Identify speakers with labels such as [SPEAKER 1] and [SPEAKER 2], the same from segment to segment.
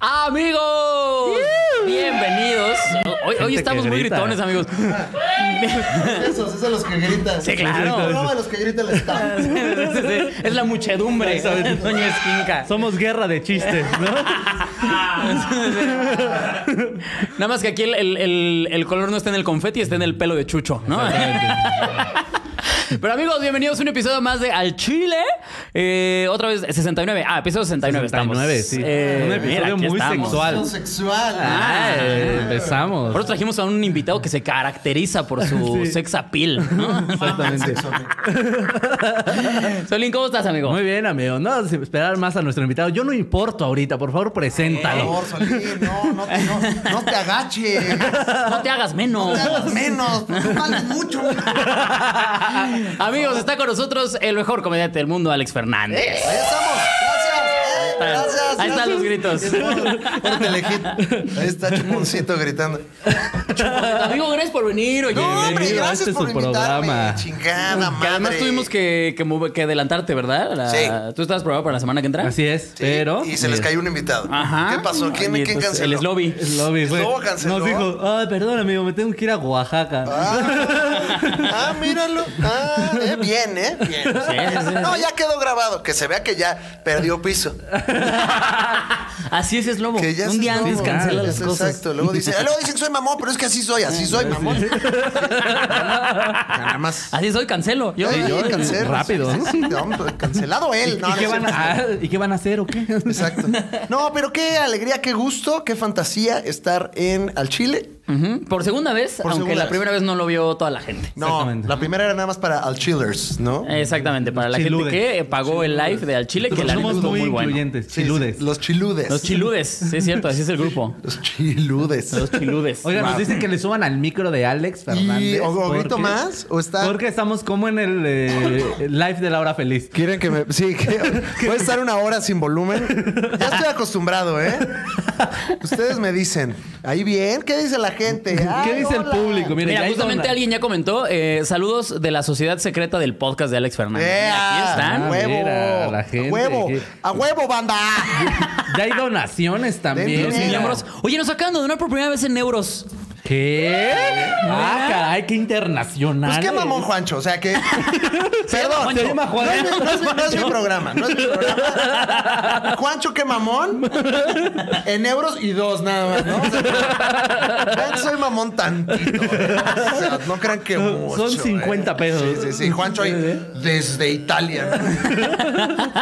[SPEAKER 1] Amigos, bienvenidos. Hoy, hoy
[SPEAKER 2] que
[SPEAKER 1] estamos muy
[SPEAKER 2] grita.
[SPEAKER 1] gritones, amigos.
[SPEAKER 3] Esos, esos los que gritan.
[SPEAKER 1] Sí, claro.
[SPEAKER 3] No, a los que gritan el staff.
[SPEAKER 1] es la muchedumbre. Doña Esquinca.
[SPEAKER 2] Somos guerra de chistes, ¿no?
[SPEAKER 1] Nada más que aquí el, el- el- el color no está en el confeti, está en el pelo de Chucho, ¿no? Pero amigos, bienvenidos a un episodio más de Al Chile. Eh, otra vez, 69. Ah, episodio 69, estamos.
[SPEAKER 2] 69, sí.
[SPEAKER 1] Eh,
[SPEAKER 2] Un episodio
[SPEAKER 1] aquí
[SPEAKER 2] muy
[SPEAKER 1] estamos.
[SPEAKER 2] sexual.
[SPEAKER 3] Sexual.
[SPEAKER 1] Ah,
[SPEAKER 2] Eh,
[SPEAKER 1] eh. Por eso
[SPEAKER 2] empezamos.
[SPEAKER 1] trajimos a un invitado que se caracteriza por su sex appeal, ¿no?
[SPEAKER 2] Exactamente.
[SPEAKER 1] Solín, ¿cómo estás, amigo?
[SPEAKER 2] Muy bien, amigo. No, sin esperar más a nuestro invitado. Yo no importo ahorita, por favor,
[SPEAKER 3] Ah, Por
[SPEAKER 2] preséntalo.
[SPEAKER 3] favor, Solín, no, no, te- no, no te agaches.
[SPEAKER 1] No te hagas
[SPEAKER 3] No
[SPEAKER 1] menos.
[SPEAKER 3] te hagas menos. No vales mucho.
[SPEAKER 1] Amigos, está con nosotros el mejor comediante del mundo, Alex Fernández.
[SPEAKER 3] Ahí estamos. Gracias. eh, gracias. Este,
[SPEAKER 1] Ahí están los gritos.
[SPEAKER 3] Ponte lejit. Ahí está Chuponcito gritando.
[SPEAKER 1] Amigo, gracias por venir. Oye,
[SPEAKER 3] No, hombre,
[SPEAKER 2] Bienvenido a
[SPEAKER 3] gracias
[SPEAKER 2] este
[SPEAKER 3] por
[SPEAKER 2] su
[SPEAKER 3] invitarme.
[SPEAKER 2] programa.
[SPEAKER 3] Chingada madre.
[SPEAKER 1] que además tuvimos que, que move- que adelantarte, ¿verdad? La-
[SPEAKER 3] Sí.
[SPEAKER 1] Tú estabas probado para la semana que entra.
[SPEAKER 2] Así es,
[SPEAKER 3] Sí,
[SPEAKER 2] pero.
[SPEAKER 3] Y se les cayó un invitado.
[SPEAKER 1] Ajá.
[SPEAKER 3] ¿Qué pasó? ¿Quién,
[SPEAKER 1] Y
[SPEAKER 3] ¿quién
[SPEAKER 1] entonces
[SPEAKER 3] canceló?
[SPEAKER 1] El lobby.
[SPEAKER 2] El lobby, güey.
[SPEAKER 3] Luego canceló.
[SPEAKER 2] Nos dijo, ah, perdón, amigo, me tengo que ir a Oaxaca.
[SPEAKER 3] Ah, míralo. Ah, eh, bien, ¿eh? Bien.
[SPEAKER 1] sí, sí.
[SPEAKER 3] No, ya quedó grabado. Que se vea que ya perdió piso.
[SPEAKER 1] Así es, es lobo.
[SPEAKER 3] Que ya
[SPEAKER 1] Un día
[SPEAKER 3] se-
[SPEAKER 1] antes
[SPEAKER 3] no,
[SPEAKER 1] cancela
[SPEAKER 3] ya
[SPEAKER 1] las
[SPEAKER 3] sé,
[SPEAKER 1] cosas. Ah,
[SPEAKER 3] Exacto. Luego, dice, "Ah, luego dicen que soy mamón, pero es que así soy, así soy mamón. Nada más.
[SPEAKER 1] Así soy, cancelo. Yo,
[SPEAKER 3] Ay,
[SPEAKER 1] yo-
[SPEAKER 3] cancel-
[SPEAKER 2] rápido, ¿no?
[SPEAKER 3] Sí, no, hombre, cancelado él. No,
[SPEAKER 2] ¿Y,
[SPEAKER 3] no
[SPEAKER 2] qué
[SPEAKER 3] es
[SPEAKER 2] van
[SPEAKER 3] cierto.
[SPEAKER 2] a, ah, ¿Y qué van a hacer o qué?
[SPEAKER 3] Exacto. No, pero qué alegría, qué gusto, qué fantasía estar en al Chile.
[SPEAKER 1] Ujú. Por segunda vez,
[SPEAKER 3] Por
[SPEAKER 1] aunque
[SPEAKER 3] segunda
[SPEAKER 1] la
[SPEAKER 3] vez.
[SPEAKER 1] primera vez no lo vio toda la gente.
[SPEAKER 3] No,
[SPEAKER 2] Exactamente.
[SPEAKER 3] la primera era nada más para al Chillers, ¿no?
[SPEAKER 1] Eh, Exactamente, para la
[SPEAKER 2] Chiludes.
[SPEAKER 1] gente que pagó el live de Al Chile, que la neta
[SPEAKER 2] Somos
[SPEAKER 1] estuvo
[SPEAKER 2] muy
[SPEAKER 1] muy bueno.
[SPEAKER 2] incluyentes.
[SPEAKER 3] Sí, sí,
[SPEAKER 2] chiludes.
[SPEAKER 3] los chiludes.
[SPEAKER 1] Los chiludes, sí es cierto, así es el grupo.
[SPEAKER 3] Los chiludes.
[SPEAKER 1] Los chiludes.
[SPEAKER 2] Oigan, nos dicen que le suban al micro de Alex Fernández.
[SPEAKER 3] o- o grito
[SPEAKER 2] porque-
[SPEAKER 3] más, o está-
[SPEAKER 2] Porque estamos como en el eh, live de la hora feliz.
[SPEAKER 3] Quieren que me. Sí, que voy a estar una hora sin volumen. Ya estoy acostumbrado, ¿eh? Ustedes me dicen, ahí bien, ¿qué dice la gente?
[SPEAKER 2] ¿Qué
[SPEAKER 3] Ay,
[SPEAKER 2] dice
[SPEAKER 3] hola.
[SPEAKER 2] el público? Miren,
[SPEAKER 1] Mira,
[SPEAKER 2] ya hizo
[SPEAKER 1] justamente
[SPEAKER 2] una-
[SPEAKER 1] alguien ya comentó eh, saludos de la sociedad secreta del podcast de Alex Fernández.
[SPEAKER 3] ¡Ea!
[SPEAKER 1] Aquí
[SPEAKER 3] ¡A
[SPEAKER 1] están.
[SPEAKER 2] Ah,
[SPEAKER 3] huevo!
[SPEAKER 2] mira, la gente,
[SPEAKER 3] ¡A huevo!
[SPEAKER 2] qué-
[SPEAKER 3] ¡A huevo, banda!
[SPEAKER 2] Ya hay donaciones también.
[SPEAKER 3] Los
[SPEAKER 1] Mil
[SPEAKER 3] Mira.
[SPEAKER 1] euros. Oye, nos acaban de donar por primera vez en euros.
[SPEAKER 2] ¿Qué? Ah, caray, qué internacional.
[SPEAKER 3] Pues qué mamón,
[SPEAKER 2] eres.
[SPEAKER 3] Juancho. O sea que. Perdón.
[SPEAKER 2] Se llama Juan.
[SPEAKER 3] No es, mi, no es mi- no es mi programa, no es mi programa. Juancho, qué mamón. En euros y dos nada más, ¿no? O sea, vean, soy mamón tantito. ¿eh? O sea, no crean que mucho. ¿eh?
[SPEAKER 2] Son 50 pesos. Eh,
[SPEAKER 3] Sí, sí, sí. Juancho ahí desde Italia. ¿no?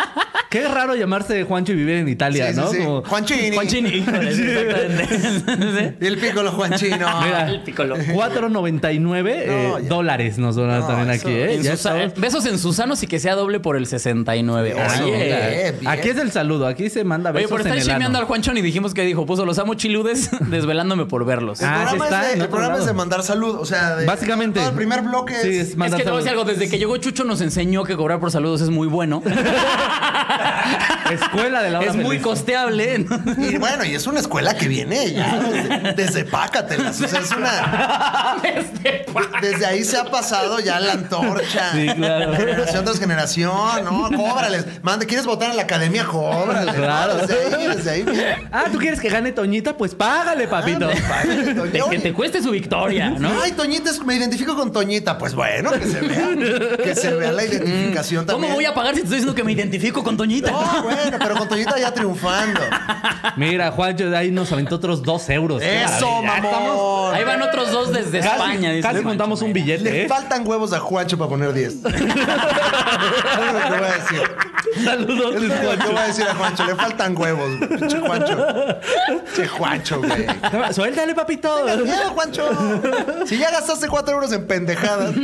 [SPEAKER 2] Qué raro llamarse Juancho y vivir en Italia,
[SPEAKER 3] Sí, sí,
[SPEAKER 2] ¿no?
[SPEAKER 3] sí.
[SPEAKER 2] Como-
[SPEAKER 3] Juanchini.
[SPEAKER 1] Juanchini. Híjoles, exactamente.
[SPEAKER 3] Y el pícolo Juanchino.
[SPEAKER 2] Mira.
[SPEAKER 1] El pícolo.
[SPEAKER 2] 4.99
[SPEAKER 3] No,
[SPEAKER 2] eh,
[SPEAKER 3] ya.
[SPEAKER 2] dólares nos donan
[SPEAKER 3] No,
[SPEAKER 2] también
[SPEAKER 3] eso-
[SPEAKER 2] aquí, ¿eh?
[SPEAKER 1] En
[SPEAKER 2] Ya
[SPEAKER 1] sus-
[SPEAKER 2] estamos-
[SPEAKER 1] besos en Susanos y que sea doble por el 69.
[SPEAKER 3] Eso,
[SPEAKER 1] Oye.
[SPEAKER 3] bien, bien.
[SPEAKER 2] Aquí es el saludo, aquí se manda
[SPEAKER 1] Oye,
[SPEAKER 2] besos
[SPEAKER 1] por estar
[SPEAKER 2] en el ano.
[SPEAKER 1] chimeando al Juanchon y dijimos que dijo, puso los amo chiludes desvelándome por verlos.
[SPEAKER 3] El
[SPEAKER 2] Ah, sí
[SPEAKER 3] programa,
[SPEAKER 2] está,
[SPEAKER 3] es,
[SPEAKER 2] en
[SPEAKER 3] de, el
[SPEAKER 2] otro
[SPEAKER 3] programa es
[SPEAKER 2] lado.
[SPEAKER 3] de mandar salud. O sea, de-
[SPEAKER 2] Básicamente.
[SPEAKER 3] todo el primer bloque
[SPEAKER 2] Sí,
[SPEAKER 3] es.
[SPEAKER 2] es
[SPEAKER 1] Es
[SPEAKER 2] mandar
[SPEAKER 1] que te voy a decir algo,
[SPEAKER 2] saludos.
[SPEAKER 1] desde que llegó Chucho nos enseñó que cobrar por saludos es muy bueno.
[SPEAKER 2] Escuela de la hora
[SPEAKER 1] es muy
[SPEAKER 2] feliz.
[SPEAKER 1] costeable. ¿no?
[SPEAKER 3] Y bueno, y es una escuela que viene ya desde, desde Pácatelas. O sea, es una.
[SPEAKER 1] Este
[SPEAKER 3] Desde ahí se ha pasado ya la antorcha.
[SPEAKER 2] Sí, claro.
[SPEAKER 3] Generación tras generación, ¿no? Cóbrales. Manda, ¿quieres votar en la academia? Cóbrales.
[SPEAKER 2] Claro.
[SPEAKER 3] ¿no? Desde ahí, desde ahí. mira.
[SPEAKER 2] Ah, ¿tú quieres que gane Toñita? Pues págale, papito.
[SPEAKER 3] Págale, Toñi.
[SPEAKER 1] De que te cueste su victoria, ¿no?
[SPEAKER 3] Ay, Toñita, es- me identifico con Toñita. Pues bueno, que se vea. Que se vea la identificación
[SPEAKER 1] Mm. ¿Cómo
[SPEAKER 3] también.
[SPEAKER 1] voy a pagar si te estoy diciendo que me identifico con Toñita?
[SPEAKER 3] No, bueno, pero con Toñita ya triunfando.
[SPEAKER 2] Mira, Juancho, de ahí nos aventó otros dos euros. Qué
[SPEAKER 3] Eso,
[SPEAKER 2] maravilla.
[SPEAKER 3] mamón.
[SPEAKER 1] Ahí van otros dos desde
[SPEAKER 2] Casi,
[SPEAKER 1] España. dice
[SPEAKER 2] casi
[SPEAKER 1] Pancho
[SPEAKER 2] contamos un
[SPEAKER 1] Mera.
[SPEAKER 2] billete,
[SPEAKER 3] Le
[SPEAKER 2] ¿eh?
[SPEAKER 3] faltan huevos a Juancho para poner 10. Eso es lo que voy a decir.
[SPEAKER 2] Saludos,
[SPEAKER 3] Eso es lo que
[SPEAKER 2] Juancho.
[SPEAKER 3] voy a decir a Juancho. Le faltan huevos, güey. pinche Juancho. Che, Juancho, güey.
[SPEAKER 2] Suéltale, papito.
[SPEAKER 3] Miedo, Juancho. Si ya gastaste 4 euros en pendejadas,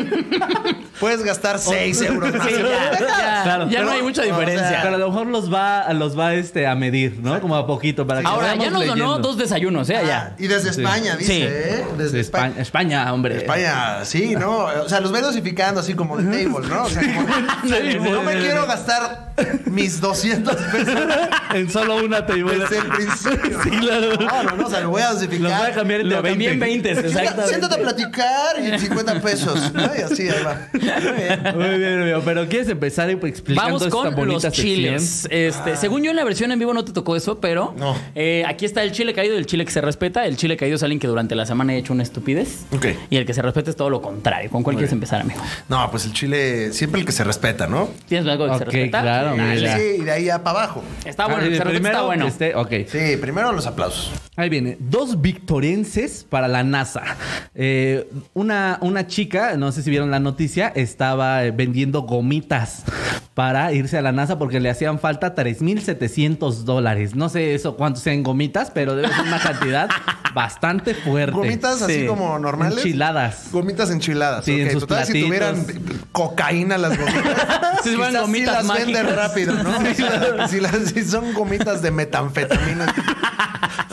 [SPEAKER 3] puedes gastar 6 euros más.
[SPEAKER 1] Sí,
[SPEAKER 3] en
[SPEAKER 1] ya,
[SPEAKER 3] pendejadas.
[SPEAKER 1] ya,
[SPEAKER 2] Claro.
[SPEAKER 1] ya no
[SPEAKER 2] Pero-
[SPEAKER 1] hay mucha
[SPEAKER 3] o sea,
[SPEAKER 1] diferencia.
[SPEAKER 2] Pero a lo mejor los va, los va este, a medir, ¿no? Como a poquito para que
[SPEAKER 1] Ahora,
[SPEAKER 2] vayamos
[SPEAKER 1] ya nos donó
[SPEAKER 2] leyendo.
[SPEAKER 1] dos desayunos, ¿eh?
[SPEAKER 3] Ah,
[SPEAKER 1] Allá.
[SPEAKER 3] Y desde
[SPEAKER 2] Sí.
[SPEAKER 3] España, dice,
[SPEAKER 1] Sí.
[SPEAKER 3] ¿eh? Desde
[SPEAKER 2] Sí,
[SPEAKER 3] España.
[SPEAKER 2] España, España, hombre.
[SPEAKER 3] España, sí, ¿no? O sea, los ve dosificando así como de table, ¿no? O sea, como de-
[SPEAKER 2] Sí,
[SPEAKER 3] no
[SPEAKER 2] sí,
[SPEAKER 3] me
[SPEAKER 2] sí,
[SPEAKER 3] quiero
[SPEAKER 2] sí.
[SPEAKER 3] gastar mis 200 pesos
[SPEAKER 2] en solo una table.
[SPEAKER 3] desde el principio.
[SPEAKER 2] Sí, claro.
[SPEAKER 3] No, no, no, o sea, lo voy a
[SPEAKER 2] Los voy a
[SPEAKER 3] dosificar.
[SPEAKER 2] cambiar en
[SPEAKER 1] Lo vendí en
[SPEAKER 2] 20.
[SPEAKER 1] 20,
[SPEAKER 3] Siéntate siéntate a
[SPEAKER 1] exactamente.
[SPEAKER 3] platicar y 50 pesos. ¿no? Y así, ahí va. Muy bien.
[SPEAKER 2] Muy bien, amigo. Pero ¿quieres empezar explicando
[SPEAKER 1] Vamos
[SPEAKER 2] esta bonita
[SPEAKER 1] con los
[SPEAKER 2] sección?
[SPEAKER 1] chiles. Este,
[SPEAKER 2] Ah.
[SPEAKER 1] Según yo en la versión en vivo no te tocó eso, pero
[SPEAKER 3] No.
[SPEAKER 1] eh, aquí está el chile caído, el chile que se respeta. El chile caído es alguien que durante la semana ha hecho una estupidez.
[SPEAKER 3] Ok.
[SPEAKER 1] Y el que se respeta es todo lo contrario. ¿Con cuál quieres empezar, amigo?
[SPEAKER 3] No, pues el chile, siempre el que se respeta, ¿no?
[SPEAKER 1] ¿Tienes algo que se
[SPEAKER 2] Ok,
[SPEAKER 1] respeta?
[SPEAKER 2] claro,
[SPEAKER 1] Dale.
[SPEAKER 2] mira. Ya.
[SPEAKER 3] Sí, y de ahí ya para abajo.
[SPEAKER 1] Está bueno,
[SPEAKER 2] Ah,
[SPEAKER 1] el que se respeta
[SPEAKER 2] primero
[SPEAKER 1] está bueno.
[SPEAKER 2] que esté- ok.
[SPEAKER 3] Sí, primero los aplausos.
[SPEAKER 2] Ahí viene. Dos victorenses para la NASA. Eh, una, una chica, no sé si vieron la noticia, estaba eh, vendiendo gomitas para irse a la NASA porque le hacían falta 3.700 dólares. No sé eso cuánto sean gomitas, pero debe ser una cantidad bastante fuerte.
[SPEAKER 3] Gomitas así
[SPEAKER 2] Sí.
[SPEAKER 3] como normales.
[SPEAKER 2] Enchiladas.
[SPEAKER 3] Gomitas enchiladas.
[SPEAKER 2] Sí,
[SPEAKER 3] ok.
[SPEAKER 2] en sus
[SPEAKER 3] Total, si
[SPEAKER 2] platitos.
[SPEAKER 3] tuvieran cocaína las gomitas.
[SPEAKER 1] Sí, se van
[SPEAKER 3] quizás
[SPEAKER 1] gomitas
[SPEAKER 3] sí las
[SPEAKER 1] mágicas.
[SPEAKER 3] venden rápido, ¿no? O sea, si, las, si son gomitas de metanfetamina.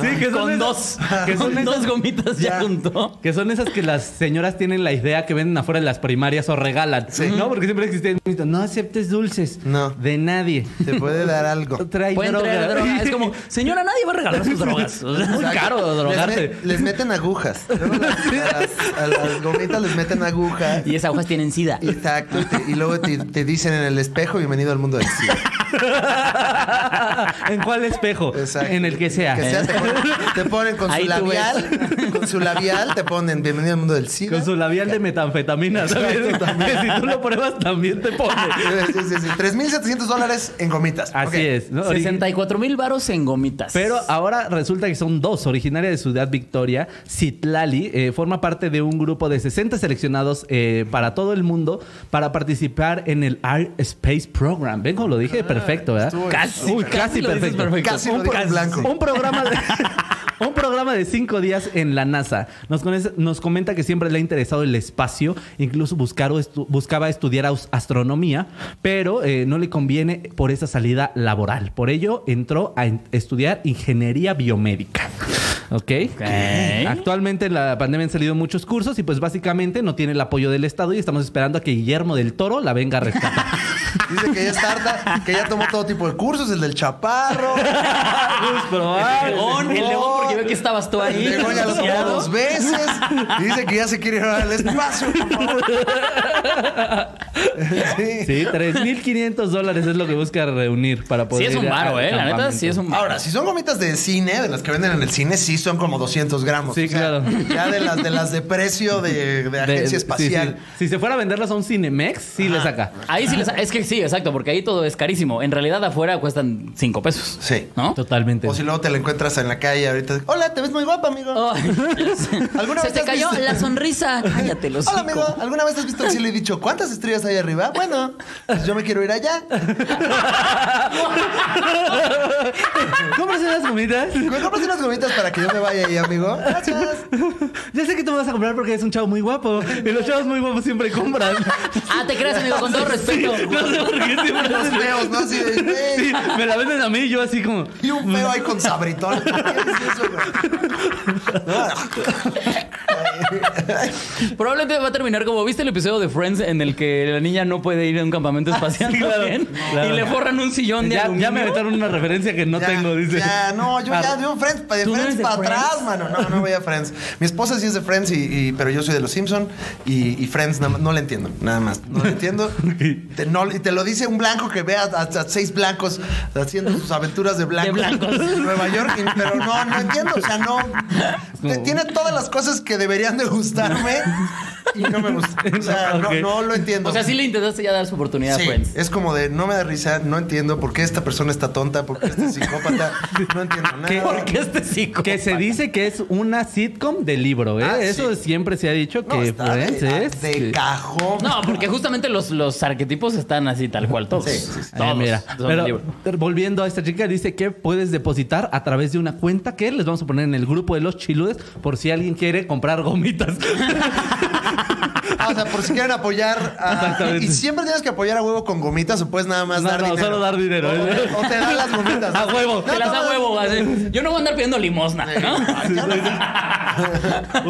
[SPEAKER 2] Sí, que son
[SPEAKER 1] con
[SPEAKER 2] esas-
[SPEAKER 1] dos.
[SPEAKER 2] que son
[SPEAKER 1] con
[SPEAKER 2] esas-
[SPEAKER 1] dos gomitas ya,
[SPEAKER 3] Ya.
[SPEAKER 1] juntó.
[SPEAKER 2] Que son esas que las señoras tienen la idea que venden afuera de las primarias o regalan. No, porque siempre existen. No aceptes dulces.
[SPEAKER 3] No.
[SPEAKER 2] De nadie.
[SPEAKER 3] Te puede dar algo.
[SPEAKER 2] Trae
[SPEAKER 1] Pueden traer
[SPEAKER 2] droga.
[SPEAKER 1] droga. Es como, señora, nadie va a regalar sus drogas. O sea, es muy
[SPEAKER 3] Exacto.
[SPEAKER 1] caro
[SPEAKER 3] Les,
[SPEAKER 1] drogarte.
[SPEAKER 3] met- les meten agujas. Luego las- a, las, a las gomitas les meten agujas.
[SPEAKER 1] Y esas hojas tienen sida.
[SPEAKER 3] Exacto. Y, te- y luego te, te dicen en el espejo, bienvenido al mundo del cine.
[SPEAKER 2] ¿En cuál espejo?
[SPEAKER 3] Exacto.
[SPEAKER 2] En el que sea.
[SPEAKER 3] Que sea, te, ponen, te ponen con
[SPEAKER 1] Ahí
[SPEAKER 3] su
[SPEAKER 1] tú
[SPEAKER 3] labial, con su labial, te ponen bienvenido al mundo del cine.
[SPEAKER 2] Eh, Con su labial de metanfetamina, ¿sabes?
[SPEAKER 3] Exacto, también.
[SPEAKER 2] Si tú lo pruebas, también te pone.
[SPEAKER 3] Sí, sí, sí. 3.700 dólares en gomitas.
[SPEAKER 2] Así
[SPEAKER 3] Ok.
[SPEAKER 2] es. ¿no?
[SPEAKER 1] 64 mil varos en gomitas.
[SPEAKER 2] Pero ahora resulta que son dos. Originaria de Ciudad Victoria, Citlali eh, forma parte de un grupo de 60 seleccionados eh, para todo el mundo para participar en el Air Space Program. ¿Ven cómo lo dije? perfecto, ¿verdad?
[SPEAKER 3] Ah, estuvo-
[SPEAKER 1] Casi,
[SPEAKER 2] Uy,
[SPEAKER 1] casi
[SPEAKER 2] casi
[SPEAKER 1] lo dices
[SPEAKER 2] perfecto.
[SPEAKER 1] perfecto.
[SPEAKER 3] Casi lo
[SPEAKER 2] Un
[SPEAKER 3] digo en
[SPEAKER 2] casi-
[SPEAKER 3] blanco.
[SPEAKER 2] Un programa de... Un programa de cinco días en la NASA. Nos, conoce- nos comenta que siempre le ha interesado el espacio, incluso buscar o estu- buscaba estudiar aus- astronomía, pero eh, no le conviene por esa salida laboral. Por ello entró a en- estudiar ingeniería biomédica. ¿Ok? Actualmente en la pandemia han salido muchos cursos y pues básicamente no tiene el apoyo del Estado y estamos esperando a que Guillermo del Toro la venga a rescatar.
[SPEAKER 3] Dice que ya es tarda, que ya tomó todo tipo de cursos, el del chaparro.
[SPEAKER 2] Es
[SPEAKER 1] El
[SPEAKER 2] probable.
[SPEAKER 1] león, el león, porque veo que estabas tú ahí.
[SPEAKER 3] Llegó ya lo tomó dos veces. Y dice que ya se quiere ir al espacio, por favor. Sí.
[SPEAKER 2] Sí, 3.500 dólares es lo que busca reunir para
[SPEAKER 1] Sí
[SPEAKER 2] poder.
[SPEAKER 1] es un
[SPEAKER 2] ir a-
[SPEAKER 1] varo,
[SPEAKER 2] al
[SPEAKER 1] ¿eh? La neta, sí es un varo.
[SPEAKER 3] Ahora, si son gomitas de cine, de las que venden en el cine, sí son como 200 gramos.
[SPEAKER 2] Sí, claro.
[SPEAKER 3] Ya de las de las de precio de, de
[SPEAKER 2] De-
[SPEAKER 3] agencia
[SPEAKER 2] sí,
[SPEAKER 3] espacial.
[SPEAKER 2] sí. Si se fuera a venderlas a un Cinemex, sí le saca.
[SPEAKER 1] Ahí sí les... Es que sí, exacto, porque ahí todo es carísimo. En realidad afuera cuestan 5 pesos.
[SPEAKER 3] Sí.
[SPEAKER 1] ¿No?
[SPEAKER 2] Totalmente.
[SPEAKER 3] O si luego te la encuentras en la calle ahorita. Hola, te ves muy guapa, amigo.
[SPEAKER 1] Ay,
[SPEAKER 3] ¿Alguna
[SPEAKER 1] Oh, se
[SPEAKER 3] vez
[SPEAKER 1] te
[SPEAKER 3] has
[SPEAKER 1] cayó
[SPEAKER 3] visto-
[SPEAKER 1] la sonrisa. Cállate, los
[SPEAKER 3] Hola, amigo. ¿Alguna vez has visto el cielo y dicho cuántas estrellas hay arriba? Bueno, pues yo me quiero ir allá.
[SPEAKER 2] ¿Cómo se las comidas?
[SPEAKER 3] ¿Me compras unas gomitas para que yo me vaya ahí, amigo? Gracias.
[SPEAKER 2] Ya sé que tú me vas a comprar porque eres un chavo muy guapo. Y los chavos muy guapos siempre compran.
[SPEAKER 1] Ah, te creas, amigo, con todo respeto.
[SPEAKER 2] No sé por qué siempre
[SPEAKER 3] Los
[SPEAKER 2] hacen-
[SPEAKER 3] feos, ¿no? Así de, "Ey".
[SPEAKER 2] Sí, me la venden a mí y yo así como.
[SPEAKER 3] Y un feo ahí con sabritón. ¿Por qué es eso, güey?
[SPEAKER 1] Probablemente va a terminar como viste el episodio de Friends en el que la niña no puede ir a un campamento espacial
[SPEAKER 2] sí, claro.
[SPEAKER 1] bien?
[SPEAKER 2] Claro.
[SPEAKER 1] y le forran un sillón de
[SPEAKER 2] Ya,
[SPEAKER 1] aluminio.
[SPEAKER 2] ya me aventaron una referencia que no
[SPEAKER 3] Ya,
[SPEAKER 2] tengo, dice.
[SPEAKER 3] Ya, no, yo ya de un Friends, de
[SPEAKER 1] ¿Tú no
[SPEAKER 3] Friends
[SPEAKER 1] eres de
[SPEAKER 3] para
[SPEAKER 1] Friends?
[SPEAKER 3] atrás, mano. No, no voy a Friends. Mi esposa sí es de Friends, y, y- pero yo soy de los Simpson y, y Friends nada más- no le entiendo, nada más. No le entiendo. Te- no- y te lo dice un blanco que ve a, a- a seis blancos haciendo sus aventuras de blancos,
[SPEAKER 1] De blancos.
[SPEAKER 3] en Nueva York, y- pero no, no entiendo. O sea, no. te- tiene todas las cosas que deberían de gustarme y no me gusta. O sea, no,
[SPEAKER 2] Ok.
[SPEAKER 3] no lo entiendo.
[SPEAKER 1] O sea, sí le intentaste ya dar su oportunidad
[SPEAKER 3] Sí,
[SPEAKER 1] a Friends.
[SPEAKER 3] es como de no me da risa, no entiendo por qué esta persona está tonta, por qué este psicópata, no entiendo nada.
[SPEAKER 2] ¿Qué?
[SPEAKER 1] ¿Por qué este psico?
[SPEAKER 2] Que se dice que es una sitcom de libro, ¿eh?
[SPEAKER 3] Ah, sí.
[SPEAKER 2] Eso siempre se ha dicho
[SPEAKER 3] No,
[SPEAKER 2] que
[SPEAKER 3] está de,
[SPEAKER 2] Friends es.
[SPEAKER 3] de
[SPEAKER 2] que-
[SPEAKER 3] cajón.
[SPEAKER 1] No, porque justamente los, los arquetipos están así, tal cual, todos.
[SPEAKER 3] Sí, sí, sí.
[SPEAKER 1] Todos.
[SPEAKER 2] Ah, mira.
[SPEAKER 1] Son
[SPEAKER 2] Pero
[SPEAKER 1] libros.
[SPEAKER 2] volviendo a esta chica, dice que puedes depositar a través de una cuenta que les vamos a poner en el grupo de los chiludes por si alguien quiere comprar gomitas.
[SPEAKER 3] Ah, o sea, por si quieren apoyar a-
[SPEAKER 2] Exactamente.
[SPEAKER 3] Y siempre tienes que apoyar a huevo con gomitas o puedes nada más
[SPEAKER 2] No,
[SPEAKER 3] dar
[SPEAKER 2] no,
[SPEAKER 3] dinero.
[SPEAKER 2] solo dar dinero.
[SPEAKER 3] O, o te dan las gomitas.
[SPEAKER 2] A huevo.
[SPEAKER 1] Te las da
[SPEAKER 3] no,
[SPEAKER 1] huevo. así. Yo no voy a andar pidiendo limosna, ¿no?
[SPEAKER 3] Ay, ya no.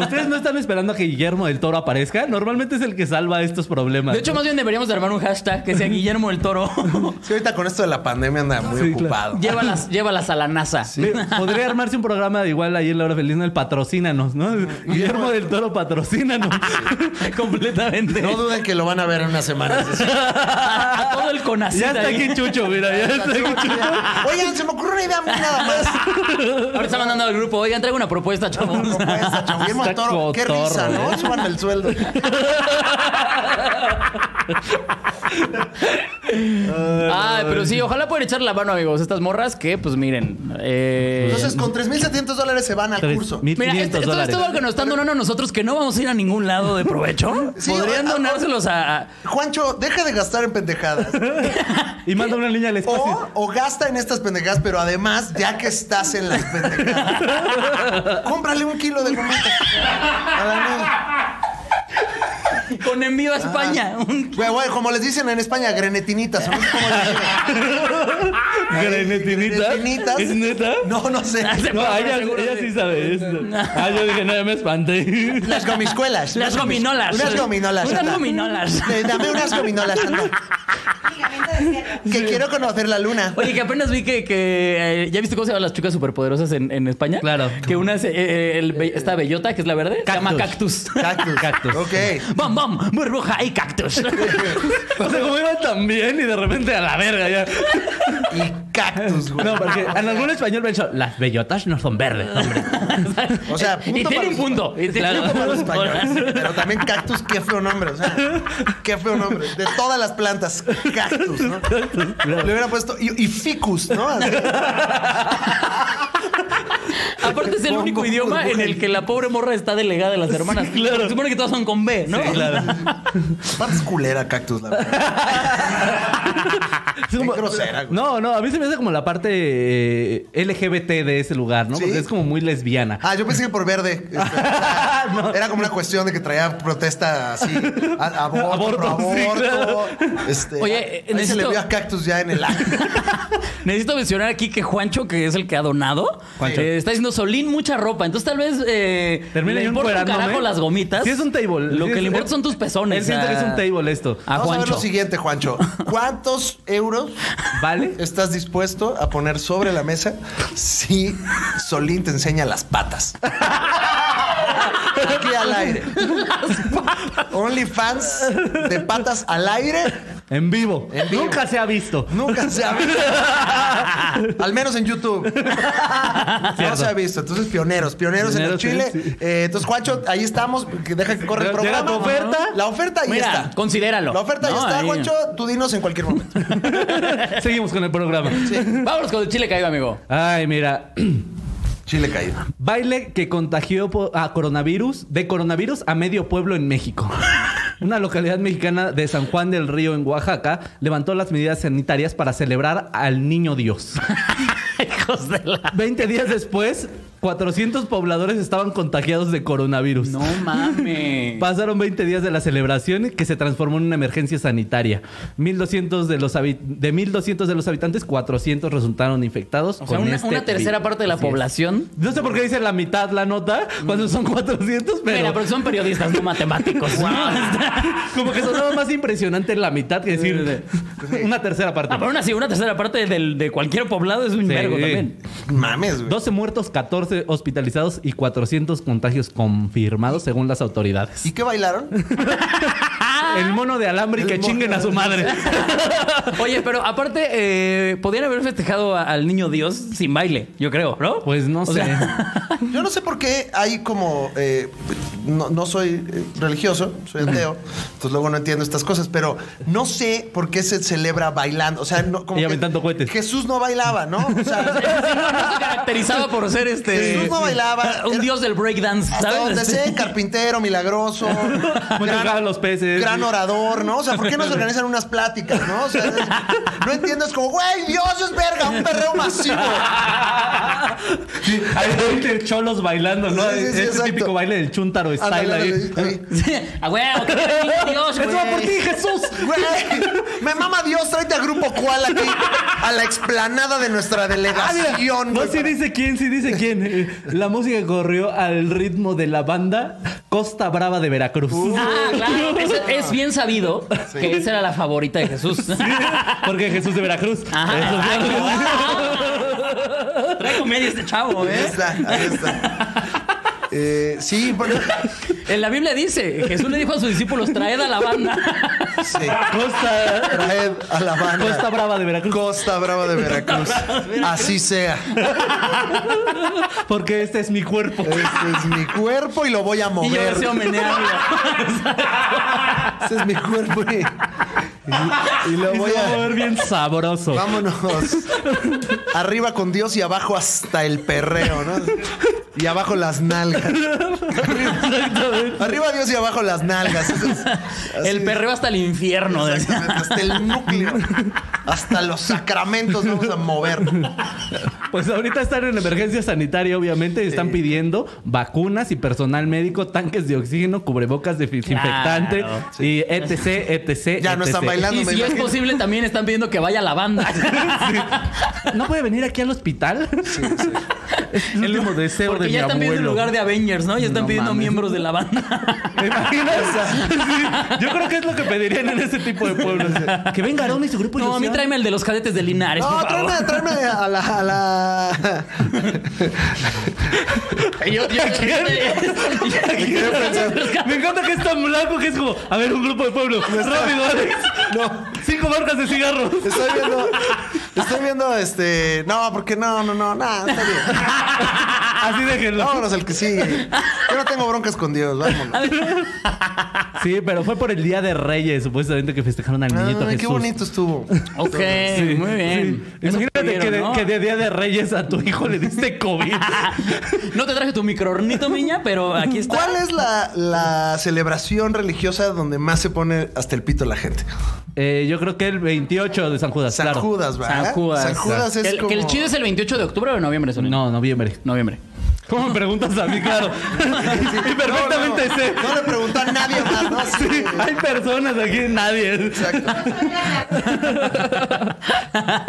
[SPEAKER 2] Ustedes no están esperando a que Guillermo del Toro aparezca. Normalmente es el que salva estos problemas.
[SPEAKER 1] De hecho, más bien deberíamos armar un hashtag que sea Guillermo el Toro.
[SPEAKER 3] Es que ahorita con esto de la pandemia anda muy
[SPEAKER 2] Sí, claro.
[SPEAKER 3] ocupado.
[SPEAKER 1] llévalas, llévalas a la NASA.
[SPEAKER 2] Me- podría armarse un programa de igual ahí en la hora feliz, ¿no? El patrocínanos, ¿no? Guillermo del Toro, patrocínanos.
[SPEAKER 1] Completamente.
[SPEAKER 3] No duden que lo van a ver en unas semanas.
[SPEAKER 1] A todo el CONACYT.
[SPEAKER 2] ya está
[SPEAKER 1] ahí.
[SPEAKER 2] aquí Chucho, mira, ya está aquí Chucho.
[SPEAKER 3] Oigan, se me ocurrió una idea muy nada más.
[SPEAKER 1] Ahora está mandando al grupo. Oigan, traigo una propuesta, chavos.
[SPEAKER 3] No puede ser, chavo. Guillermo del
[SPEAKER 2] Está
[SPEAKER 3] Toro, qué
[SPEAKER 2] cotorro,
[SPEAKER 3] risa, ¿no?
[SPEAKER 2] ¿eh?
[SPEAKER 3] Suban el sueldo.
[SPEAKER 1] Ay, pero sí, ojalá puedan echar la mano, amigos. Estas morras que, pues miren. eh,
[SPEAKER 3] Entonces, con 3.700 dólares se van al
[SPEAKER 2] Tres
[SPEAKER 3] curso.
[SPEAKER 2] mil
[SPEAKER 1] Mira, esto,
[SPEAKER 2] quinientos
[SPEAKER 1] esto es
[SPEAKER 2] dólares.
[SPEAKER 1] todo lo que nos están donando a nosotros que no vamos a ir a ningún lado de provecho.
[SPEAKER 3] Sí,
[SPEAKER 1] Podrían
[SPEAKER 3] o- o-
[SPEAKER 1] donárselos a. a-
[SPEAKER 3] Juancho, deja de gastar en pendejadas.
[SPEAKER 2] Y manda una niña al espacio.
[SPEAKER 1] Oh,
[SPEAKER 3] O, o gasta en estas pendejadas, pero además, ya que estás en las pendejadas, cómprale un kilo de gomitas a la niña.
[SPEAKER 1] con envío a España. Un-
[SPEAKER 3] Güey, güey, como les dicen en España, grenetinitas. ¿o no sé cómo les dicen?
[SPEAKER 2] Grenetinita.
[SPEAKER 3] Grenetinitas.
[SPEAKER 2] ¿Es neta?
[SPEAKER 3] No, no sé.
[SPEAKER 2] No,
[SPEAKER 1] Pero
[SPEAKER 2] ella,
[SPEAKER 1] seguro
[SPEAKER 2] ella
[SPEAKER 1] sí.
[SPEAKER 2] sí sabe esto. Ah, yo dije, no, ya me espanté.
[SPEAKER 3] Las gomiscuelas.
[SPEAKER 1] Las gominolas.
[SPEAKER 3] Unas gominolas.
[SPEAKER 1] Unas
[SPEAKER 3] anda.
[SPEAKER 1] gominolas.
[SPEAKER 3] Eh, Dame unas gominolas, anda. Que quiero conocer la luna.
[SPEAKER 1] Oye, que apenas vi que, que, eh, ya viste cómo se llaman las chicas superpoderosas en, en España.
[SPEAKER 2] Claro.
[SPEAKER 1] Que una es eh, eh, el be- esta bellota que es la verde se llama cactus.
[SPEAKER 3] Cactus.
[SPEAKER 2] Cactus.
[SPEAKER 3] Ok.
[SPEAKER 1] Bam bam, burbuja y cactus.
[SPEAKER 2] O sea, como iba tan bien y de repente a la verga ya.
[SPEAKER 3] Y cactus, güey.
[SPEAKER 2] No, porque en algún español me han dicho, las bellotas no son verdes, hombre.
[SPEAKER 3] O sea, punto
[SPEAKER 1] y tiene
[SPEAKER 3] para
[SPEAKER 1] un
[SPEAKER 3] los-
[SPEAKER 1] punto. Y tiene
[SPEAKER 2] Claro.
[SPEAKER 1] un
[SPEAKER 3] Para los
[SPEAKER 1] punto.
[SPEAKER 3] españoles. Pero también cactus, qué feo nombre. O sea, qué feo nombre. De todas las plantas, cactus, ¿no? Le hubiera puesto. Y, y ficus, ¿no? Así.
[SPEAKER 1] Aparte es el
[SPEAKER 3] Bom,
[SPEAKER 1] único
[SPEAKER 3] bom,
[SPEAKER 1] idioma
[SPEAKER 3] burbuja
[SPEAKER 1] en
[SPEAKER 3] y-
[SPEAKER 1] el que la pobre morra está delegada de las hermanas.
[SPEAKER 2] claro.
[SPEAKER 1] Se supone que todas son con B, ¿no?
[SPEAKER 3] Aparte es culera, cactus, la verdad.
[SPEAKER 2] Es como-
[SPEAKER 3] Qué grosera, güey.
[SPEAKER 2] No, no, a mí se me hace como la parte eh, LGBT de ese lugar, ¿no?
[SPEAKER 3] Sí.
[SPEAKER 2] Porque es como muy lesbiana.
[SPEAKER 3] Ah, yo pensé que por verde. este, era, era como una cuestión de que traía protesta así. a- aborto,
[SPEAKER 2] Aborto,
[SPEAKER 3] pro
[SPEAKER 2] sí,
[SPEAKER 3] aborto. este,
[SPEAKER 1] Oye,
[SPEAKER 3] ahí
[SPEAKER 1] eh,
[SPEAKER 3] se le
[SPEAKER 1] necesito-
[SPEAKER 3] vio a Cactus ya en el acto.
[SPEAKER 1] Necesito mencionar aquí que Juancho, que es el que ha donado,
[SPEAKER 2] Juancho.
[SPEAKER 1] eh, está diciendo Solín mucha ropa. Entonces tal vez eh,
[SPEAKER 2] Termina
[SPEAKER 1] le
[SPEAKER 2] yo
[SPEAKER 1] importa un
[SPEAKER 2] encuerándome.
[SPEAKER 1] carajo las gomitas.
[SPEAKER 2] ¿eh? Sí, es un table.
[SPEAKER 1] Lo
[SPEAKER 2] Sí,
[SPEAKER 1] que
[SPEAKER 2] es-
[SPEAKER 1] le importa son tus pezones.
[SPEAKER 2] Él siente
[SPEAKER 1] a-
[SPEAKER 2] que es un table esto.
[SPEAKER 1] A
[SPEAKER 3] Vamos a ver
[SPEAKER 1] Juancho.
[SPEAKER 3] lo siguiente, Juancho. ¿Cuántos euros
[SPEAKER 2] ¿Vale?
[SPEAKER 3] estás dispuesto a poner sobre la mesa si Solín te enseña las patas? Aquí al aire. OnlyFans de patas al aire.
[SPEAKER 2] En vivo.
[SPEAKER 3] En vivo.
[SPEAKER 2] Nunca se ha visto.
[SPEAKER 3] Nunca se ha visto. Al menos en YouTube. No
[SPEAKER 2] Cierto.
[SPEAKER 3] se ha visto. Entonces, pioneros, pioneros,
[SPEAKER 2] Pioneros,
[SPEAKER 3] en el Chile.
[SPEAKER 2] sí, sí.
[SPEAKER 3] Eh, entonces, Juancho, ahí estamos. Que deja que corre el
[SPEAKER 2] Llega
[SPEAKER 3] programa.
[SPEAKER 2] tu oferta.
[SPEAKER 3] La oferta ahí
[SPEAKER 1] Mira,
[SPEAKER 3] está.
[SPEAKER 1] considéralo.
[SPEAKER 3] La oferta ahí
[SPEAKER 1] No,
[SPEAKER 3] está,
[SPEAKER 1] ahí-
[SPEAKER 3] Juancho. Tú dinos en cualquier momento.
[SPEAKER 2] Seguimos con el programa.
[SPEAKER 1] Vámonos con el chile caído, amigo.
[SPEAKER 2] Ay, mira.
[SPEAKER 3] Chile caído.
[SPEAKER 2] Baile que contagió po- a coronavirus, de coronavirus a medio pueblo en México. Una localidad mexicana de San Juan del Río en Oaxaca levantó las medidas sanitarias para celebrar al niño Dios.
[SPEAKER 1] Hijos de la.
[SPEAKER 2] 20 días después, 400 pobladores estaban contagiados de coronavirus.
[SPEAKER 1] No mames.
[SPEAKER 2] Pasaron 20 días de la celebración que se transformó en una emergencia sanitaria. 1200 de los habi- de 1200 de los habitantes, 400 resultaron infectados
[SPEAKER 1] o sea,
[SPEAKER 2] con
[SPEAKER 1] una,
[SPEAKER 2] este
[SPEAKER 1] una tercera
[SPEAKER 2] virus.
[SPEAKER 1] parte de la
[SPEAKER 2] Así es.
[SPEAKER 1] población.
[SPEAKER 2] No sé por qué dice la mitad la nota cuando son 400, pero
[SPEAKER 1] Mira, porque son periodistas, no matemáticos. ¿no?
[SPEAKER 2] como que sonaba más impresionante la mitad que decir una tercera parte.
[SPEAKER 1] Ah, pero aún así, una tercera parte del- de cualquier poblado es un
[SPEAKER 2] Sí.
[SPEAKER 1] vergo también.
[SPEAKER 3] Mames, güey.
[SPEAKER 2] 12 muertos, 14 hospitalizados y 400 contagios confirmados según las autoridades.
[SPEAKER 3] ¿Y qué bailaron?
[SPEAKER 1] Ah.
[SPEAKER 2] El mono de alambre y
[SPEAKER 3] El
[SPEAKER 2] que
[SPEAKER 3] mono
[SPEAKER 2] chinguen
[SPEAKER 3] de
[SPEAKER 2] a su madre.
[SPEAKER 1] Oye, pero aparte, eh, podían haber festejado a- al niño Dios sin baile, yo creo, ¿no?
[SPEAKER 2] Pues no
[SPEAKER 1] O
[SPEAKER 2] sé.
[SPEAKER 1] sea,
[SPEAKER 3] Yo no sé por qué hay como. eh, no, no soy eh, religioso, soy ateo, entonces luego no entiendo estas cosas, pero no sé por qué se celebra bailando. O sea, no, como.
[SPEAKER 2] Y
[SPEAKER 3] que
[SPEAKER 2] aventando cohetes.
[SPEAKER 3] Jesús no bailaba, ¿no? O sea,
[SPEAKER 1] se caracterizaba por ser este.
[SPEAKER 3] Jesús no bailaba.
[SPEAKER 1] Un
[SPEAKER 3] Era-
[SPEAKER 1] dios del breakdance,
[SPEAKER 3] Hasta
[SPEAKER 1] ¿sabes?
[SPEAKER 3] donde
[SPEAKER 1] Este-
[SPEAKER 3] sé, carpintero, milagroso,
[SPEAKER 2] Como tocaban los peces.
[SPEAKER 3] gran orador, ¿no? O sea, ¿por qué no se organizan unas pláticas, no? O sea, es- no entiendo, es como, güey, Dios es verga, un perreo masivo.
[SPEAKER 2] Hay cholos bailando, ¿no?
[SPEAKER 3] Sí, sí, sí,
[SPEAKER 2] Ese
[SPEAKER 3] exacto.
[SPEAKER 2] típico baile del chuntaro style
[SPEAKER 3] Ándale,
[SPEAKER 2] ahí.
[SPEAKER 3] ándale, ahí.
[SPEAKER 1] A huevo, que te bendiga Dios,
[SPEAKER 2] ¡Esto va por
[SPEAKER 1] güey.
[SPEAKER 2] ti, Jesús!
[SPEAKER 3] Güey, me mama Dios, tráete a Grupo Cual aquí, a la explanada de nuestra delegación.
[SPEAKER 2] Ah, No,
[SPEAKER 3] güey.
[SPEAKER 2] sí dice quién, sí dice quién. Eh, La música corrió al ritmo de la banda Costa Brava de Veracruz.
[SPEAKER 3] Uh.
[SPEAKER 1] Ah, claro. Es, es bien sabido que esa era la favorita de Jesús.
[SPEAKER 2] Porque Jesús de Veracruz.
[SPEAKER 1] Ajá.
[SPEAKER 2] Eso fue.
[SPEAKER 1] Trae comedia este chavo,
[SPEAKER 3] Ah, Ahí
[SPEAKER 1] ¿eh?
[SPEAKER 3] está, ahí está. Eh, sí, bueno,
[SPEAKER 1] En la Biblia dice, Jesús le dijo a sus discípulos, traed a la banda.
[SPEAKER 3] sí.
[SPEAKER 2] Costa,
[SPEAKER 3] Traed a la banda.
[SPEAKER 2] Costa Brava de Veracruz.
[SPEAKER 3] Costa Brava de Veracruz. Así sea.
[SPEAKER 2] Porque este es mi cuerpo.
[SPEAKER 3] Este es mi cuerpo y lo voy a
[SPEAKER 1] Y yo
[SPEAKER 3] mover.
[SPEAKER 1] deseo menearlo.
[SPEAKER 3] Este es mi cuerpo y, y- y lo
[SPEAKER 2] Y
[SPEAKER 3] voy
[SPEAKER 2] se va a
[SPEAKER 3] a.
[SPEAKER 2] mover bien sabroso.
[SPEAKER 3] Vámonos. Arriba con Dios y abajo hasta el perreo, ¿no? Y abajo las nalgas. Arriba, arriba Dios y abajo las nalgas. Eso es- así
[SPEAKER 1] El
[SPEAKER 3] es.
[SPEAKER 1] perreo hasta el infierno. decía.
[SPEAKER 3] Exactamente, Hasta el núcleo. Hasta los sacramentos vamos a mover.
[SPEAKER 2] Pues ahorita están en emergencia sanitaria, obviamente, y están pidiendo vacunas y personal médico, tanques de oxígeno, cubrebocas de desinfectante
[SPEAKER 1] Claro,
[SPEAKER 2] y etc, etc.
[SPEAKER 3] Ya no
[SPEAKER 2] etc..
[SPEAKER 3] están bailando.
[SPEAKER 1] Y
[SPEAKER 3] me
[SPEAKER 1] si es
[SPEAKER 3] imagino.
[SPEAKER 1] posible, también están pidiendo que vaya la banda.
[SPEAKER 2] ¿No puede venir aquí al hospital? Es el último deseo
[SPEAKER 1] Porque
[SPEAKER 2] de mi
[SPEAKER 1] ya están pidiendo el
[SPEAKER 2] abuelo.
[SPEAKER 1] lugar de Avengers, ¿no? Ya están
[SPEAKER 2] No
[SPEAKER 1] pidiendo
[SPEAKER 2] mames.
[SPEAKER 1] miembros de la banda.
[SPEAKER 2] ¿Te imaginas? Sí, Yo creo que es lo que pedirían en ese tipo de pueblos. Que venga Arón y su grupo.
[SPEAKER 1] No, a mí
[SPEAKER 2] ilusión.
[SPEAKER 1] tráeme el de los cadetes de Linares,
[SPEAKER 3] No,
[SPEAKER 1] por favor.
[SPEAKER 3] tráeme, tráeme a la. A la...
[SPEAKER 1] Yo, yo,
[SPEAKER 3] quiero pensar.
[SPEAKER 2] Me encanta que es tan blanco que es como, a ver, un grupo de pueblo. Rápido, Alex. No. Cinco marcas de cigarros.
[SPEAKER 3] Estoy viendo. Estoy viendo este. No, porque no, no, no, nada, está bien.
[SPEAKER 1] Ah.
[SPEAKER 2] Así déjenlo.
[SPEAKER 3] Vámonos al que sigue. Yo no tengo broncas con Dios, vámonos.
[SPEAKER 2] Sí, pero fue por el Día de Reyes, supuestamente, que festejaron al niñito
[SPEAKER 3] Ay,
[SPEAKER 2] Jesús.
[SPEAKER 3] qué bonito estuvo.
[SPEAKER 1] Ok,
[SPEAKER 2] Sí,
[SPEAKER 1] muy bien.
[SPEAKER 2] sí.
[SPEAKER 1] Eso
[SPEAKER 2] Imagínate que,
[SPEAKER 1] pudieron,
[SPEAKER 2] de,
[SPEAKER 1] ¿no?
[SPEAKER 2] que de Día de Reyes a tu hijo le diste COVID.
[SPEAKER 1] No te traje tu microornito, miña, pero aquí está.
[SPEAKER 3] ¿Cuál es la, la celebración religiosa donde más se pone hasta el pito la gente?
[SPEAKER 2] Eh, yo creo que el 28 de San Judas,
[SPEAKER 3] San
[SPEAKER 2] claro.
[SPEAKER 3] Judas, ¿verdad?
[SPEAKER 2] ¿Eh?
[SPEAKER 1] San Judas.
[SPEAKER 3] San Judas es
[SPEAKER 1] que, el-
[SPEAKER 3] como...
[SPEAKER 1] que el chido es el 28 de octubre o de noviembre, Solín?
[SPEAKER 2] No, noviembre.
[SPEAKER 1] Noviembre.
[SPEAKER 2] ¿Cómo me preguntas a mí? Claro. Y perfectamente
[SPEAKER 3] no, no,
[SPEAKER 2] sé.
[SPEAKER 3] No le preguntó a nadie más, ¿no? Así
[SPEAKER 2] Sí,
[SPEAKER 3] que-
[SPEAKER 2] hay personas aquí, nadie.
[SPEAKER 3] Exacto.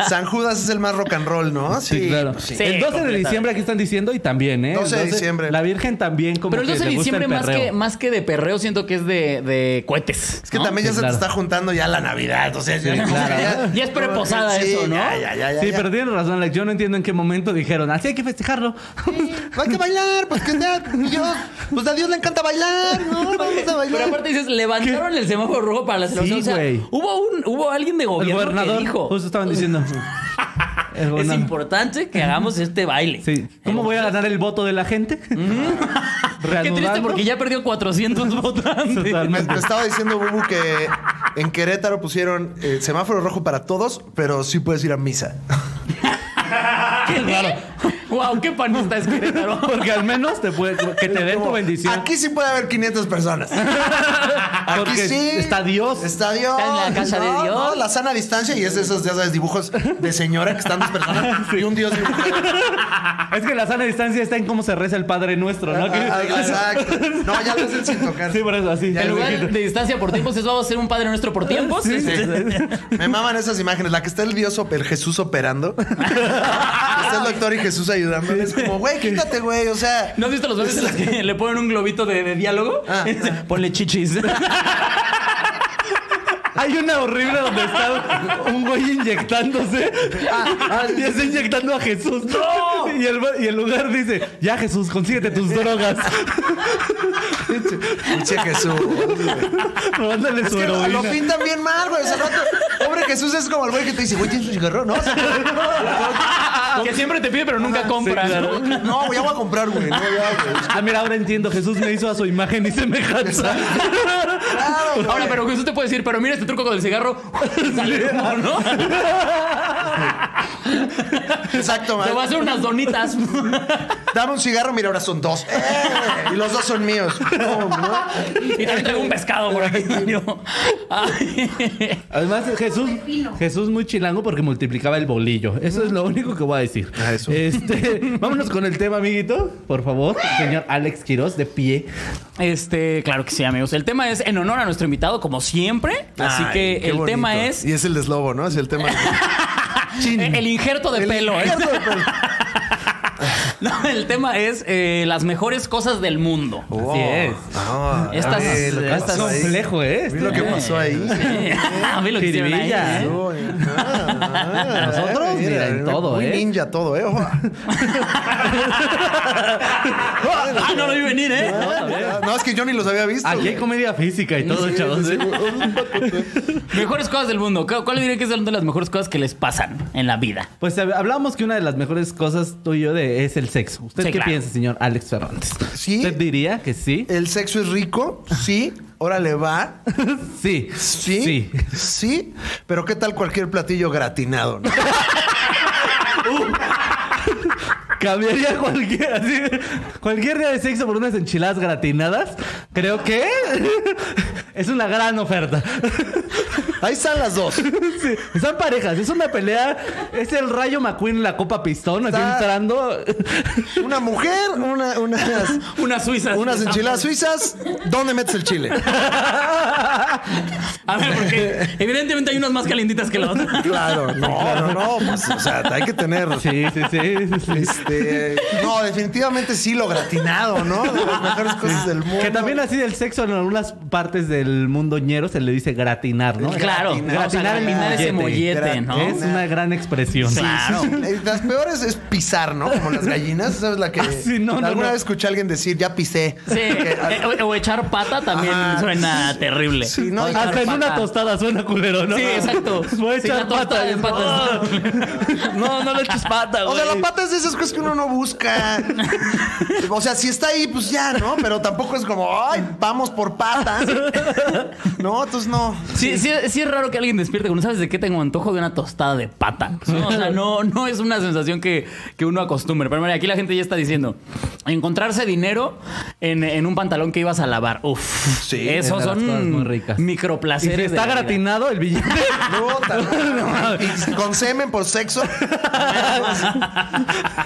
[SPEAKER 3] San Judas es el más rock and roll, ¿no?
[SPEAKER 2] Sí, claro.
[SPEAKER 3] pues sí.
[SPEAKER 1] Sí,
[SPEAKER 2] el 12 de
[SPEAKER 1] completamente.
[SPEAKER 2] diciembre aquí están diciendo y también, ¿eh?
[SPEAKER 3] 12 de
[SPEAKER 2] Entonces,
[SPEAKER 3] diciembre.
[SPEAKER 2] La Virgen también como
[SPEAKER 1] Pero el
[SPEAKER 2] que
[SPEAKER 1] 12 de
[SPEAKER 2] le gusta el
[SPEAKER 1] diciembre, más
[SPEAKER 2] perreo.
[SPEAKER 1] que, más que de perreo, siento que es de, de cohetes.
[SPEAKER 3] Es que
[SPEAKER 1] ¿no?
[SPEAKER 3] también ya
[SPEAKER 2] Sí,
[SPEAKER 3] se te
[SPEAKER 2] claro.
[SPEAKER 3] está juntando ya la Navidad, o sea, ya, como
[SPEAKER 2] claro.
[SPEAKER 3] que
[SPEAKER 1] Ya es preposada
[SPEAKER 3] Sí,
[SPEAKER 1] eso, ¿no?
[SPEAKER 3] Ya, ya, ya, ya,
[SPEAKER 2] Sí,
[SPEAKER 3] ya.
[SPEAKER 2] pero tienes razón, Alex. Yo no entiendo en qué momento dijeron, así hay que festejarlo.
[SPEAKER 3] No hay que bailar, pues que ya, Dios, pues a Dios le encanta bailar, ¿no? Vamos a
[SPEAKER 1] Pero
[SPEAKER 3] bailar.
[SPEAKER 1] aparte dices, levantaron el semáforo rojo para la celebración. o sea,
[SPEAKER 2] güey.
[SPEAKER 1] hubo, un, hubo alguien de
[SPEAKER 2] El
[SPEAKER 1] gobierno
[SPEAKER 2] gobernador,
[SPEAKER 1] que dijo,
[SPEAKER 2] justo estaban diciendo. El
[SPEAKER 1] es
[SPEAKER 2] gobernador.
[SPEAKER 1] importante que hagamos este baile.
[SPEAKER 2] Sí. ¿Cómo voy a ganar el voto de la gente?
[SPEAKER 1] Qué triste porque ya perdió 400 votantes.
[SPEAKER 3] Me,
[SPEAKER 2] Totalmente.
[SPEAKER 3] me estaba diciendo Bubu que en Querétaro pusieron eh, semáforo rojo para todos, pero sí puedes ir a misa.
[SPEAKER 1] Qué raro. Wow, qué panista es Querétaro.
[SPEAKER 2] Porque al menos te puede, que te den tu bendición.
[SPEAKER 3] Aquí sí puede haber 500 personas. Aquí
[SPEAKER 2] Porque
[SPEAKER 3] sí.
[SPEAKER 2] está Dios.
[SPEAKER 3] Está Dios.
[SPEAKER 1] Está en la casa de
[SPEAKER 3] No,
[SPEAKER 1] Dios.
[SPEAKER 3] no, la sana distancia y es esos, ya sabes, dibujos de señora que están dos personas y un Dios dibujado.
[SPEAKER 2] Es que la sana distancia está en cómo se reza el Padre Nuestro, ¿no? Que-
[SPEAKER 3] Ah, Exacto. No, ya lo hacen sin tocar.
[SPEAKER 2] Sí, por eso, así.
[SPEAKER 3] Ya
[SPEAKER 1] En
[SPEAKER 2] El
[SPEAKER 3] lo
[SPEAKER 1] lugar de distancia por tiempos, eso vamos a ser un padre nuestro por tiempos.
[SPEAKER 2] Sí, sí,
[SPEAKER 1] este.
[SPEAKER 3] Me maman esas imágenes. La que está el Dios, op- el Jesús operando. está el doctor y Jesús ayudando. Es como, güey, quítate, güey. O sea,
[SPEAKER 1] ¿No has visto los memes en los que le ponen un globito de, de diálogo?
[SPEAKER 3] Ah,
[SPEAKER 1] Ponle chichis.
[SPEAKER 2] Hay una horrible donde está un güey inyectándose.
[SPEAKER 3] Ah,
[SPEAKER 2] y está inyectando a Jesús. Y, el, y el lugar dice, ya Jesús, consíguete tus drogas.
[SPEAKER 3] pinche Jesús.
[SPEAKER 2] Robándole
[SPEAKER 3] Es
[SPEAKER 2] su
[SPEAKER 3] que lo,
[SPEAKER 2] heroína.
[SPEAKER 3] lo pintan bien mal, güey. Ese rato, pobre Jesús es como el güey que te dice, güey, tienes un cigarro, ¿no? O sea,
[SPEAKER 1] que siempre te pide, pero nunca compra.
[SPEAKER 2] compras,
[SPEAKER 1] ¿no?
[SPEAKER 3] no, güey, ya voy a comprar, güey. No, ya, güey.
[SPEAKER 2] Ah, mira, ahora entiendo. Jesús me hizo a su imagen y semejanza.
[SPEAKER 3] Claro, güey.
[SPEAKER 1] Ahora, pero Jesús te puede decir, pero mira este truco con el cigarro. Sale humo, ¿no?
[SPEAKER 3] Exacto,
[SPEAKER 1] Te
[SPEAKER 3] man.
[SPEAKER 1] voy a hacer unas donitas.
[SPEAKER 3] Dame un cigarro, mira, ahora son dos. ¡Eh! Y los dos son míos. No, no.
[SPEAKER 1] y también traigo un pescado por aquí. Mario. Ay.
[SPEAKER 2] Además, Jesús,
[SPEAKER 4] pepino.
[SPEAKER 2] Jesús muy chilango porque multiplicaba el bolillo. Eso es lo único que voy a decir.
[SPEAKER 3] Ah, eso.
[SPEAKER 2] Este, vámonos con el tema, amiguito. Por favor, señor Alex Quiroz, de pie.
[SPEAKER 1] Este, claro que sí, amigos. El tema es en honor a nuestro invitado, como siempre. Así
[SPEAKER 3] Ay,
[SPEAKER 1] que
[SPEAKER 3] qué
[SPEAKER 1] el
[SPEAKER 3] bonito.
[SPEAKER 1] tema es
[SPEAKER 3] Y es el deslobo, ¿no? Es el tema. Chin.
[SPEAKER 1] eh, el injerto de
[SPEAKER 3] El
[SPEAKER 1] pelo. ¿eh?
[SPEAKER 3] injerto de pelo.
[SPEAKER 1] No, el tema es eh, las mejores cosas del mundo.
[SPEAKER 3] Oh.
[SPEAKER 2] es.
[SPEAKER 3] Ah,
[SPEAKER 1] Estas-
[SPEAKER 3] ve lo que
[SPEAKER 1] estas-
[SPEAKER 3] pasó ahí.
[SPEAKER 2] Complejo, ¿eh?
[SPEAKER 3] Ve lo que pasó ahí.
[SPEAKER 1] A ver lo que hicieron ahí,
[SPEAKER 2] Jiribilla.
[SPEAKER 1] ¿eh?
[SPEAKER 3] Yo, eh, ah,
[SPEAKER 2] Nosotros,
[SPEAKER 3] eh,
[SPEAKER 2] mira, en todo,
[SPEAKER 3] muy
[SPEAKER 2] eh.
[SPEAKER 3] ninja todo, ¿eh? Ojo.
[SPEAKER 1] Ah, no lo vi venir, ¿eh?
[SPEAKER 3] No, es que yo ni los había visto.
[SPEAKER 2] Aquí hay comedia física y todo, chavos. ¿eh?
[SPEAKER 1] Mejores cosas del mundo. ¿Cu- ¿Cuál diría que es una de las mejores cosas que les pasan en la vida?
[SPEAKER 2] Pues hab- hablábamos que una de las mejores cosas tú y yo de, es el sexo. ¿Usted
[SPEAKER 1] Sí,
[SPEAKER 2] qué
[SPEAKER 1] claro.
[SPEAKER 2] piensa, señor Alex Fernández?
[SPEAKER 3] Sí.
[SPEAKER 2] ¿Usted diría que sí?
[SPEAKER 3] ¿El sexo es rico? Sí. Órale, va.
[SPEAKER 2] Sí.
[SPEAKER 3] Sí.
[SPEAKER 2] Sí.
[SPEAKER 3] Sí. Pero ¿qué tal cualquier platillo gratinado? no?
[SPEAKER 2] Cambiaría cualquier, así, cualquier día de sexo por unas enchiladas gratinadas. Creo que es una gran oferta.
[SPEAKER 3] Ahí están las dos.
[SPEAKER 2] Sí, son parejas, es una pelea. Es el rayo McQueen en la Copa Pistón, así
[SPEAKER 3] Está-
[SPEAKER 2] entrando.
[SPEAKER 3] Una mujer, una- unas,
[SPEAKER 1] Unas suizas.
[SPEAKER 3] unas enchiladas suizas. ¿Dónde metes el chile?
[SPEAKER 1] A ver, porque evidentemente hay unas más calentitas que la otra.
[SPEAKER 3] Claro, no, claro, no. Pues, o sea, hay que tener.
[SPEAKER 2] Sí, sí, sí. sí.
[SPEAKER 3] Este, no, definitivamente sí, lo gratinado, ¿no? De las mejores cosas del mundo.
[SPEAKER 2] Que también así del sexo en algunas partes del mundo ñero se le dice gratinar, ¿no?
[SPEAKER 1] Claro,
[SPEAKER 3] Gratinar,
[SPEAKER 1] o sea, gratinar ese
[SPEAKER 2] mollete.
[SPEAKER 1] mollete, ¿no?
[SPEAKER 2] Es una gran expresión.
[SPEAKER 1] Sí. Claro.
[SPEAKER 3] Eh, Las peores es pisar, ¿no? Como las gallinas, ¿sabes? La que
[SPEAKER 2] Ah, sí, no, no,
[SPEAKER 3] alguna
[SPEAKER 2] no.
[SPEAKER 3] vez escuché a alguien decir, ya pisé.
[SPEAKER 1] Sí,
[SPEAKER 3] Que-
[SPEAKER 1] eh, o- o echar pata también
[SPEAKER 3] Ajá.
[SPEAKER 1] suena terrible.
[SPEAKER 3] Sí, no,
[SPEAKER 1] Echar
[SPEAKER 2] Hasta en
[SPEAKER 1] pata.
[SPEAKER 2] una tostada suena culero, ¿no?
[SPEAKER 1] Sí, exacto.
[SPEAKER 2] Voy a
[SPEAKER 1] Sí,
[SPEAKER 2] echar
[SPEAKER 1] una tostada
[SPEAKER 2] pata.
[SPEAKER 1] de patas. No, no le eches pata,
[SPEAKER 3] O
[SPEAKER 1] güey.
[SPEAKER 3] sea, la pata es de esas cosas que uno no busca. O sea, si está ahí, pues ya, ¿no? Pero tampoco es como, ay, vamos por patas. No, entonces no.
[SPEAKER 1] Sí, sí, sí es raro que alguien despierte con, ¿sabes de qué tengo antojo? De una tostada de pata. No, O sea, no, no es una sensación que, que uno acostumbre. Pero mira, aquí la gente ya está diciendo, encontrarse dinero en, en un pantalón que ibas a lavar. Uf,
[SPEAKER 3] Sí,
[SPEAKER 1] esos
[SPEAKER 2] es de las cosas
[SPEAKER 1] son
[SPEAKER 2] muy ricas. Y
[SPEAKER 1] microplaceres.
[SPEAKER 2] si está
[SPEAKER 1] de la vida.
[SPEAKER 2] gratinado el billete.
[SPEAKER 3] No, tan- con semen por sexo.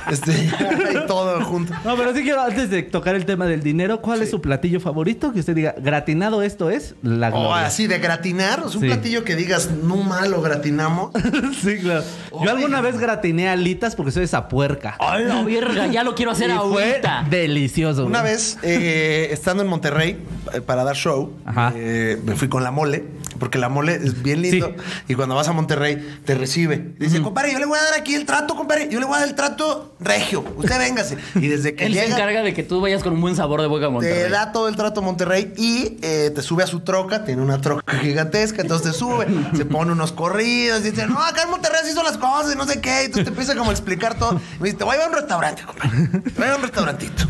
[SPEAKER 3] Este, y todo junto.
[SPEAKER 2] No, pero sí quiero, antes de tocar el tema del dinero, ¿cuál es su platillo favorito? Que usted diga, gratinado esto es
[SPEAKER 1] Oh,
[SPEAKER 2] la
[SPEAKER 3] O
[SPEAKER 2] gloria.
[SPEAKER 3] así de gratinar, es un
[SPEAKER 2] Sí.
[SPEAKER 3] platillo que digas, no mal lo gratinamos.
[SPEAKER 2] sí, claro. Yo alguna vez gratiné alitas porque soy esa puerca.
[SPEAKER 1] ¡Ay, la verga! Ya lo quiero hacer
[SPEAKER 2] y fue
[SPEAKER 1] ahorita.
[SPEAKER 2] delicioso.
[SPEAKER 3] Una
[SPEAKER 2] güey.
[SPEAKER 3] vez, eh, estando en Monterrey eh, para dar show,
[SPEAKER 2] Ajá.
[SPEAKER 3] eh, me fui con la mole, porque la mole es bien lindo.
[SPEAKER 2] Sí.
[SPEAKER 3] Y cuando vas a Monterrey, te recibe. Dice, compadre, yo le voy a dar aquí el trato, compadre. Yo le voy a dar el trato regio. Usted véngase. Y desde que
[SPEAKER 1] Él se
[SPEAKER 3] llega,
[SPEAKER 1] encarga de que tú vayas con un buen sabor de boca a Monterrey.
[SPEAKER 3] te da todo el trato Monterrey y eh, te sube a su troca. Tiene una troca gigantesca, entonces te sube, se pone unos corridos. Dice, no, acá en Monterrey así son las cosas y no sé qué. Y entonces te empieza como a explicar todo. Y me dice, te voy a ir a un restaurante, compadre. Te voy a ir a un restaurantito.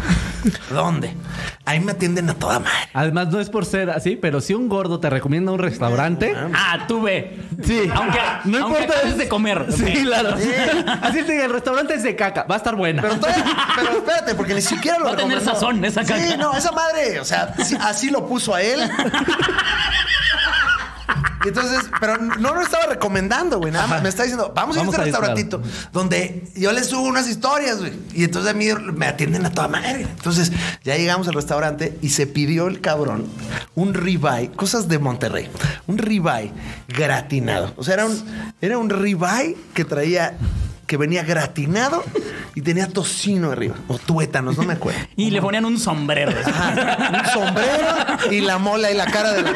[SPEAKER 3] ¿Dónde? Ahí me atienden a toda madre.
[SPEAKER 2] Además, no es por ser así, pero si un gordo te recomienda un restaurante.
[SPEAKER 1] Ah, tú ve.
[SPEAKER 2] Sí.
[SPEAKER 1] Aunque,
[SPEAKER 2] no
[SPEAKER 1] aunque
[SPEAKER 2] importa.
[SPEAKER 1] acabes de comer.
[SPEAKER 2] Sí,
[SPEAKER 1] Ok.
[SPEAKER 2] claro. Así te diga, el restaurante es de caca. Va a estar buena.
[SPEAKER 3] Pero, todavía- pero espérate, porque ni siquiera lo
[SPEAKER 1] Va a tener
[SPEAKER 3] recomendó.
[SPEAKER 1] sazón esa caca.
[SPEAKER 3] Sí, no, esa madre, o sea, sí, así lo puso a él. Entonces, pero no lo estaba recomendando, güey. Nada más me está diciendo, vamos,
[SPEAKER 2] Vamos
[SPEAKER 3] a
[SPEAKER 2] a
[SPEAKER 3] ir a
[SPEAKER 2] ir,
[SPEAKER 3] este restaurantito donde yo les subo unas historias, güey. Y entonces a mí me atienden a toda madre. Entonces, ya llegamos al restaurante y se pidió el cabrón un ribeye, cosas de Monterrey, un ribeye gratinado. O sea, era un, era un ribeye que traía, que venía gratinado y tenía tocino arriba, o tuétanos, no me acuerdo.
[SPEAKER 1] Y le ponían un sombrero.
[SPEAKER 3] Ajá, un sombrero y la mola y la cara de la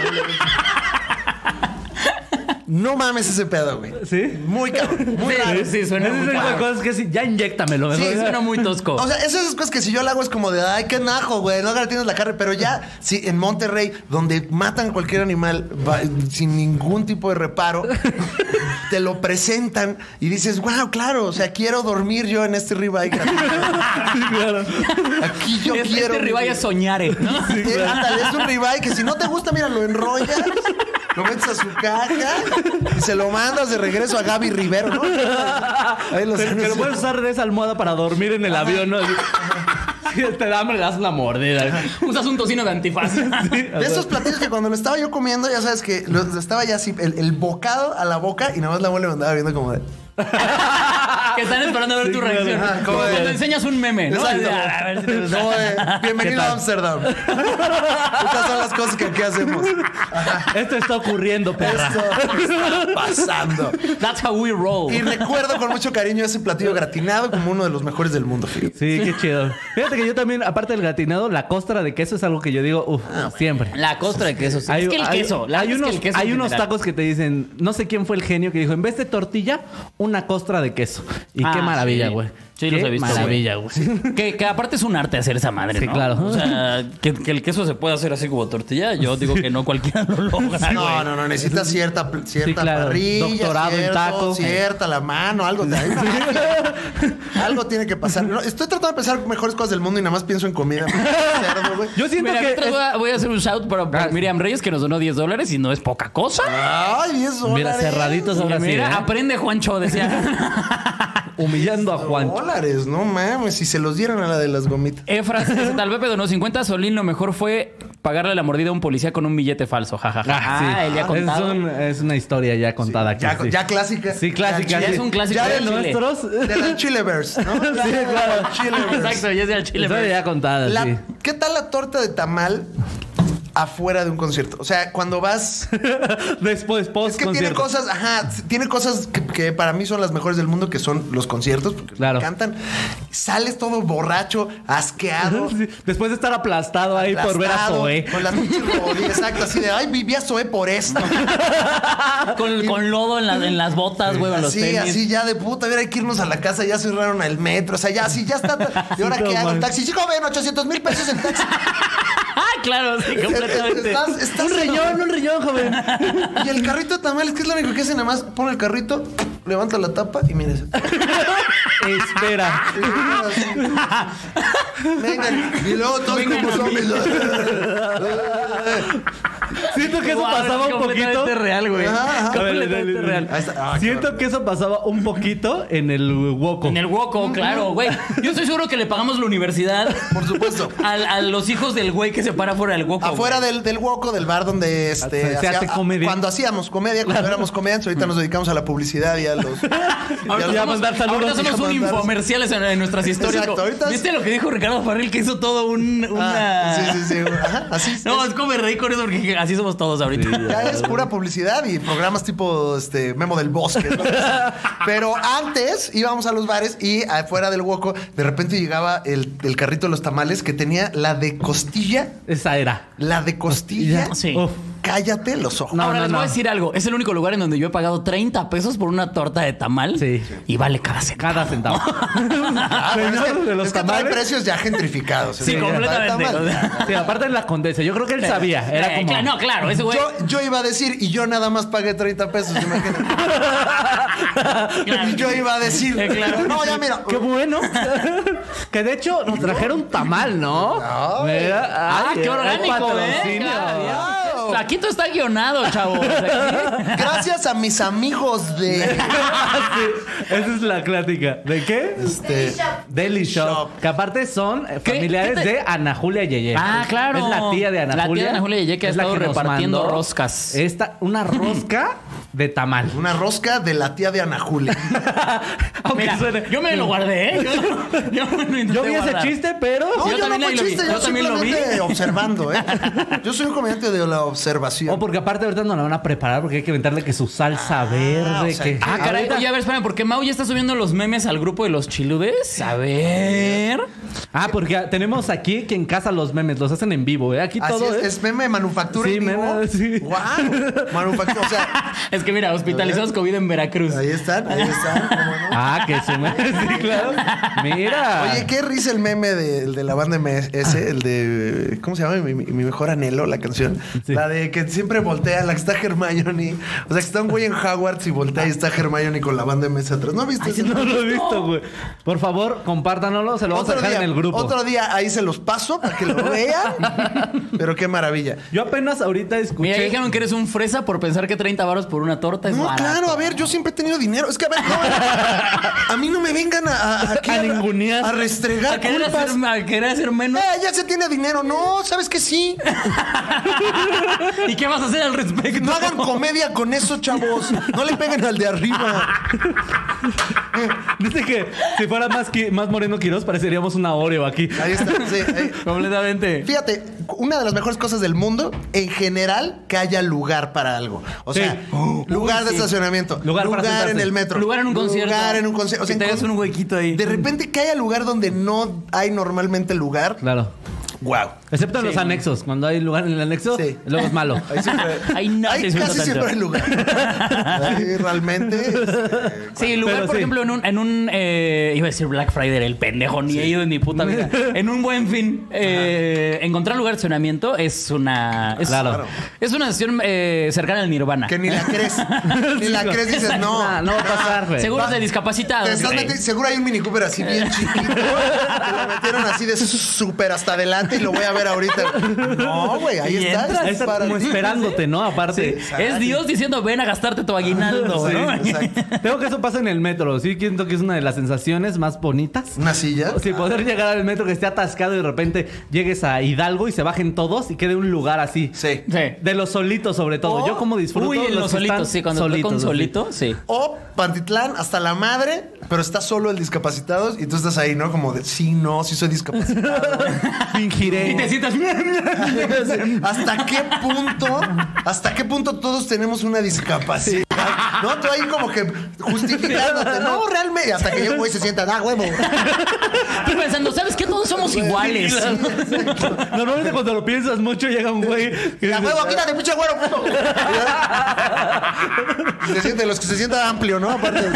[SPEAKER 3] No mames ese pedo, güey.
[SPEAKER 2] ¿Sí?
[SPEAKER 3] Muy cabrón. Muy
[SPEAKER 1] Sí,
[SPEAKER 3] raro.
[SPEAKER 1] sí, suena
[SPEAKER 2] Esas
[SPEAKER 1] muy
[SPEAKER 2] son las
[SPEAKER 1] raro.
[SPEAKER 2] cosas que sí, ya inyéctamelo.
[SPEAKER 3] Sí,
[SPEAKER 2] mejor.
[SPEAKER 1] Suena muy tosco.
[SPEAKER 3] O sea, esas son las cosas que si yo la hago es como de, ay, qué najo, güey, no tienes la carne, pero ya, si en Monterrey, donde matan cualquier animal va- sin ningún tipo de reparo, te lo presentan y dices, wow, claro, o sea, quiero dormir yo en este ribeye.
[SPEAKER 2] Claro.
[SPEAKER 3] Aquí yo
[SPEAKER 2] este
[SPEAKER 1] Es-
[SPEAKER 3] quiero.
[SPEAKER 1] Este ribeye
[SPEAKER 2] eh,
[SPEAKER 3] vivir".
[SPEAKER 1] es soñare. ¿no?
[SPEAKER 3] Eh, ándale, es un ribeye que si no te gusta, mira, lo enrollas Lo metes a su caja y se lo mandas de regreso a Gaby Rivero, ¿no? Ahí lo
[SPEAKER 2] Pero, pero puedes usar esa almohada para dormir en el avión, ¿no? Así- Sí, te da hambre, le das una mordida.
[SPEAKER 1] Usas un tocino de antifaz.
[SPEAKER 3] De estos platillos que cuando lo estaba yo comiendo, ya sabes que lo, lo estaba ya así, el, el bocado a la boca y nada más la abuela me andaba viendo como de.
[SPEAKER 1] que están esperando a ver tu reacción.
[SPEAKER 3] claro. Ah, ¿cómo
[SPEAKER 1] Como
[SPEAKER 3] de-
[SPEAKER 1] cuando enseñas un meme, ¿no?
[SPEAKER 3] Exacto.
[SPEAKER 1] A ver si te gusta.
[SPEAKER 3] Como de, eh, bienvenido a Ámsterdam. Estas son las cosas que aquí hacemos.
[SPEAKER 2] Esto está ocurriendo, perra.
[SPEAKER 3] Esto está pasando.
[SPEAKER 1] That's how we roll.
[SPEAKER 3] Y recuerdo con mucho cariño ese platillo gratinado como uno de los mejores del mundo, fíjate.
[SPEAKER 2] Sí, qué chido. Fíjate que yo también, aparte del gratinado, la costra de queso es algo que yo digo, uff, siempre.
[SPEAKER 1] La costra de queso. sí. Ah, es que el queso. la-
[SPEAKER 2] hay
[SPEAKER 1] es que
[SPEAKER 2] unos,
[SPEAKER 1] el queso
[SPEAKER 2] hay
[SPEAKER 1] en
[SPEAKER 2] unos
[SPEAKER 1] general.
[SPEAKER 2] tacos que te dicen, no sé quién fue el genio que dijo, en vez de tortilla, una costra de queso. Y
[SPEAKER 1] Ah,
[SPEAKER 2] qué maravilla,
[SPEAKER 1] sí.
[SPEAKER 2] güey.
[SPEAKER 1] Sí,
[SPEAKER 2] Qué
[SPEAKER 1] los he visto. güey.
[SPEAKER 2] Maravilla, güey.
[SPEAKER 1] Que, que aparte es un arte hacer esa madre,
[SPEAKER 2] Sí,
[SPEAKER 1] ¿no?
[SPEAKER 2] claro.
[SPEAKER 1] O sea, que, que el queso se puede hacer así como tortilla, yo digo que no cualquiera lo logra, güey.
[SPEAKER 3] No, no, no, necesitas cierta, pl- cierta
[SPEAKER 2] claro.
[SPEAKER 3] parrilla,
[SPEAKER 2] Doctorado en
[SPEAKER 3] cierto,
[SPEAKER 2] taco.
[SPEAKER 3] cierta la mano, algo, hay una magia. algo tiene que pasar. No, estoy tratando de pensar mejores cosas del mundo y nada más pienso en comida. Cerdo, güey.
[SPEAKER 2] Yo siento
[SPEAKER 1] Mira,
[SPEAKER 2] que.
[SPEAKER 1] mientras voy a- voy a hacer un shout para, para
[SPEAKER 2] Ah.
[SPEAKER 1] Miriam Reyes que nos donó 10 dólares y no es poca cosa.
[SPEAKER 3] Ay, eso.
[SPEAKER 2] Mira, cerraditos Ah, ahora sí.
[SPEAKER 1] Mira,
[SPEAKER 2] ¿eh?
[SPEAKER 1] aprende Juancho, decía.
[SPEAKER 2] Humillando a Juan. Eh,
[SPEAKER 3] Dólares, no mames. Si se los dieran a la de las gomitas.
[SPEAKER 1] Efras, dice, tal vez donó 50 solín, lo mejor fue pagarle la mordida a un policía con un billete falso, jajaja.
[SPEAKER 2] Ah, sí. Es, un- es una historia ya contada aquí.
[SPEAKER 3] Ya,
[SPEAKER 2] sí.
[SPEAKER 3] ya clásica.
[SPEAKER 2] Sí, clásica.
[SPEAKER 1] Ya
[SPEAKER 2] sí.
[SPEAKER 1] es un clásico
[SPEAKER 3] Ya
[SPEAKER 1] de
[SPEAKER 3] del
[SPEAKER 1] Chile.
[SPEAKER 2] Nuestros.
[SPEAKER 3] De las Chileverse, ¿no?
[SPEAKER 2] Sí, claro.
[SPEAKER 3] Chileverse.
[SPEAKER 1] Exacto, ya es del Chile.
[SPEAKER 2] Historia ya contada,
[SPEAKER 3] La-
[SPEAKER 2] sí.
[SPEAKER 3] ¿Qué tal la torta de tamal afuera de un concierto? O sea, cuando vas.
[SPEAKER 2] Después,
[SPEAKER 3] Es
[SPEAKER 2] post
[SPEAKER 3] que tiene
[SPEAKER 2] concierto.
[SPEAKER 3] cosas, ajá, tiene cosas que, que para mí son las mejores del mundo, que son los conciertos, porque
[SPEAKER 2] Claro.
[SPEAKER 3] me encantan. Sales todo borracho, asqueado.
[SPEAKER 2] Sí, Después de estar aplastado ahí por ver a
[SPEAKER 3] aplastado,
[SPEAKER 2] Zoe.
[SPEAKER 3] Con las pinches rodillas, exacto, así de, ay, viví a Zoe por esto.
[SPEAKER 1] Con, con lodo en, las- en las botas, güey, o en los
[SPEAKER 3] así,
[SPEAKER 1] tenis.
[SPEAKER 3] así ya de puta, mira, hay que irnos a la casa, ya cerraron el metro, o sea, ya así, ya está. ¿Y ahora
[SPEAKER 2] Sí, no
[SPEAKER 3] qué hago? ¿El
[SPEAKER 2] mames.
[SPEAKER 3] taxi? Chico, ven, 800 mil pesos el taxi.
[SPEAKER 1] Ah, claro, sí, completamente.
[SPEAKER 3] Estás- estás-
[SPEAKER 2] Un riñón, un riñón, joven.
[SPEAKER 3] Y el carrito de tamales, que es lo único que hace, nada más pone el carrito, levanta la tapa y mira eso.
[SPEAKER 2] Espera.
[SPEAKER 3] Vengan, y luego todos
[SPEAKER 1] Vengan
[SPEAKER 3] como
[SPEAKER 1] a mí.
[SPEAKER 3] zombies.
[SPEAKER 2] Siento que eso
[SPEAKER 1] Wow,
[SPEAKER 2] pasaba
[SPEAKER 1] es
[SPEAKER 2] un poquito.
[SPEAKER 1] completamente real, güey.
[SPEAKER 3] Ajá, ajá.
[SPEAKER 2] A ver, dale, dale,
[SPEAKER 1] Completamente real.
[SPEAKER 3] Ahí está. Ah,
[SPEAKER 2] este Siento que eso pasaba un poquito en el Woco.
[SPEAKER 1] En el hueco, claro, güey. Yo estoy seguro que le pagamos la universidad
[SPEAKER 3] Por supuesto.
[SPEAKER 1] al- a los hijos del güey que se para fuera del hueco.
[SPEAKER 3] Afuera
[SPEAKER 1] güey.
[SPEAKER 3] del, del hueco, del bar donde este,
[SPEAKER 2] Se- se hace comedia.
[SPEAKER 3] Cuando hacíamos comedia, cuando éramos comediantes, ahorita nos dedicamos a la publicidad y a los.
[SPEAKER 1] Ahorita
[SPEAKER 3] Ya
[SPEAKER 1] somos,
[SPEAKER 2] mandar saludos.
[SPEAKER 1] ahorita somos
[SPEAKER 3] Ya
[SPEAKER 1] un
[SPEAKER 3] mandar-
[SPEAKER 1] infomerciales en, en nuestras historias.
[SPEAKER 3] Exacto,
[SPEAKER 1] Lo-
[SPEAKER 3] ahorita es-
[SPEAKER 1] ¿Viste lo que dijo Ricardo Farril? Que hizo todo un, una...
[SPEAKER 3] Ah, sí, sí, sí. Ajá, así
[SPEAKER 1] No,
[SPEAKER 3] es.
[SPEAKER 1] es como me reí con eso porque así somos todos ahorita.
[SPEAKER 3] Ya es pura publicidad y programas tipo este Memo del Bosque. ¿no? Pero antes íbamos a los bares y afuera del hueco de repente llegaba el, el carrito de los tamales que tenía la de costilla,
[SPEAKER 2] Esa era.
[SPEAKER 3] la de costilla.
[SPEAKER 1] Sí.
[SPEAKER 2] Uf.
[SPEAKER 3] Cállate los ojos.
[SPEAKER 2] No,
[SPEAKER 1] Ahora
[SPEAKER 2] no,
[SPEAKER 1] les
[SPEAKER 2] no.
[SPEAKER 1] voy a decir algo. Es el único lugar en donde yo he pagado 30 pesos por una torta de tamal.
[SPEAKER 2] Sí.
[SPEAKER 1] Y vale cada centavo.
[SPEAKER 2] Cada centavo.
[SPEAKER 3] Ah, bueno, es
[SPEAKER 2] Señor
[SPEAKER 3] que,
[SPEAKER 2] de los
[SPEAKER 3] es que trae
[SPEAKER 2] tamales.
[SPEAKER 3] precios ya gentrificados.
[SPEAKER 1] Sí,
[SPEAKER 3] Es que
[SPEAKER 1] completamente.
[SPEAKER 3] está mal.
[SPEAKER 1] O sea,
[SPEAKER 2] Sí, aparte en la condesa. Yo creo que él sabía. Era
[SPEAKER 1] Eh,
[SPEAKER 2] como.
[SPEAKER 1] cla- No, claro, ese güey.
[SPEAKER 3] Yo, yo iba a decir, y yo nada más pagué 30 pesos, imagínate.
[SPEAKER 1] Ah, claro.
[SPEAKER 3] Y yo iba a decir,
[SPEAKER 1] Eh, claro.
[SPEAKER 3] no, ya mira,
[SPEAKER 2] Qué bueno. que de hecho nos trajeron tamal, ¿no?
[SPEAKER 3] Ay.
[SPEAKER 2] Mira,
[SPEAKER 1] Ah,
[SPEAKER 2] ay,
[SPEAKER 1] qué
[SPEAKER 2] hay
[SPEAKER 1] orgánico, ¿eh?
[SPEAKER 2] patrocinio.
[SPEAKER 1] Claro, bien. Aquí todo está guionado, chavo. O sea, aquí-
[SPEAKER 3] gracias a mis amigos de...
[SPEAKER 2] Sí, Esa es la clásica. ¿De qué?
[SPEAKER 3] Este,
[SPEAKER 2] Deli Shop. Que aparte son eh,
[SPEAKER 1] ¿Qué?
[SPEAKER 2] familiares
[SPEAKER 1] ¿Qué te-
[SPEAKER 2] de Ana Julia Yeye.
[SPEAKER 1] Ah, claro.
[SPEAKER 2] Es la tía de Ana
[SPEAKER 1] La tía
[SPEAKER 2] Julia.
[SPEAKER 1] de Ana Julia Yeye que ha
[SPEAKER 2] Es la
[SPEAKER 1] estado
[SPEAKER 2] nos
[SPEAKER 1] repartiendo
[SPEAKER 2] mandó
[SPEAKER 1] roscas.
[SPEAKER 2] Esta, una rosca de tamal.
[SPEAKER 3] Una rosca de la tía de Ana Julia.
[SPEAKER 2] Aunque
[SPEAKER 1] Mira,
[SPEAKER 2] suene-
[SPEAKER 1] yo me lo guardé, ¿eh? Yo, yo me lo intenté
[SPEAKER 2] Yo vi ese
[SPEAKER 1] guardar.
[SPEAKER 2] chiste, pero.
[SPEAKER 3] No, yo,
[SPEAKER 1] Yo también
[SPEAKER 3] no fue
[SPEAKER 1] ahí lo vi,
[SPEAKER 3] chiste, yo,
[SPEAKER 1] yo también lo vi.
[SPEAKER 3] simplemente observando, ¿eh? Yo soy un comediante de la observación.
[SPEAKER 2] Oh, porque aparte ahorita no la van a preparar porque hay que inventarle que su salsa verde.
[SPEAKER 3] o sea,
[SPEAKER 2] que...
[SPEAKER 1] Ah, caray.
[SPEAKER 2] Ahorita-
[SPEAKER 1] Oye, a ver, espérame, porque Mau ya está subiendo los memes al grupo de los chiludes. A ver.
[SPEAKER 2] Ah, porque tenemos aquí que en casa los memes los hacen en vivo, ¿eh? Aquí
[SPEAKER 3] Así
[SPEAKER 2] todo
[SPEAKER 3] es, es meme de manufactura
[SPEAKER 2] Sí,
[SPEAKER 3] en vivo.
[SPEAKER 2] meme, sí.
[SPEAKER 3] Guau, Manufactura, o sea,
[SPEAKER 1] Es que mira, hospitalizados COVID en Veracruz.
[SPEAKER 3] ahí están, ahí están. ¿cómo no?
[SPEAKER 2] Ah, que su madre. Sí, claro. Mira.
[SPEAKER 3] Oye, qué risa el meme de, el de la banda MS, el de. ¿Cómo se llama? Mi, mi- mi mejor anhelo, la canción.
[SPEAKER 2] Sí.
[SPEAKER 3] La de que siempre voltea, la que está Hermione. O sea, que está un güey en Hogwarts y voltea y está Hermione con la banda MS atrás. ¿No viste eso?
[SPEAKER 2] No lo he visto, güey. Por favor, compártanoslo. Se lo vamos a dejar en el grupo.
[SPEAKER 3] otro día ahí se los paso para que lo vean. Pero qué maravilla.
[SPEAKER 2] Yo apenas ahorita escuché.
[SPEAKER 1] Mira, dijeron que eres un fresa por pensar que 30 varos por una torta es
[SPEAKER 3] No,
[SPEAKER 1] barato.
[SPEAKER 3] claro, a ver, yo siempre he tenido dinero. Es que a ver, no, a mí no me vengan a, a, aquí
[SPEAKER 2] A ningunear.
[SPEAKER 3] a restregar
[SPEAKER 1] A querer,
[SPEAKER 3] culpas.
[SPEAKER 1] hacer, a querer hacer menos.
[SPEAKER 3] Eh, ya se tiene dinero. No, ¿sabes que Sí.
[SPEAKER 1] ¿Y qué vas a hacer al respecto?
[SPEAKER 3] No hagan comedia con eso, chavos. No le peguen al de arriba.
[SPEAKER 2] Dice que si fuera más, qui- más Moreno Quiroz, pareceríamos una Oreo aquí.
[SPEAKER 3] Ahí está. sí, ahí.
[SPEAKER 1] Completamente.
[SPEAKER 3] Fíjate, una de las mejores cosas del mundo, en general, que haya lugar para algo. O
[SPEAKER 2] Sí.
[SPEAKER 3] sea, lugar de estacionamiento,
[SPEAKER 2] Lugar
[SPEAKER 3] lugar,
[SPEAKER 2] para sentarse.
[SPEAKER 3] en el metro,
[SPEAKER 1] Lugar en un concierto.
[SPEAKER 3] lugar en un concierto. O sea,
[SPEAKER 1] que te hagas
[SPEAKER 3] encon-
[SPEAKER 1] un huequito ahí.
[SPEAKER 3] de repente que haya lugar donde no hay normalmente lugar.
[SPEAKER 2] Claro.
[SPEAKER 3] Wow.
[SPEAKER 2] Excepto en los anexos. Cuando hay lugar en el anexo,
[SPEAKER 3] Sí.
[SPEAKER 2] luego es malo.
[SPEAKER 3] Ahí siempre-
[SPEAKER 1] Ahí no
[SPEAKER 3] ahí
[SPEAKER 1] te siento
[SPEAKER 3] casi
[SPEAKER 1] tanto.
[SPEAKER 3] siempre hay lugar. Ahí realmente. este,
[SPEAKER 1] Sí, lugar,
[SPEAKER 2] Pero
[SPEAKER 1] por
[SPEAKER 2] sí.
[SPEAKER 1] ejemplo, en un, en un eh, iba a decir Black Friday, el pendejo, ni he ido en mi puta vida. En un buen fin, eh, encontrar lugar de estacionamiento es una. Es,
[SPEAKER 2] Claro.
[SPEAKER 1] Es una decisión eh, cercana al Nirvana.
[SPEAKER 3] que ni la crees. Ni la crees, dices, no.
[SPEAKER 2] Ah, no va a pasar, güey.
[SPEAKER 1] Seguro
[SPEAKER 3] Va-
[SPEAKER 1] es de discapacitados.
[SPEAKER 3] Te estás
[SPEAKER 1] güey.
[SPEAKER 3] metiendo- seguro hay un Mini Cooper así bien chiquito. Te lo metieron así de súper hasta adelante y lo voy a ver ahorita. No, güey, ahí
[SPEAKER 1] Y
[SPEAKER 3] está.
[SPEAKER 1] entras.
[SPEAKER 2] Ahí
[SPEAKER 3] es
[SPEAKER 2] está
[SPEAKER 3] para-
[SPEAKER 2] como esperándote, ¿no? Aparte.
[SPEAKER 1] Es Dios diciendo, ven a gastarte tu aguinaldo,
[SPEAKER 3] Sí,
[SPEAKER 1] ¿no?
[SPEAKER 3] exacto.
[SPEAKER 2] Tengo que eso pasa en el metro. Sí, siento que es una de las sensaciones más bonitas.
[SPEAKER 3] Una silla.
[SPEAKER 2] Oh, Sí, poder llegar al metro que esté atascado y de repente llegues a Hidalgo y se bajen todos y quede un lugar así.
[SPEAKER 3] Sí.
[SPEAKER 1] Sí.
[SPEAKER 2] De los solitos, sobre todo.
[SPEAKER 3] O-
[SPEAKER 2] Yo como disfruto
[SPEAKER 1] Uy, en los
[SPEAKER 2] que están
[SPEAKER 1] solitos, sí, cuando toca un
[SPEAKER 2] así.
[SPEAKER 1] solito, sí.
[SPEAKER 3] O Pantitlán hasta la madre, pero está solo el discapacitado y tú estás ahí, ¿no? Como de, sí, no, sí soy discapacitado.
[SPEAKER 1] Y te
[SPEAKER 2] Fingiré.
[SPEAKER 1] sientas.
[SPEAKER 3] ¿Hasta qué punto? ¿Hasta qué punto todos tenemos una discapacidad? No, tú ahí como que justificándote. No, realmente. Hasta que yo güey se sienta, ah, huevo.
[SPEAKER 1] Estoy pensando, ¿sabes qué? Todos somos iguales.
[SPEAKER 2] Normalmente cuando lo piensas mucho llega un güey que
[SPEAKER 3] La
[SPEAKER 2] dice,
[SPEAKER 3] huevo, quítate, pinche güero, puto. Se siente, los que se sienta amplio, ¿no? Aparte,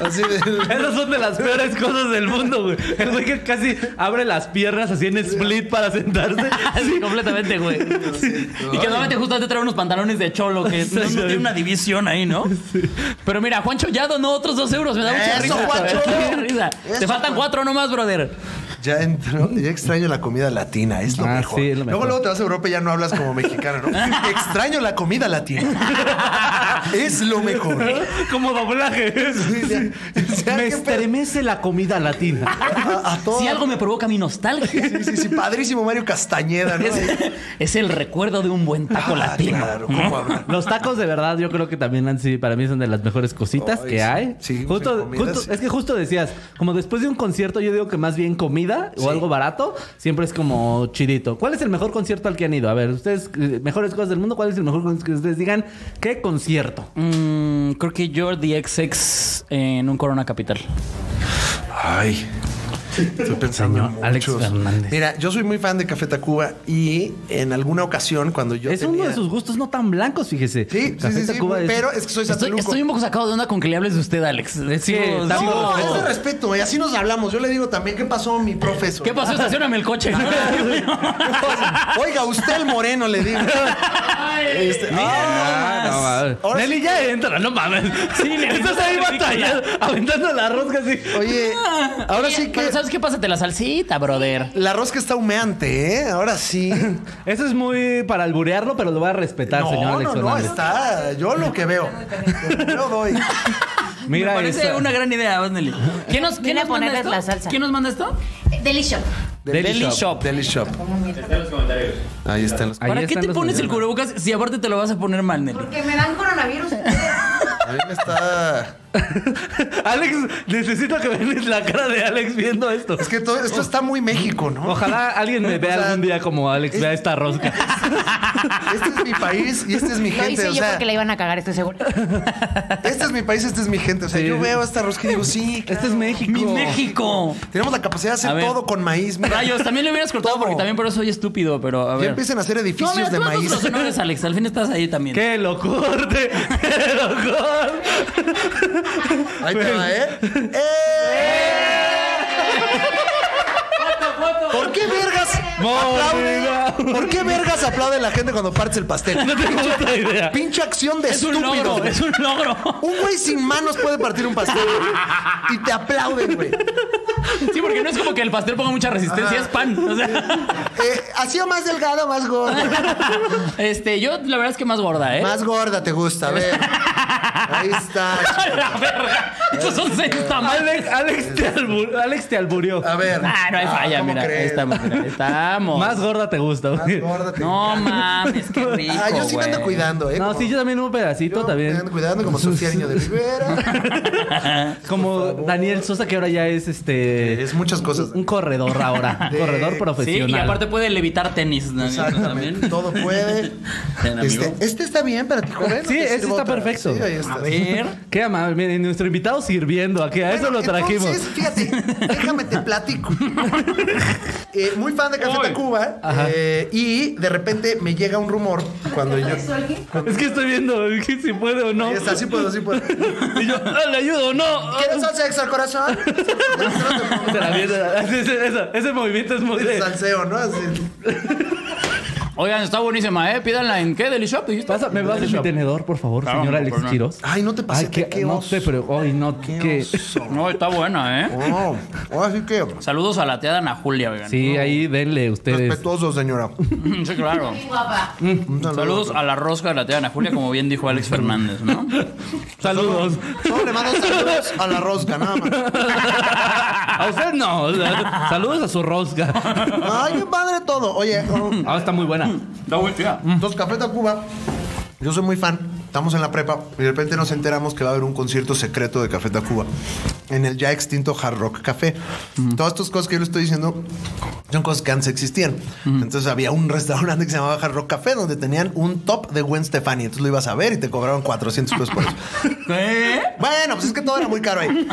[SPEAKER 3] así de.
[SPEAKER 2] Esas son de las peores cosas del mundo, güey. El güey que casi abre las piernas así en split para sentarse.
[SPEAKER 1] Así, completamente, güey. Y que normalmente justamente trae unos pantalones de cholo, que no, no tiene una división ahí, ¿no? Pero mira, Juancho ya donó otros dos euros. Me da mucha
[SPEAKER 3] ¡Eso,
[SPEAKER 1] risa.
[SPEAKER 3] Juancho!
[SPEAKER 1] Qué risa.
[SPEAKER 3] ¡Eso,
[SPEAKER 1] Te faltan
[SPEAKER 3] Juancho!
[SPEAKER 1] cuatro nomás, brother.
[SPEAKER 3] Ya entró, ya extraño la comida latina, es lo,
[SPEAKER 2] Ah,
[SPEAKER 3] mejor.
[SPEAKER 2] sí, es lo mejor.
[SPEAKER 3] Luego luego te vas a Europa y ya no hablas como mexicano, ¿no? Extraño la comida latina. es lo mejor.
[SPEAKER 2] Como doblaje.
[SPEAKER 3] Sí, ya- ya,
[SPEAKER 2] Me
[SPEAKER 3] qué pedo.
[SPEAKER 2] estremece la comida latina.
[SPEAKER 3] A, a todo.
[SPEAKER 1] Si algo me provoca mi nostalgia,
[SPEAKER 3] Sí, sí, sí, padrísimo Mario Castañeda, ¿no?
[SPEAKER 1] es, es el recuerdo de un buen taco
[SPEAKER 3] Ah,
[SPEAKER 1] latino.
[SPEAKER 3] Claro, ¿cómo habrá?
[SPEAKER 2] Los tacos de verdad yo creo que también han sido, para mí son de las mejores cositas
[SPEAKER 3] Ay,
[SPEAKER 2] que
[SPEAKER 3] sí.
[SPEAKER 2] hay.
[SPEAKER 3] Sí,
[SPEAKER 2] justo,
[SPEAKER 3] sí, comida,
[SPEAKER 2] justo-
[SPEAKER 3] sí.
[SPEAKER 2] es que justo decías, como después de un concierto yo digo que más bien comida o algo barato, siempre es como chidito. ¿Cuál es el mejor concierto al que han ido? A ver, ustedes, eh, mejores cosas del mundo, ¿cuál es el mejor concierto que ustedes digan? ¿Qué concierto?
[SPEAKER 1] Mm, creo que Jordi XX en un Corona Capital.
[SPEAKER 3] Ay. Estoy pensando en
[SPEAKER 2] Señor Alex
[SPEAKER 3] muchos.
[SPEAKER 2] Fernández.
[SPEAKER 3] Mira, yo soy muy fan de Café Tacuba y en alguna ocasión cuando yo
[SPEAKER 2] es
[SPEAKER 3] tenía-
[SPEAKER 2] uno de sus gustos no tan blancos, fíjese.
[SPEAKER 3] Sí, sí,
[SPEAKER 2] Café
[SPEAKER 3] sí, sí,
[SPEAKER 2] Tacuba es-
[SPEAKER 3] pero es que soy
[SPEAKER 1] Estoy,
[SPEAKER 3] sateluco.
[SPEAKER 1] estoy un poco sacado de onda con que le hables de usted, Alex. Sigo- sigo-
[SPEAKER 2] está muy
[SPEAKER 3] No, es de
[SPEAKER 2] Oh.
[SPEAKER 3] respeto, y así nos hablamos. Yo le digo también, ¿qué pasó, mi profesor?
[SPEAKER 1] ¿Qué pasó? Estacioname el coche.
[SPEAKER 3] Oiga, usted el moreno, le digo.
[SPEAKER 1] Ay.
[SPEAKER 3] Este,
[SPEAKER 2] Ah,
[SPEAKER 3] no
[SPEAKER 2] no
[SPEAKER 3] más.
[SPEAKER 2] mames.
[SPEAKER 3] Ahora
[SPEAKER 2] Nelly
[SPEAKER 3] sí.
[SPEAKER 2] ya entra, no mames.
[SPEAKER 1] Sí, Nelly,
[SPEAKER 2] Estás
[SPEAKER 1] no
[SPEAKER 2] ahí
[SPEAKER 1] seas ridícula.
[SPEAKER 2] batallando, aventando la rosca así.
[SPEAKER 3] Oye, ahora
[SPEAKER 1] Oye,
[SPEAKER 3] sí que
[SPEAKER 1] pero ¿sabes qué? Pásate la salsita, brother.
[SPEAKER 3] la rosca está humeante, ¿eh? Ahora sí.
[SPEAKER 2] Eso es muy para alburearlo, pero lo voy a respetar,
[SPEAKER 3] No,
[SPEAKER 2] señor
[SPEAKER 3] no,
[SPEAKER 2] Alex
[SPEAKER 3] no,
[SPEAKER 2] Fernández.
[SPEAKER 3] está. Yo lo que veo. Yo doy.
[SPEAKER 2] Mira
[SPEAKER 1] Me parece
[SPEAKER 2] esa.
[SPEAKER 1] una gran idea, vas, Nelly. ¿Quién nos, quién
[SPEAKER 4] Vine a
[SPEAKER 1] nos manda
[SPEAKER 4] ponerles
[SPEAKER 1] esto?
[SPEAKER 4] la salsa.
[SPEAKER 1] ¿Quién nos manda esto?
[SPEAKER 4] Delicious.
[SPEAKER 2] Deli Shop.
[SPEAKER 3] Deli Shop. Ahí están los comentarios. Ahí están los.
[SPEAKER 2] Ahí
[SPEAKER 1] ¿Para qué
[SPEAKER 2] están
[SPEAKER 1] te
[SPEAKER 2] los
[SPEAKER 1] pones el
[SPEAKER 2] comentarios.
[SPEAKER 1] cubrebocas si aparte te lo vas a poner mal, Nelly?
[SPEAKER 4] Porque me dan coronavirus.
[SPEAKER 3] A mí me está.
[SPEAKER 2] Alex, necesito que veáis la cara de Alex viendo esto.
[SPEAKER 3] Es que todo esto está muy México, ¿no?
[SPEAKER 2] Ojalá alguien me vea
[SPEAKER 3] O sea,
[SPEAKER 2] algún día como Alex vea esta rosca.
[SPEAKER 3] Este es mi país y este es mi
[SPEAKER 4] Lo
[SPEAKER 3] gente.
[SPEAKER 4] hice
[SPEAKER 3] o
[SPEAKER 4] yo
[SPEAKER 3] sea,
[SPEAKER 4] porque la iban a cagar, estoy seguro.
[SPEAKER 3] este es mi país, este es mi gente. O sea,
[SPEAKER 2] Sí.
[SPEAKER 3] yo veo esta rosca y digo, sí, claro.
[SPEAKER 2] Este es México.
[SPEAKER 1] ¡Mi México!
[SPEAKER 3] Tenemos la capacidad de
[SPEAKER 1] A
[SPEAKER 3] hacer
[SPEAKER 1] ver.
[SPEAKER 3] todo con maíz. mira.
[SPEAKER 1] Rayos, también le hubieras cortado
[SPEAKER 3] Todo.
[SPEAKER 1] porque también por eso soy estúpido, pero a
[SPEAKER 3] Ya
[SPEAKER 1] ver.
[SPEAKER 3] empiecen a hacer edificios
[SPEAKER 1] mira,
[SPEAKER 3] de
[SPEAKER 1] tú haz
[SPEAKER 3] maíz.
[SPEAKER 1] los honores, Alex. Al fin estás ahí también.
[SPEAKER 2] ¡Que lo corte! ¡Que lo corte!
[SPEAKER 3] Ahí te va, ¿eh? ¡Eh! ¿Por qué vergas aplaude? ¿Por qué vergas aplaude la gente cuando partes el pastel?
[SPEAKER 2] No tengo otra idea.
[SPEAKER 3] Pinche acción de
[SPEAKER 1] Es un
[SPEAKER 3] estúpidos.
[SPEAKER 1] logro,
[SPEAKER 3] güey.
[SPEAKER 1] es un logro.
[SPEAKER 3] Un güey sin manos puede partir un pastel güey. y te aplauden, güey.
[SPEAKER 1] Sí, porque no es como que el pastel ponga mucha resistencia, es pan. O sea,
[SPEAKER 3] Eh, ¿Ha sido más delgado o más gorda?
[SPEAKER 1] este, yo la verdad es que más gorda, ¿eh?
[SPEAKER 3] Más gorda te gusta, a ver. Ahí está.
[SPEAKER 1] la verga. Esos son seis tamales.
[SPEAKER 2] Alex, Alex, te albu- Alex te alburió.
[SPEAKER 3] A ver.
[SPEAKER 1] Ah, no hay falla,
[SPEAKER 3] ¿cómo
[SPEAKER 1] mira. Ahí
[SPEAKER 3] crees?
[SPEAKER 1] estamos, mira, ahí estamos.
[SPEAKER 2] Más gorda te gusta.
[SPEAKER 3] Más
[SPEAKER 2] güey.
[SPEAKER 3] gorda te
[SPEAKER 1] No mames, qué rico.
[SPEAKER 3] Ah, yo sí me ando
[SPEAKER 1] güey.
[SPEAKER 3] cuidando, ¿eh?
[SPEAKER 2] No,
[SPEAKER 3] Como-
[SPEAKER 2] sí, yo también un pedacito
[SPEAKER 3] yo
[SPEAKER 2] también.
[SPEAKER 3] Me ando cuidando como Sofía Niño de Rivera.
[SPEAKER 2] Como Daniel Sosa, que ahora ya es este.
[SPEAKER 3] Es muchas cosas.
[SPEAKER 2] Un corredor ahora.
[SPEAKER 3] De-
[SPEAKER 2] corredor
[SPEAKER 3] Sí,
[SPEAKER 1] Sí,
[SPEAKER 2] profesional.
[SPEAKER 1] y aparte puede levitar tenis. ¿no?
[SPEAKER 3] Exactamente.
[SPEAKER 1] También.
[SPEAKER 3] Todo puede.
[SPEAKER 1] Ten, amigo.
[SPEAKER 3] Este, este está bien para ti, joven. ¿no
[SPEAKER 2] Sí,
[SPEAKER 3] te
[SPEAKER 2] este
[SPEAKER 3] sirvo
[SPEAKER 2] está
[SPEAKER 3] otra?
[SPEAKER 2] perfecto.
[SPEAKER 3] Sí, ahí está.
[SPEAKER 1] A ver.
[SPEAKER 2] Qué amable. Miren, nuestro invitado sirviendo aquí. A eso
[SPEAKER 3] Bueno,
[SPEAKER 2] lo trajimos.
[SPEAKER 3] Entonces, fíjate, déjame te platico. Eh, muy fan de Café
[SPEAKER 1] Uy.
[SPEAKER 3] Tacuba.
[SPEAKER 2] Ajá.
[SPEAKER 3] eh, y de repente me llega un rumor cuando yo.
[SPEAKER 2] Es que estoy viendo que si puede o no.
[SPEAKER 3] Ahí está, sí puedo, sí puedo.
[SPEAKER 2] Y yo, ah, ¿le ayudo o no?
[SPEAKER 3] ¿Quieres pues. un sexo al corazón?
[SPEAKER 2] Se la avienta. Ese, ese- ese movimiento es muy
[SPEAKER 3] El
[SPEAKER 2] de...
[SPEAKER 3] salseo, ¿no? Así.
[SPEAKER 1] Oigan, está buenísima, ¿eh? Pídanla en qué? ¿Deli Shop? dijiste?
[SPEAKER 2] Pasa- ¿Me vas a
[SPEAKER 1] Deli
[SPEAKER 2] mi
[SPEAKER 1] Shop.
[SPEAKER 2] tenedor, por favor,
[SPEAKER 1] Claro,
[SPEAKER 2] señor
[SPEAKER 1] no,
[SPEAKER 2] Alex
[SPEAKER 1] por nada.
[SPEAKER 2] Quiroz?
[SPEAKER 3] Ay, no te
[SPEAKER 2] Ay,
[SPEAKER 3] pases,
[SPEAKER 2] qué,
[SPEAKER 3] qué
[SPEAKER 2] no
[SPEAKER 3] oso.
[SPEAKER 2] sé, pero hoy no,
[SPEAKER 3] Qué
[SPEAKER 2] que...
[SPEAKER 3] oso.
[SPEAKER 1] No, está buena, ¿eh?
[SPEAKER 3] No, ahora sí que
[SPEAKER 1] Saludos a la tía Ana Julia, oigan.
[SPEAKER 2] Sí, ahí denle ustedes.
[SPEAKER 3] respetuoso, señora.
[SPEAKER 1] Sí, claro.
[SPEAKER 4] guapa.
[SPEAKER 3] Un saludo.
[SPEAKER 1] Saludos a la rosca de la tía Ana Julia, como bien dijo Alex Fernández, ¿no?
[SPEAKER 2] Saludos.
[SPEAKER 3] Solo le mando saludos a la rosca, nada más. Ah.
[SPEAKER 2] A usted no. o sea, Saludos a su rosca.
[SPEAKER 3] Ay, qué padre todo. Oye, um,
[SPEAKER 2] Ah, está muy buena.
[SPEAKER 1] Está buena tía.
[SPEAKER 3] Dos Café Tacuba. Yo soy muy fan. Estamos en la prepa y de repente nos enteramos que va a haber un concierto secreto de Café Tacuba en el ya extinto Hard Rock Café. Todas estas cosas que yo le estoy diciendo son cosas que antes existían. Entonces había un restaurante que se llamaba Hard Rock Café donde tenían un top de Gwen Stefani. Entonces lo ibas a ver y te cobraban 400 pesos por eso.
[SPEAKER 1] ¿Qué?
[SPEAKER 3] bueno, pues es que todo era muy caro ahí.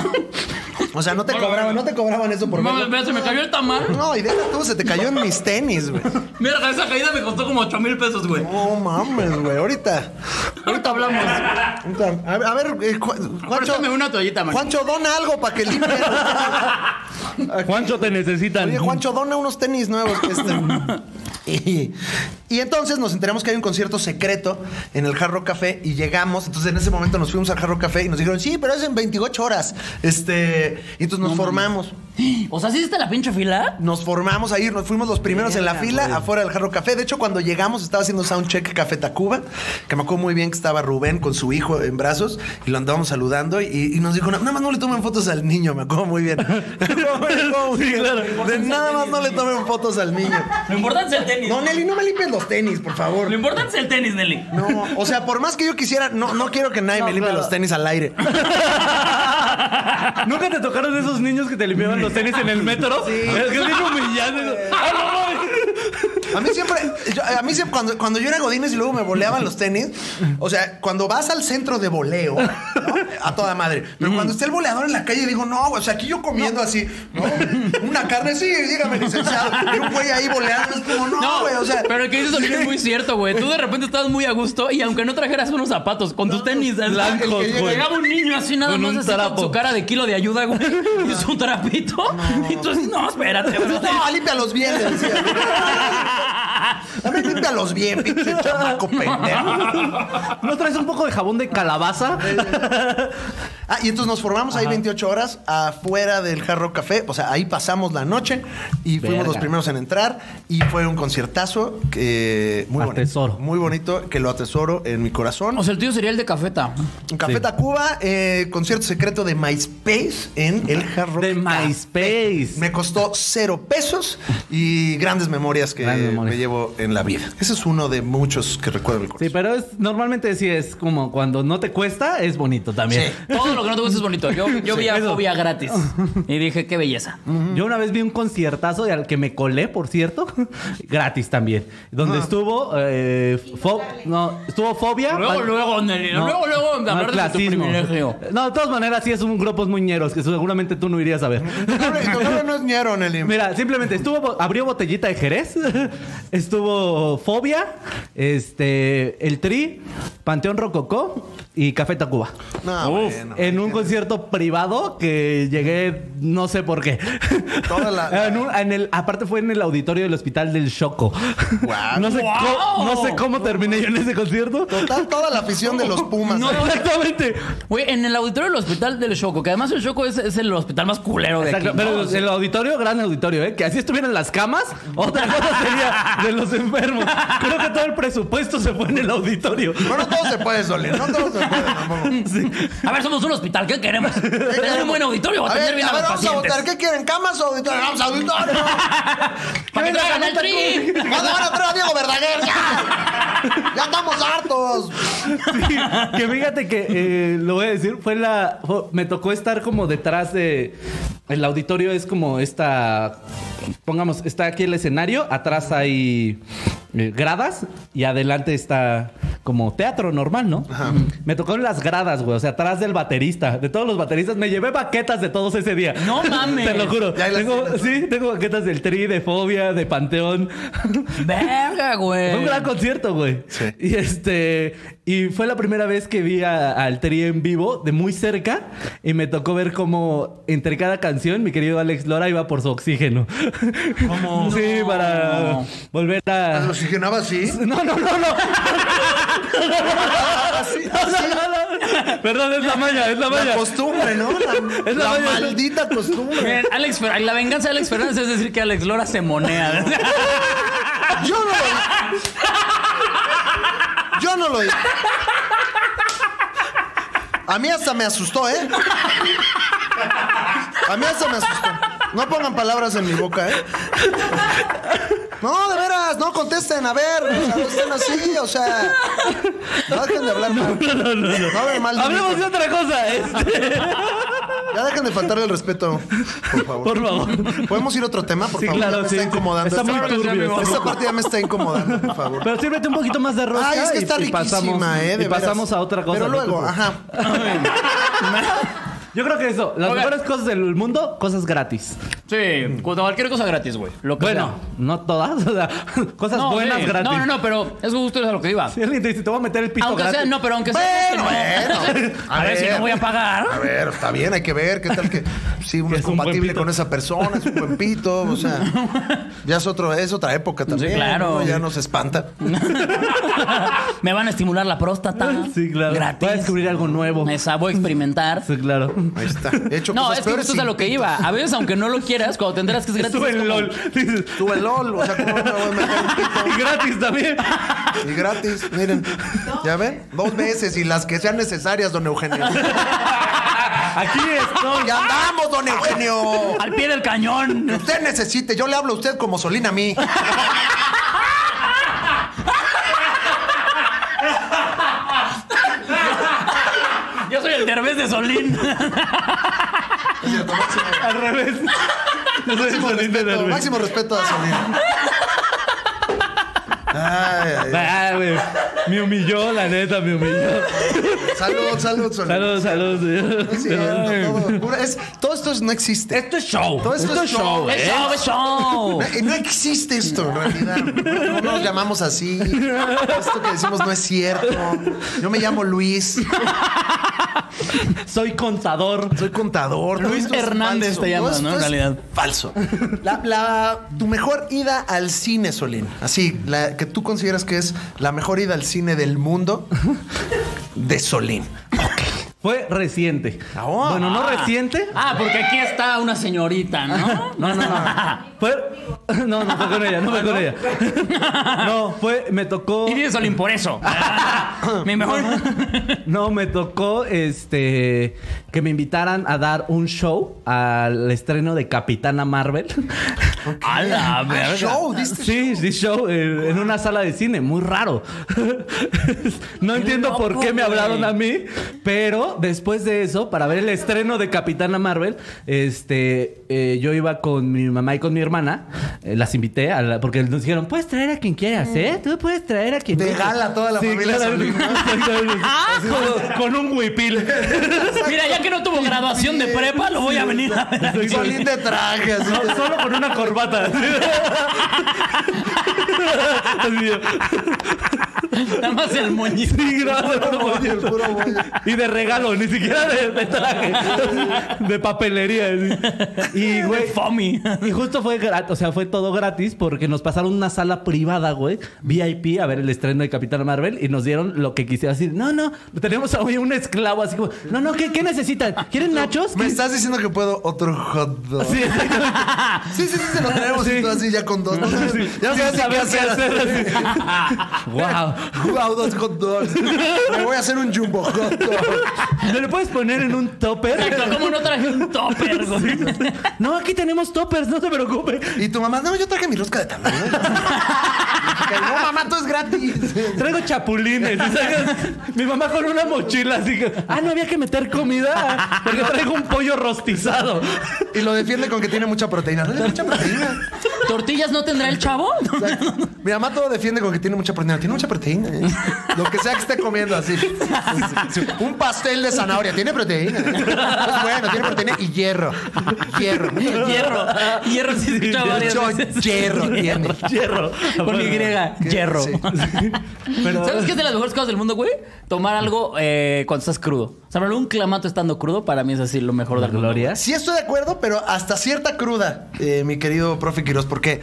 [SPEAKER 3] O sea, no te
[SPEAKER 1] Hola,
[SPEAKER 3] cobraban, no te cobraban eso por
[SPEAKER 1] Mames,
[SPEAKER 3] verlo.
[SPEAKER 1] mira, se me cayó el tamal.
[SPEAKER 3] No, y deja tú, se te cayó en mis tenis, güey.
[SPEAKER 1] Mira, esa caída me costó como 8 mil pesos, güey.
[SPEAKER 3] No mames, güey. Ahorita.
[SPEAKER 1] Ahorita hablamos.
[SPEAKER 3] Ahorita- A a ver, eh, Ju- Juancho.
[SPEAKER 1] Préstame una toallita, man.
[SPEAKER 3] Juancho, dona algo para que limpie.
[SPEAKER 2] Juancho, te necesitan.
[SPEAKER 3] Oye, Juancho, dona unos tenis nuevos que están. Y, y entonces nos enteramos que hay un concierto secreto en el Jarro Café y llegamos. Entonces en ese momento nos fuimos al Jarro Café y nos dijeron, sí, pero es en 28 horas. Este, y entonces nos formamos.
[SPEAKER 1] O sea, ¿sí hiciste la pinche fila?
[SPEAKER 3] Nos formamos a ir, nos fuimos los primeros en la fila afuera del Jarro Café. De hecho, cuando llegamos estaba haciendo soundcheck Café Tacuba, que me acuerdo muy bien que estaba Rubén con su hijo en brazos y lo andábamos saludando y, y nos dijo, nada más no le tomen fotos al niño, me acuerdo muy bien. Me acuerdo muy bien. De nada más no le tomen fotos al niño.
[SPEAKER 1] Lo importante es el tenis.
[SPEAKER 3] No, Nelly, no me limpies los tenis, por favor.
[SPEAKER 1] Lo importante es el tenis, Nelly.
[SPEAKER 3] No, o sea, por más que yo quisiera, no, no quiero que nadie me limpie los tenis al aire.
[SPEAKER 2] ¿Nunca te tocaron esos niños que te limpiaban los tenis en el metro? Es que es bien humillante. ¡Ah, no mames!
[SPEAKER 3] A mí siempre, yo- a mí siempre, cuando, cuando yo era Godines y luego me boleaban los tenis, o sea, cuando vas al centro de voleo, ¿no? a toda madre, pero cuando está el boleador en la calle, digo, no, o sea, aquí yo comiendo así, ¿no? Una carne, sí, dígame, licenciado, y un güey ahí boleando, es como, no,
[SPEAKER 1] No,
[SPEAKER 3] güey, o sea.
[SPEAKER 1] pero el que dices ahorita
[SPEAKER 3] sí.
[SPEAKER 1] es muy cierto, güey. Tú de repente estabas muy a gusto y aunque no trajeras unos zapatos con tus tenis
[SPEAKER 3] el
[SPEAKER 1] blancos,
[SPEAKER 3] que llega-
[SPEAKER 1] güey. Llegaba un niño así nada
[SPEAKER 2] Con
[SPEAKER 1] más
[SPEAKER 2] un
[SPEAKER 1] así con
[SPEAKER 2] trapo.
[SPEAKER 1] su cara de kilo de ayuda, güey. Y su trapito. Y tú dices, no, espérate, güey.
[SPEAKER 3] No, límpialos bien, le decía. A ver, límpialos bien, pinche chamaco pendejo.
[SPEAKER 2] ¿No traes un poco de jabón de calabaza?
[SPEAKER 3] Ah, y entonces nos formamos ahí 28 horas afuera del Jarro Café. O sea, ahí pasamos la noche y fuimos
[SPEAKER 2] Verga.
[SPEAKER 3] los primeros en entrar. Y fue un conciertazo que muy
[SPEAKER 2] Atesoro.
[SPEAKER 3] bonito. Muy bonito, que lo atesoro en mi corazón.
[SPEAKER 1] O sea, el tío sería el de cafeta.
[SPEAKER 3] Café
[SPEAKER 2] sí.
[SPEAKER 3] Tacuba, eh, concierto secreto de MySpace en el Jarro
[SPEAKER 2] De MySpace.
[SPEAKER 3] Me costó cero pesos y grandes memorias que
[SPEAKER 2] Grandes memorias.
[SPEAKER 3] me llevo en la vida. Ese es uno de muchos que recuerdo en el
[SPEAKER 2] Sí, pues,
[SPEAKER 3] corazón.
[SPEAKER 2] pero es normalmente sí es como cuando no te cuesta, es bonito también.
[SPEAKER 3] Sí.
[SPEAKER 1] Todo lo que no te gusta es bonito. Yo, yo vi a
[SPEAKER 2] eso.
[SPEAKER 1] Fobia gratis. Y dije, qué belleza.
[SPEAKER 2] Yo una vez vi un conciertazo de al que me colé, por cierto, gratis también,
[SPEAKER 1] Ah.
[SPEAKER 2] donde estuvo eh, fo- no, estuvo fobia.
[SPEAKER 1] Luego,
[SPEAKER 2] Mal-
[SPEAKER 1] luego, Nelly.
[SPEAKER 2] No,
[SPEAKER 1] luego, luego,
[SPEAKER 2] mal
[SPEAKER 1] hablar de tu
[SPEAKER 2] clasismo.
[SPEAKER 1] privilegio.
[SPEAKER 2] No, de todas maneras sí es un grupos muy ñeros que seguramente tú no irías a ver.
[SPEAKER 3] Tu nombre no es ñero, Nelly.
[SPEAKER 2] Mira, simplemente estuvo bo- abrió botellita de Jerez, estuvo Fobia, este el Tri, Panteón Rococó, y Café Tacuba.
[SPEAKER 3] No,
[SPEAKER 1] Uf.
[SPEAKER 3] bueno.
[SPEAKER 2] en un concierto privado que llegué no sé por qué.
[SPEAKER 3] Toda la-
[SPEAKER 2] En un- en el, aparte fue en el auditorio del hospital del Choco.
[SPEAKER 3] Guau.
[SPEAKER 2] No, sé
[SPEAKER 1] Guau.
[SPEAKER 2] cómo, no sé cómo terminé yo en ese concierto.
[SPEAKER 3] Total, toda la afición de los Pumas. ¿eh?
[SPEAKER 1] No,
[SPEAKER 3] ahí.
[SPEAKER 2] Exactamente.
[SPEAKER 1] Güey, en el auditorio del hospital del Choco, que además el Choco es, es el hospital más culero de
[SPEAKER 2] Exacto,
[SPEAKER 1] aquí. ¿no?
[SPEAKER 2] pero pues,
[SPEAKER 1] O sea,
[SPEAKER 2] el auditorio, gran auditorio, ¿eh? Que así estuvieran las camas, otra cosa sería de los enfermos. Creo que todo el presupuesto se fue en el auditorio.
[SPEAKER 3] Bueno, todo se puede, Sole. No todo se puede tampoco.
[SPEAKER 2] Sí.
[SPEAKER 1] A ver, somos un hospital, ¿qué queremos? Tener un buen auditorio o
[SPEAKER 3] Eh, A
[SPEAKER 1] atender
[SPEAKER 3] ver,
[SPEAKER 1] bien
[SPEAKER 3] a
[SPEAKER 1] a,
[SPEAKER 3] ver,
[SPEAKER 1] los
[SPEAKER 3] vamos a
[SPEAKER 1] pacientes.
[SPEAKER 3] votar. ¿Qué quieren? ¿Camas o auditorio? ¡Vamos a auditorio!
[SPEAKER 1] Para que
[SPEAKER 2] ¿Qué
[SPEAKER 1] traigan
[SPEAKER 2] me
[SPEAKER 1] el
[SPEAKER 2] la
[SPEAKER 1] tri.
[SPEAKER 3] ¡Van a van a traer a Diego Verdaguer! ¡Ya! ¡Ya estamos hartos!
[SPEAKER 2] Sí, que fíjate que eh, lo voy a decir, fue la. fue- me tocó estar como detrás de. El auditorio es como esta. Pongamos, está aquí el escenario, atrás hay eh, gradas y adelante está como teatro normal, ¿no? Me tocó en las gradas, güey, o sea, atrás del baterista, de todos los bateristas, me llevé baquetas de todos ese día.
[SPEAKER 1] No mames.
[SPEAKER 2] Te lo juro.
[SPEAKER 3] Ya las
[SPEAKER 2] Tengo, sí, tengo baquetas del Tri, de Fobia, de Panteón.
[SPEAKER 1] Verga,
[SPEAKER 2] Fue un
[SPEAKER 1] güey.
[SPEAKER 2] gran concierto, güey. Y este. Y fue la primera vez que vi a- al Tri en vivo, de muy cerca. Y me tocó ver cómo entre cada canción, mi querido Alex Lora iba por su oxígeno.
[SPEAKER 1] ¿Cómo?
[SPEAKER 2] Sí,
[SPEAKER 1] No.
[SPEAKER 2] para volver a.
[SPEAKER 3] Ah. ¿Lo oxigenaba así?
[SPEAKER 2] No, no, no, no. No, no, no, no. Perdón, es la malla, es la
[SPEAKER 3] Ah, La
[SPEAKER 2] malla.
[SPEAKER 3] costumbre, ¿no? La,
[SPEAKER 2] Es la
[SPEAKER 3] la
[SPEAKER 2] maña-
[SPEAKER 3] maldita costumbre.
[SPEAKER 1] Miren, Alex Fer- la venganza de Alex Fernández es decir que Alex Lora se monea.
[SPEAKER 3] Yo no lo dije. Yo no lo dije. A mí hasta me asustó, ¿eh? A mí hasta me asustó. No pongan palabras en mi boca, ¿eh? No, de veras, no contesten, a ver, o sea, no estén así, o sea. No dejen de hablar mal. No, no, no. hablen mal de mí.
[SPEAKER 2] Hablemos de otra cosa, este,
[SPEAKER 3] Ya dejen de faltarle el respeto, por favor.
[SPEAKER 2] por favor.
[SPEAKER 3] ¿Podemos ir a otro tema? Por
[SPEAKER 2] Sí,
[SPEAKER 3] favor,
[SPEAKER 2] claro,
[SPEAKER 3] ya me
[SPEAKER 2] sí,
[SPEAKER 3] está
[SPEAKER 2] sí.
[SPEAKER 3] incomodando.
[SPEAKER 2] Está
[SPEAKER 3] esta
[SPEAKER 2] muy
[SPEAKER 3] parte.
[SPEAKER 2] turbio,
[SPEAKER 3] Esta
[SPEAKER 2] está
[SPEAKER 3] parte ya me está incomodando, por favor.
[SPEAKER 2] Pero sírvete un poquito más de rosca
[SPEAKER 3] Ay, es que
[SPEAKER 2] y-
[SPEAKER 3] está
[SPEAKER 2] y,
[SPEAKER 3] riquísima,
[SPEAKER 2] pasamos,
[SPEAKER 3] ¿eh?
[SPEAKER 2] y
[SPEAKER 3] De veras.
[SPEAKER 2] pasamos a otra cosa.
[SPEAKER 3] Pero
[SPEAKER 2] ¿no?
[SPEAKER 3] luego, ajá.
[SPEAKER 2] Yo creo que eso, las
[SPEAKER 1] Oigan.
[SPEAKER 2] mejores cosas del mundo, cosas gratis.
[SPEAKER 1] Sí, cuando cualquier cosa gratis, güey. Lo que
[SPEAKER 2] Bueno,
[SPEAKER 1] sea.
[SPEAKER 2] no todas, o sea, cosas
[SPEAKER 1] No,
[SPEAKER 2] buenas
[SPEAKER 1] sí.
[SPEAKER 2] gratis.
[SPEAKER 1] No, no, no, pero es justo eso a lo que iba.
[SPEAKER 2] Si alguien te dice, te voy a meter el pito
[SPEAKER 1] Aunque
[SPEAKER 2] gratis.
[SPEAKER 1] sea, no, pero aunque sea.
[SPEAKER 3] Bueno, bueno.
[SPEAKER 1] A ver si no voy a pagar.
[SPEAKER 3] A ver, está bien, hay que ver qué tal que si uno
[SPEAKER 2] Que
[SPEAKER 3] es,
[SPEAKER 2] es un buen
[SPEAKER 3] compatible
[SPEAKER 2] pito.
[SPEAKER 3] con esa persona, es un buen pito, o sea, ya es otro, es otra época también.
[SPEAKER 1] claro.
[SPEAKER 3] ¿no? Ya nos espanta.
[SPEAKER 1] Me van a estimular la próstata.
[SPEAKER 2] Sí, claro.
[SPEAKER 1] Gratis.
[SPEAKER 2] Voy a descubrir algo nuevo.
[SPEAKER 1] Esa, voy a experimentar. Pues
[SPEAKER 2] Sí, claro.
[SPEAKER 3] Ahí está. He hecho
[SPEAKER 1] No,
[SPEAKER 3] cosas
[SPEAKER 1] es que
[SPEAKER 3] peores
[SPEAKER 1] esto es a
[SPEAKER 3] sin
[SPEAKER 1] lo que
[SPEAKER 3] pito.
[SPEAKER 1] iba. A veces, aunque no lo quieras, cuando te enteras que es gratis.
[SPEAKER 2] Estuve
[SPEAKER 1] es
[SPEAKER 2] en
[SPEAKER 1] como-
[SPEAKER 2] LOL. Dices,
[SPEAKER 3] Tuve LOL, o sea, ¿cómo no me voy a meter un pito?
[SPEAKER 2] y gratis también.
[SPEAKER 3] Y gratis, miren. ¿Ya ven? Dos veces y las que sean necesarias, don Eugenio.
[SPEAKER 2] Aquí estoy.
[SPEAKER 3] ¡Ya andamos, don Eugenio!
[SPEAKER 1] Al pie del cañón.
[SPEAKER 3] Usted necesite, yo le hablo a usted como Solín a mí.
[SPEAKER 1] Yo soy el derbez de Solín.
[SPEAKER 2] Al revés. Yo soy
[SPEAKER 3] Máximo
[SPEAKER 2] Solín de
[SPEAKER 3] respeto,
[SPEAKER 2] Nervios.
[SPEAKER 3] máximo respeto a Solín. Ay, ay,
[SPEAKER 2] Ah, güey. Me humilló, la neta, me humilló.
[SPEAKER 3] ay. Salud, salud, Solín.
[SPEAKER 2] Saludos, saludos. señor.
[SPEAKER 3] No es cierto,
[SPEAKER 2] Ay.
[SPEAKER 3] todo, pura- es- todo esto es- no existe.
[SPEAKER 1] Esto es show.
[SPEAKER 3] Todo esto, es show. eh.
[SPEAKER 1] Es show, es show.
[SPEAKER 3] No, no existe esto en realidad. No nos llamamos así. Esto que decimos no es cierto. Yo me llamo Luis.
[SPEAKER 2] Soy contador.
[SPEAKER 3] Soy contador. Todo
[SPEAKER 1] Luis
[SPEAKER 3] esto es
[SPEAKER 1] Hernández
[SPEAKER 3] falso.
[SPEAKER 1] te llama,
[SPEAKER 3] Todo
[SPEAKER 1] ¿no? En
[SPEAKER 3] esto es
[SPEAKER 1] realidad.
[SPEAKER 3] Falso. La, la- tu mejor ida al cine, Solín. Así, la que tú consideras que es la mejor ida al cine del mundo de Solín.
[SPEAKER 2] Fue reciente.
[SPEAKER 3] Ah.
[SPEAKER 2] Bueno, no reciente.
[SPEAKER 1] Ah, porque aquí está una señorita, ¿no?
[SPEAKER 2] No, no, no. Fue. No, no fue con ella, no fue con ella. No, fue. Me tocó.
[SPEAKER 1] Ah, Y dice Solín por eso. Mi mejor.
[SPEAKER 2] No, me tocó este. Que me invitaran a dar un show al estreno de Capitana Marvel.
[SPEAKER 1] A la
[SPEAKER 3] Ah,
[SPEAKER 1] verga.
[SPEAKER 3] show, ¿viste?
[SPEAKER 2] Sí, sí, show eh, en una sala de cine, muy raro. No entiendo por
[SPEAKER 1] loco,
[SPEAKER 2] qué me
[SPEAKER 1] güey.
[SPEAKER 2] hablaron a mí, pero después de eso, para ver el estreno de Capitana Marvel, este, eh, yo iba con mi mamá y con mi hermana, eh, las invité, a la- porque nos dijeron, puedes traer a quien quieras, ¿eh? Tú puedes traer a quien
[SPEAKER 3] Te
[SPEAKER 2] quieras".
[SPEAKER 3] jala toda la familia
[SPEAKER 2] claro.
[SPEAKER 3] Solín,
[SPEAKER 2] Exactamente. con, con un huipil.
[SPEAKER 1] Mira, ya que no tuvo graduación de prepa, lo voy a venir a ver. aquí.
[SPEAKER 3] Solín de traje. así.
[SPEAKER 2] No, solo con una corbata. Así yo.
[SPEAKER 1] Nada más el moñito.
[SPEAKER 3] Puro bollo, el puro bollo.
[SPEAKER 2] Y de regalo, ni siquiera de, de traje. De papelería. así. Y, güey.
[SPEAKER 1] Fomi.
[SPEAKER 2] Y justo fue gratis, o sea, fue todo gratis porque nos pasaron una sala privada, güey, VIP, a ver el estreno de Capitán Marvel y nos dieron lo que quisiera decir. No, no, tenemos a un esclavo así como, no, no, ¿qué, qué necesitan? ¿Quieren nachos?
[SPEAKER 3] Me estás diciendo que puedo otro hot dog.
[SPEAKER 2] Sí, exactamente.
[SPEAKER 3] Sí, sí, sí, se lo tenemos
[SPEAKER 2] Sí.
[SPEAKER 3] y tú así ya con dos. No sabes- Ya no
[SPEAKER 2] Sin
[SPEAKER 3] sabes ni
[SPEAKER 2] saber
[SPEAKER 3] qué hacer.
[SPEAKER 2] wow.
[SPEAKER 3] Wow, dos hot dogs. Me voy a hacer un jumbo hot dog.
[SPEAKER 2] ¿Me lo puedes poner en un topper?
[SPEAKER 1] Exacto, ¿cómo no traje un topper? güey?
[SPEAKER 2] No, aquí tenemos toppers, no se preocupe.
[SPEAKER 3] Y tu mamá, no, yo traje mi rosca de tamaño. no, mamá, todo es gratis.
[SPEAKER 2] Traigo chapulines. y sacas- Mi mamá con una mochila así que, ah, no había que meter comida porque traigo un pollo rostizado.
[SPEAKER 3] Y lo defiende con que tiene mucha proteína. No tiene mucha proteína.
[SPEAKER 1] ¿Tortillas no tendrá el chavo?
[SPEAKER 3] Exacto. Mi mamá todo defiende con que tiene mucha proteína. Tiene mucha proteína. eh. Lo que sea que esté comiendo así. Un pastel de zanahoria. Tiene proteína. Es bueno, tiene proteína y hierro. Hierro.
[SPEAKER 1] Hierro. Hierro sí se escucha varias
[SPEAKER 3] Mucho
[SPEAKER 1] veces.
[SPEAKER 3] hierro tiene.
[SPEAKER 2] Hierro.
[SPEAKER 1] Con Y, hierro.
[SPEAKER 3] Sí.
[SPEAKER 2] Pero-
[SPEAKER 1] ¿Sabes qué es de las mejores cosas del mundo, güey? Tomar algo eh, cuando estás crudo. O sea, pero un clamato estando crudo para mí es así lo mejor de
[SPEAKER 2] Gloria.
[SPEAKER 3] Sí estoy de acuerdo, pero hasta cierta cruda, eh, mi querido profe Quiroz, porque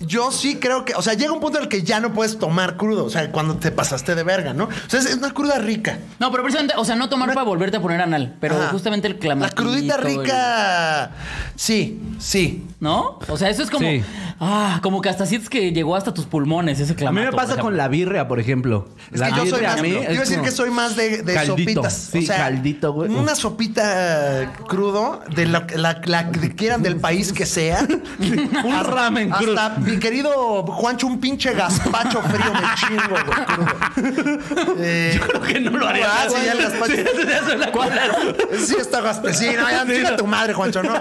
[SPEAKER 3] yo sí creo que, o sea, llega un punto en el que ya no puedes tomar crudo, o sea, cuando te pasaste de verga, ¿no? O sea, es es una cruda rica.
[SPEAKER 1] No, pero precisamente, o sea, no tomar para volverte a poner anal, pero
[SPEAKER 3] Ajá.
[SPEAKER 1] justamente el
[SPEAKER 3] La
[SPEAKER 1] clamato.
[SPEAKER 3] crudita rica, sí, sí.
[SPEAKER 1] ¿No? O sea, eso es como.
[SPEAKER 2] Sí.
[SPEAKER 1] Ah, como que hasta sientes que llegó hasta tus pulmones ese
[SPEAKER 2] A
[SPEAKER 1] clamato.
[SPEAKER 2] mí me pasa con la birria, por ejemplo.
[SPEAKER 3] Es
[SPEAKER 2] la
[SPEAKER 3] que yo soy
[SPEAKER 2] birria
[SPEAKER 3] más,
[SPEAKER 2] a mí
[SPEAKER 3] yo
[SPEAKER 2] es
[SPEAKER 3] iba a decir
[SPEAKER 2] como-
[SPEAKER 3] que soy más de, de
[SPEAKER 2] Caldito,
[SPEAKER 3] sopitas.
[SPEAKER 2] sí, caldito, güey.
[SPEAKER 3] Una sopita crudo, de la, la- la que quieran del país que sea.
[SPEAKER 2] Un
[SPEAKER 3] Hasta-
[SPEAKER 2] ramen crudo.
[SPEAKER 3] Hasta mi querido Juancho, un pinche gazpacho frío me chingo, güey, crudo. Eh,
[SPEAKER 2] Creo que no lo haría.
[SPEAKER 3] Ah, sí, ya el gazpacho.
[SPEAKER 2] Sí, eso ya suena culero.
[SPEAKER 3] Sí, está gazpacho. Sí, no, ya
[SPEAKER 2] Sí,
[SPEAKER 3] chinga
[SPEAKER 2] no.
[SPEAKER 3] tu madre, Juancho, no. No,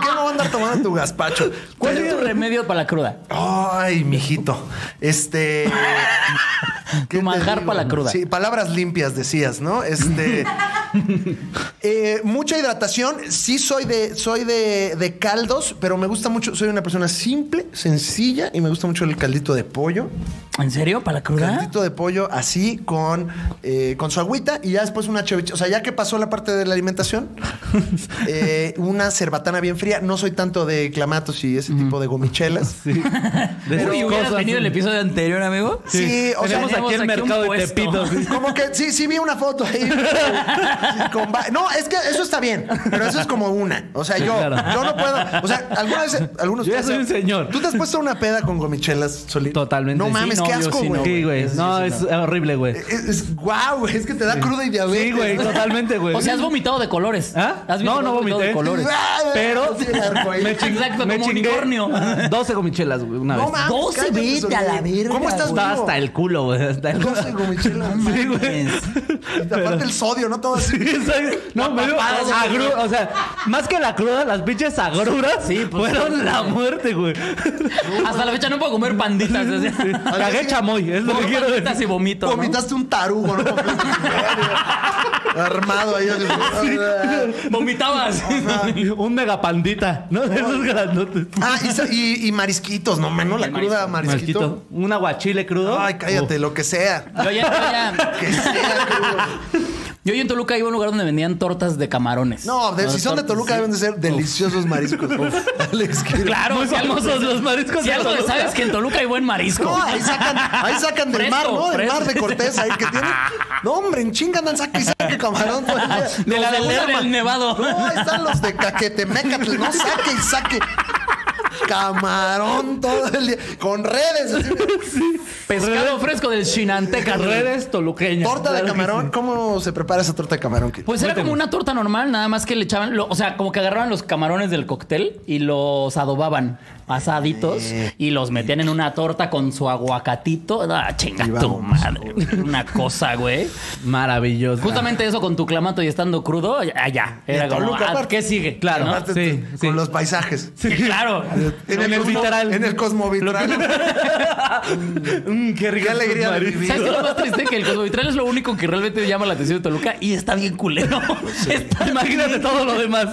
[SPEAKER 3] ¿qué no va a andar tomando tu gazpacho?
[SPEAKER 1] ¿Cuál es
[SPEAKER 3] Pero-
[SPEAKER 1] tu remedio para la cruda?
[SPEAKER 3] Ay, mijito. Este.
[SPEAKER 1] Tu
[SPEAKER 3] ¿qué te
[SPEAKER 1] manjar
[SPEAKER 3] digo?
[SPEAKER 1] pa' la cruda.
[SPEAKER 3] Sí, palabras limpias decías, ¿no? Este. eh, mucha hidratación. Sí, soy de. Soy de, de caldos, pero me gusta mucho. Soy una persona simple, sencilla, y me gusta mucho el caldito de pollo.
[SPEAKER 1] ¿En serio? ¿Para la cruda?
[SPEAKER 3] Caldito de pollo así con, eh, con su agüita y ya después una chevich. O sea, ya que pasó la parte de la alimentación, eh, una cerbatana bien fría. No soy tanto de clamatos y ese tipo de gomichelas.
[SPEAKER 2] Sí. De esas
[SPEAKER 1] Uy, hubieras
[SPEAKER 2] cosas.
[SPEAKER 1] venido el episodio anterior, amigo.
[SPEAKER 3] Sí, o sea,
[SPEAKER 2] Tenemos aquí
[SPEAKER 1] tenemos aquí
[SPEAKER 2] el
[SPEAKER 1] un
[SPEAKER 2] mercado de
[SPEAKER 1] puesto.
[SPEAKER 2] Tepito. sí.
[SPEAKER 3] Como que sí, sí vi una foto ahí. Sí, con va- no, es que eso está bien, pero eso es como una. O sea, yo,
[SPEAKER 2] claro.
[SPEAKER 3] yo no puedo. O sea, alguna vez, algunos.
[SPEAKER 2] Yo ya
[SPEAKER 3] ustedes-
[SPEAKER 2] soy un señor.
[SPEAKER 3] ¿Tú te has puesto una peda con gomichelas solito?
[SPEAKER 2] Totalmente,
[SPEAKER 3] No
[SPEAKER 2] sí,
[SPEAKER 3] mames,
[SPEAKER 1] no,
[SPEAKER 3] qué
[SPEAKER 1] yo
[SPEAKER 3] asco,
[SPEAKER 1] sí no,
[SPEAKER 3] güey.
[SPEAKER 2] Sí, güey.
[SPEAKER 1] Eso sí,
[SPEAKER 2] No,
[SPEAKER 1] sí,
[SPEAKER 2] es
[SPEAKER 1] no.
[SPEAKER 2] horrible, güey.
[SPEAKER 3] Es, es- guau, güey, es que te da cruda y diabetes.
[SPEAKER 2] Sí, güey, totalmente, güey.
[SPEAKER 1] O sea, has vomitado de colores.
[SPEAKER 2] ¿Ah?
[SPEAKER 1] ¿Has
[SPEAKER 2] No, no
[SPEAKER 1] vomitado de
[SPEAKER 2] vomité.
[SPEAKER 1] colores.
[SPEAKER 3] Pero.
[SPEAKER 2] Pero-
[SPEAKER 3] me
[SPEAKER 2] ching-
[SPEAKER 1] Exacto,
[SPEAKER 2] me
[SPEAKER 1] como
[SPEAKER 2] chingué
[SPEAKER 1] unicornio.
[SPEAKER 2] 12 gomichelas, güey, una vez.
[SPEAKER 3] No mames.
[SPEAKER 1] Doce,
[SPEAKER 3] cállate,
[SPEAKER 1] vete a la verga,
[SPEAKER 3] ¿Cómo estás
[SPEAKER 2] Estaba
[SPEAKER 3] vivo?
[SPEAKER 2] hasta el culo, güey. Hasta el culo.
[SPEAKER 3] Doce gomichelas.
[SPEAKER 2] Sí, güey.
[SPEAKER 1] Mames.
[SPEAKER 3] Y Aparte el sodio, ¿no? Todo así.
[SPEAKER 2] Soy- No, me dio
[SPEAKER 3] papada, sí,
[SPEAKER 2] agru-
[SPEAKER 3] güey.
[SPEAKER 2] O sea, más que la cruda, las pinches agruras
[SPEAKER 1] Sí, pues,
[SPEAKER 2] fueron
[SPEAKER 1] sí,
[SPEAKER 2] la
[SPEAKER 1] güey.
[SPEAKER 2] muerte, güey.
[SPEAKER 1] Hasta la fecha no puedo comer panditas. o sea,
[SPEAKER 2] Cagué chamoy, es lo
[SPEAKER 1] como
[SPEAKER 2] que quiero decir.
[SPEAKER 1] panditas y vomito. ¿no?
[SPEAKER 3] Vomitaste un tarugo, ¿no? Armado ahí.
[SPEAKER 1] Vomitabas.
[SPEAKER 2] Un megapandita, ¿no? De esos grandotes.
[SPEAKER 3] Ah, y sa- y, y marisquitos, no, menos la cruda marisquito.
[SPEAKER 2] Marisquito. Un aguachile crudo.
[SPEAKER 3] Ay, cállate, lo que sea.
[SPEAKER 1] Yo ya, yo ya-
[SPEAKER 3] Que sea crudo.
[SPEAKER 1] yo ya en Toluca iba a un lugar donde vendían tortas de camarones.
[SPEAKER 3] No, de- si son de Toluca deben de ser deliciosos mariscos. Alex, que-
[SPEAKER 1] Claro,
[SPEAKER 2] Muy
[SPEAKER 1] si algo-
[SPEAKER 2] famosos los mariscos.
[SPEAKER 1] Si
[SPEAKER 2] de
[SPEAKER 1] algo que
[SPEAKER 2] Toluca.
[SPEAKER 1] sabes que en Toluca hay buen marisco.
[SPEAKER 3] No, ahí sacan, ahí sacan del
[SPEAKER 1] Fresco,
[SPEAKER 3] mar, ¿no? Del
[SPEAKER 1] fresco.
[SPEAKER 3] mar de Cortés, ahí que tiene. No, hombre, en chinga andan saca y saca camarón. todo el día.
[SPEAKER 1] de la
[SPEAKER 3] Los
[SPEAKER 1] laguna
[SPEAKER 3] Lerma.
[SPEAKER 1] del Nevado.
[SPEAKER 3] No, ahí están los de Caquetemecatl, no saque y saque. Camarón todo el día. Con redes. así de-
[SPEAKER 1] Pescado fresco del Chinanteca.
[SPEAKER 2] Redes toluqueñas.
[SPEAKER 3] torta de
[SPEAKER 2] Claro que
[SPEAKER 3] camarón. ¿Cómo se prepara esa torta de camarón? Kid?
[SPEAKER 1] Pues era como una torta normal, nada más que le echaban, lo- o sea, como que agarraban los camarones del cóctel y los adobaban asaditos
[SPEAKER 3] Eh.
[SPEAKER 1] y los metían en una torta con su aguacatito. Ah, chinga
[SPEAKER 3] Y
[SPEAKER 1] tu
[SPEAKER 3] vamos.
[SPEAKER 1] madre, güey. una cosa, güey.
[SPEAKER 2] sí. Maravilloso.
[SPEAKER 1] Justamente eso con tu clamato y estando crudo, allá.
[SPEAKER 3] De
[SPEAKER 1] Era como,
[SPEAKER 3] Toluca,
[SPEAKER 1] ah,
[SPEAKER 3] aparte.
[SPEAKER 1] ¿qué sigue? Claro.
[SPEAKER 3] Aparte,
[SPEAKER 2] sí,
[SPEAKER 3] con
[SPEAKER 2] sí.
[SPEAKER 3] los paisajes.
[SPEAKER 1] Claro.
[SPEAKER 3] En
[SPEAKER 2] En el
[SPEAKER 3] cosmo-
[SPEAKER 2] vitral.
[SPEAKER 3] En el cosmovitral.
[SPEAKER 2] Mm, qué rica
[SPEAKER 3] Qué alegría de vivir.
[SPEAKER 1] ¿Sabes qué es lo más triste? Que el Cosmovitral es lo único que realmente llama la atención de Toluca y está bien culero. Está-
[SPEAKER 2] Imagínate todo lo demás.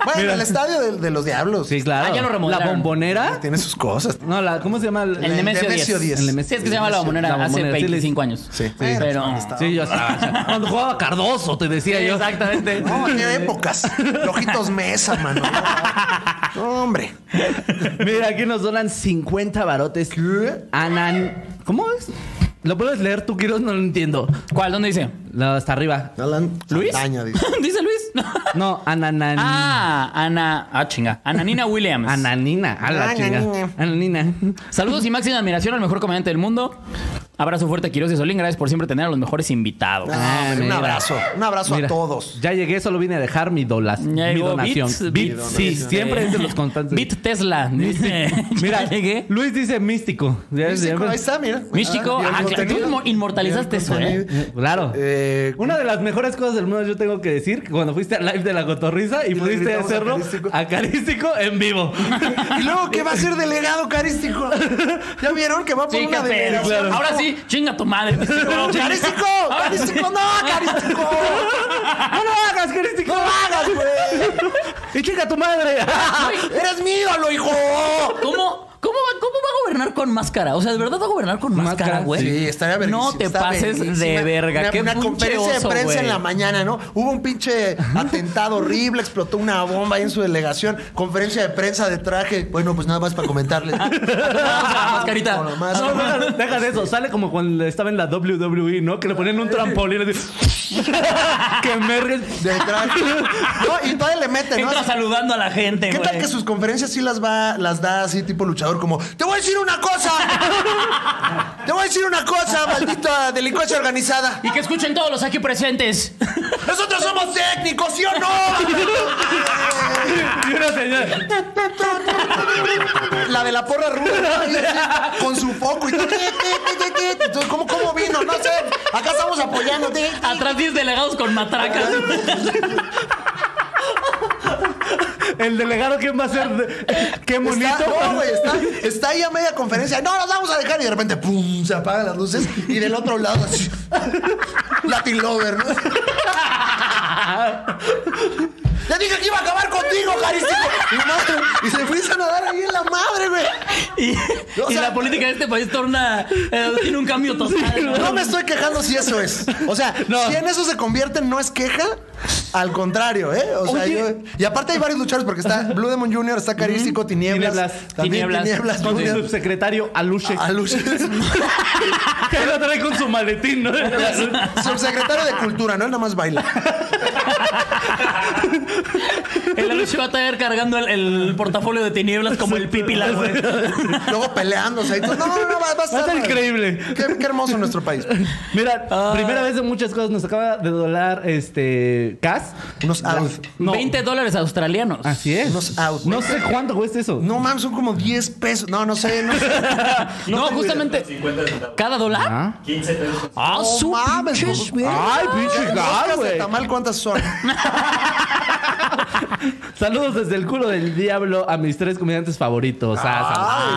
[SPEAKER 3] Bueno,
[SPEAKER 2] Mira.
[SPEAKER 3] el estadio de, de los diablos.
[SPEAKER 2] Sí, claro.
[SPEAKER 1] Ah, ya lo remodelaron.
[SPEAKER 2] la bombonera.
[SPEAKER 3] Tiene sus cosas.
[SPEAKER 2] No, la, ¿cómo se llama?
[SPEAKER 1] El Nemesio 10.
[SPEAKER 2] El
[SPEAKER 1] Sí,
[SPEAKER 2] Nemesio
[SPEAKER 1] es que se llama La Bombonera
[SPEAKER 2] La
[SPEAKER 1] hace
[SPEAKER 2] Bombonera, sí, le-
[SPEAKER 1] 25 años.
[SPEAKER 3] Sí. Sí.
[SPEAKER 1] Pero...
[SPEAKER 2] Sí, yo estaba. Cuando jugaba Cardoso, te decía yo.
[SPEAKER 1] Exactamente.
[SPEAKER 3] No, qué épocas. Lojitos Mesa, mano. No, hombre.
[SPEAKER 2] Mira, aquí nos donan 50 barotes. Anan. ¿Cómo es? ¿Lo puedes leer tú, Quiroz? No lo entiendo.
[SPEAKER 1] ¿Cuál? ¿Dónde dice?
[SPEAKER 2] La, hasta arriba.
[SPEAKER 3] Alan
[SPEAKER 1] ¿Luis?
[SPEAKER 3] Saldaña, dice.
[SPEAKER 1] ¿Dice Luis? No.
[SPEAKER 2] No, Ananan.
[SPEAKER 1] Ah, Ana... Ah, chinga. Ananina Williams.
[SPEAKER 2] Ananina. A la chinga.
[SPEAKER 3] Ananina.
[SPEAKER 2] Ananina.
[SPEAKER 1] Saludos y máxima admiración al mejor comediante del mundo. Abrazo fuerte a Quiroz y Solín. Gracias por siempre tener a los mejores invitados.
[SPEAKER 3] Ah, hombre, un
[SPEAKER 2] mira.
[SPEAKER 3] abrazo. Un abrazo
[SPEAKER 2] Mira,
[SPEAKER 3] a todos.
[SPEAKER 2] Ya llegué, solo vine a dejar mi, dola-
[SPEAKER 1] Ya
[SPEAKER 2] mi
[SPEAKER 1] llegó
[SPEAKER 2] donación.
[SPEAKER 1] Beats,
[SPEAKER 2] Beats,
[SPEAKER 1] Beats,
[SPEAKER 2] sí,
[SPEAKER 1] este,
[SPEAKER 2] siempre es de los constantes.
[SPEAKER 1] Beat Tesla. dice.
[SPEAKER 2] Mira,
[SPEAKER 1] Ya llegué.
[SPEAKER 2] Luis dice místico. Ya-
[SPEAKER 3] Místico,
[SPEAKER 2] ya-
[SPEAKER 3] ahí está, mira.
[SPEAKER 1] Místico,
[SPEAKER 3] bien
[SPEAKER 1] ah, claro, tú
[SPEAKER 3] contenido.
[SPEAKER 1] inmo- inmortalizaste
[SPEAKER 3] Bien
[SPEAKER 1] eso, ¿eh?
[SPEAKER 3] contenido.
[SPEAKER 2] Claro.
[SPEAKER 3] Eh,
[SPEAKER 2] Una de las mejores cosas del mundo, yo tengo que decir, que cuando fuiste al live de la cotorriza y,
[SPEAKER 3] le
[SPEAKER 2] pudiste
[SPEAKER 3] gritamos
[SPEAKER 2] hacerlo
[SPEAKER 3] acarístico.
[SPEAKER 2] acarístico en vivo.
[SPEAKER 3] Y luego que va a ser delegado carístico. ¿Ya vieron que va por
[SPEAKER 1] Sí, qué
[SPEAKER 3] una
[SPEAKER 1] pedo.
[SPEAKER 3] delegación?
[SPEAKER 1] Ahora sí, chinga tu madre.
[SPEAKER 3] ¡Carístico! ¡Carístico! ¡No, carístico!
[SPEAKER 2] ¡No lo hagas, carístico!
[SPEAKER 3] ¡No lo hagas, güey!
[SPEAKER 2] ¡Y chica tu madre!
[SPEAKER 3] ¡Eres mi ídolo, hijo!
[SPEAKER 1] ¿Cómo, cómo, va, ¿Cómo va a gobernar con máscara? O sea, ¿de verdad va a gobernar con máscara,
[SPEAKER 2] Máscara,
[SPEAKER 1] güey?
[SPEAKER 3] Sí, estaría verguísima,
[SPEAKER 1] No te
[SPEAKER 3] está
[SPEAKER 1] pases
[SPEAKER 3] verguísima.
[SPEAKER 1] de verga.
[SPEAKER 3] Una,
[SPEAKER 1] Qué
[SPEAKER 3] una
[SPEAKER 1] pinche
[SPEAKER 3] conferencia de
[SPEAKER 1] oso,
[SPEAKER 3] prensa en
[SPEAKER 1] güey.
[SPEAKER 3] la mañana, ¿no? Hubo un pinche atentado horrible, explotó una bomba ahí en su delegación. Conferencia de prensa de traje. Bueno, pues nada más para comentarles.
[SPEAKER 1] Mascarita.
[SPEAKER 3] Con lo más-
[SPEAKER 2] No, deja, deja de eso. Sale como cuando estaba en la WWE, ¿no? Que le ponían un trampolín así. ¡Que mergues!
[SPEAKER 3] de traje. No, y todavía le meten, ¿no?
[SPEAKER 1] Entra saludando a la gente,
[SPEAKER 3] ¿Qué
[SPEAKER 1] güey.
[SPEAKER 3] tal que sus conferencias sí las va, las da así tipo luchador, como te voy a decir una cosa, te voy a decir una cosa, maldita delincuencia organizada.
[SPEAKER 1] Y que escuchen todos los aquí presentes.
[SPEAKER 3] Nosotros somos técnicos, ¿sí o no?
[SPEAKER 2] Y una señora.
[SPEAKER 3] La de la porra ruda, ahí, así, con su foco y todo. Entonces, ¿Cómo, ¿Cómo vino? No sé. Acá estamos apoyando.
[SPEAKER 1] Atrás 10 delegados con matracas.
[SPEAKER 2] El delegado, ¿quién va a ser? De- ¡Qué bonito!
[SPEAKER 3] Está, no, güey, está, está ahí a media conferencia. No, nos vamos a dejar. Y de repente, pum, se apagan las luces. Y del otro lado, así, Latin Lover, ¿no? Te dije que iba a acabar contigo, carísimo. Y, no, y se fuiste a nadar ahí en la madre, güey.
[SPEAKER 1] Y,
[SPEAKER 3] O
[SPEAKER 1] y
[SPEAKER 3] sea-
[SPEAKER 1] la política de este país torna. eh, tiene un cambio total. ¿no?
[SPEAKER 3] No me estoy quejando si eso es. O sea,
[SPEAKER 2] No.
[SPEAKER 3] si en eso se convierte, no es queja. Al contrario, ¿eh? O sea,
[SPEAKER 2] Oye.
[SPEAKER 3] yo- y aparte hay varios luchadores porque está Blue Demon Jr., está Carístico, Tinieblas.
[SPEAKER 2] Tinieblas.
[SPEAKER 3] También
[SPEAKER 1] Tinieblas.
[SPEAKER 3] Tinieblas,
[SPEAKER 2] Con su
[SPEAKER 3] Jr.
[SPEAKER 2] subsecretario Aluche.
[SPEAKER 3] A luces.
[SPEAKER 2] Que ahí lo trae con su maletín, ¿no?
[SPEAKER 3] Subsecretario de Cultura, ¿no? Él nada más baila.
[SPEAKER 1] El Aluche va a estar cargando el, el portafolio de tinieblas como el pipila, güey.
[SPEAKER 3] Luego peleándose ahí. No, no, no, va, va a
[SPEAKER 2] Va a
[SPEAKER 3] estar
[SPEAKER 2] estar increíble.
[SPEAKER 3] Qué, qué hermoso nuestro país.
[SPEAKER 2] Mira,
[SPEAKER 1] Ah.
[SPEAKER 2] primera vez de muchas cosas nos acaba de dolar este Cas.
[SPEAKER 3] Unos out.
[SPEAKER 2] No.
[SPEAKER 1] 20 dólares australianos.
[SPEAKER 2] Así es.
[SPEAKER 3] Unos out.
[SPEAKER 2] No sé cuánto cuesta eso.
[SPEAKER 3] No, mam, son como 10 pesos. No, no sé, no sé.
[SPEAKER 1] No, justamente. ¿Cada dólar?
[SPEAKER 2] Ah.
[SPEAKER 5] 15 pesos.
[SPEAKER 1] ¡Ah,
[SPEAKER 3] No
[SPEAKER 1] su
[SPEAKER 3] mames,
[SPEAKER 1] pinches,
[SPEAKER 3] no.
[SPEAKER 1] güey!
[SPEAKER 2] Ay,
[SPEAKER 3] Las
[SPEAKER 2] pinche Cas,
[SPEAKER 3] roscas de
[SPEAKER 2] güey.
[SPEAKER 3] tamal cuántas son?
[SPEAKER 2] Saludos desde el culo del diablo a mis tres comediantes favoritos. Ah,
[SPEAKER 1] Ay,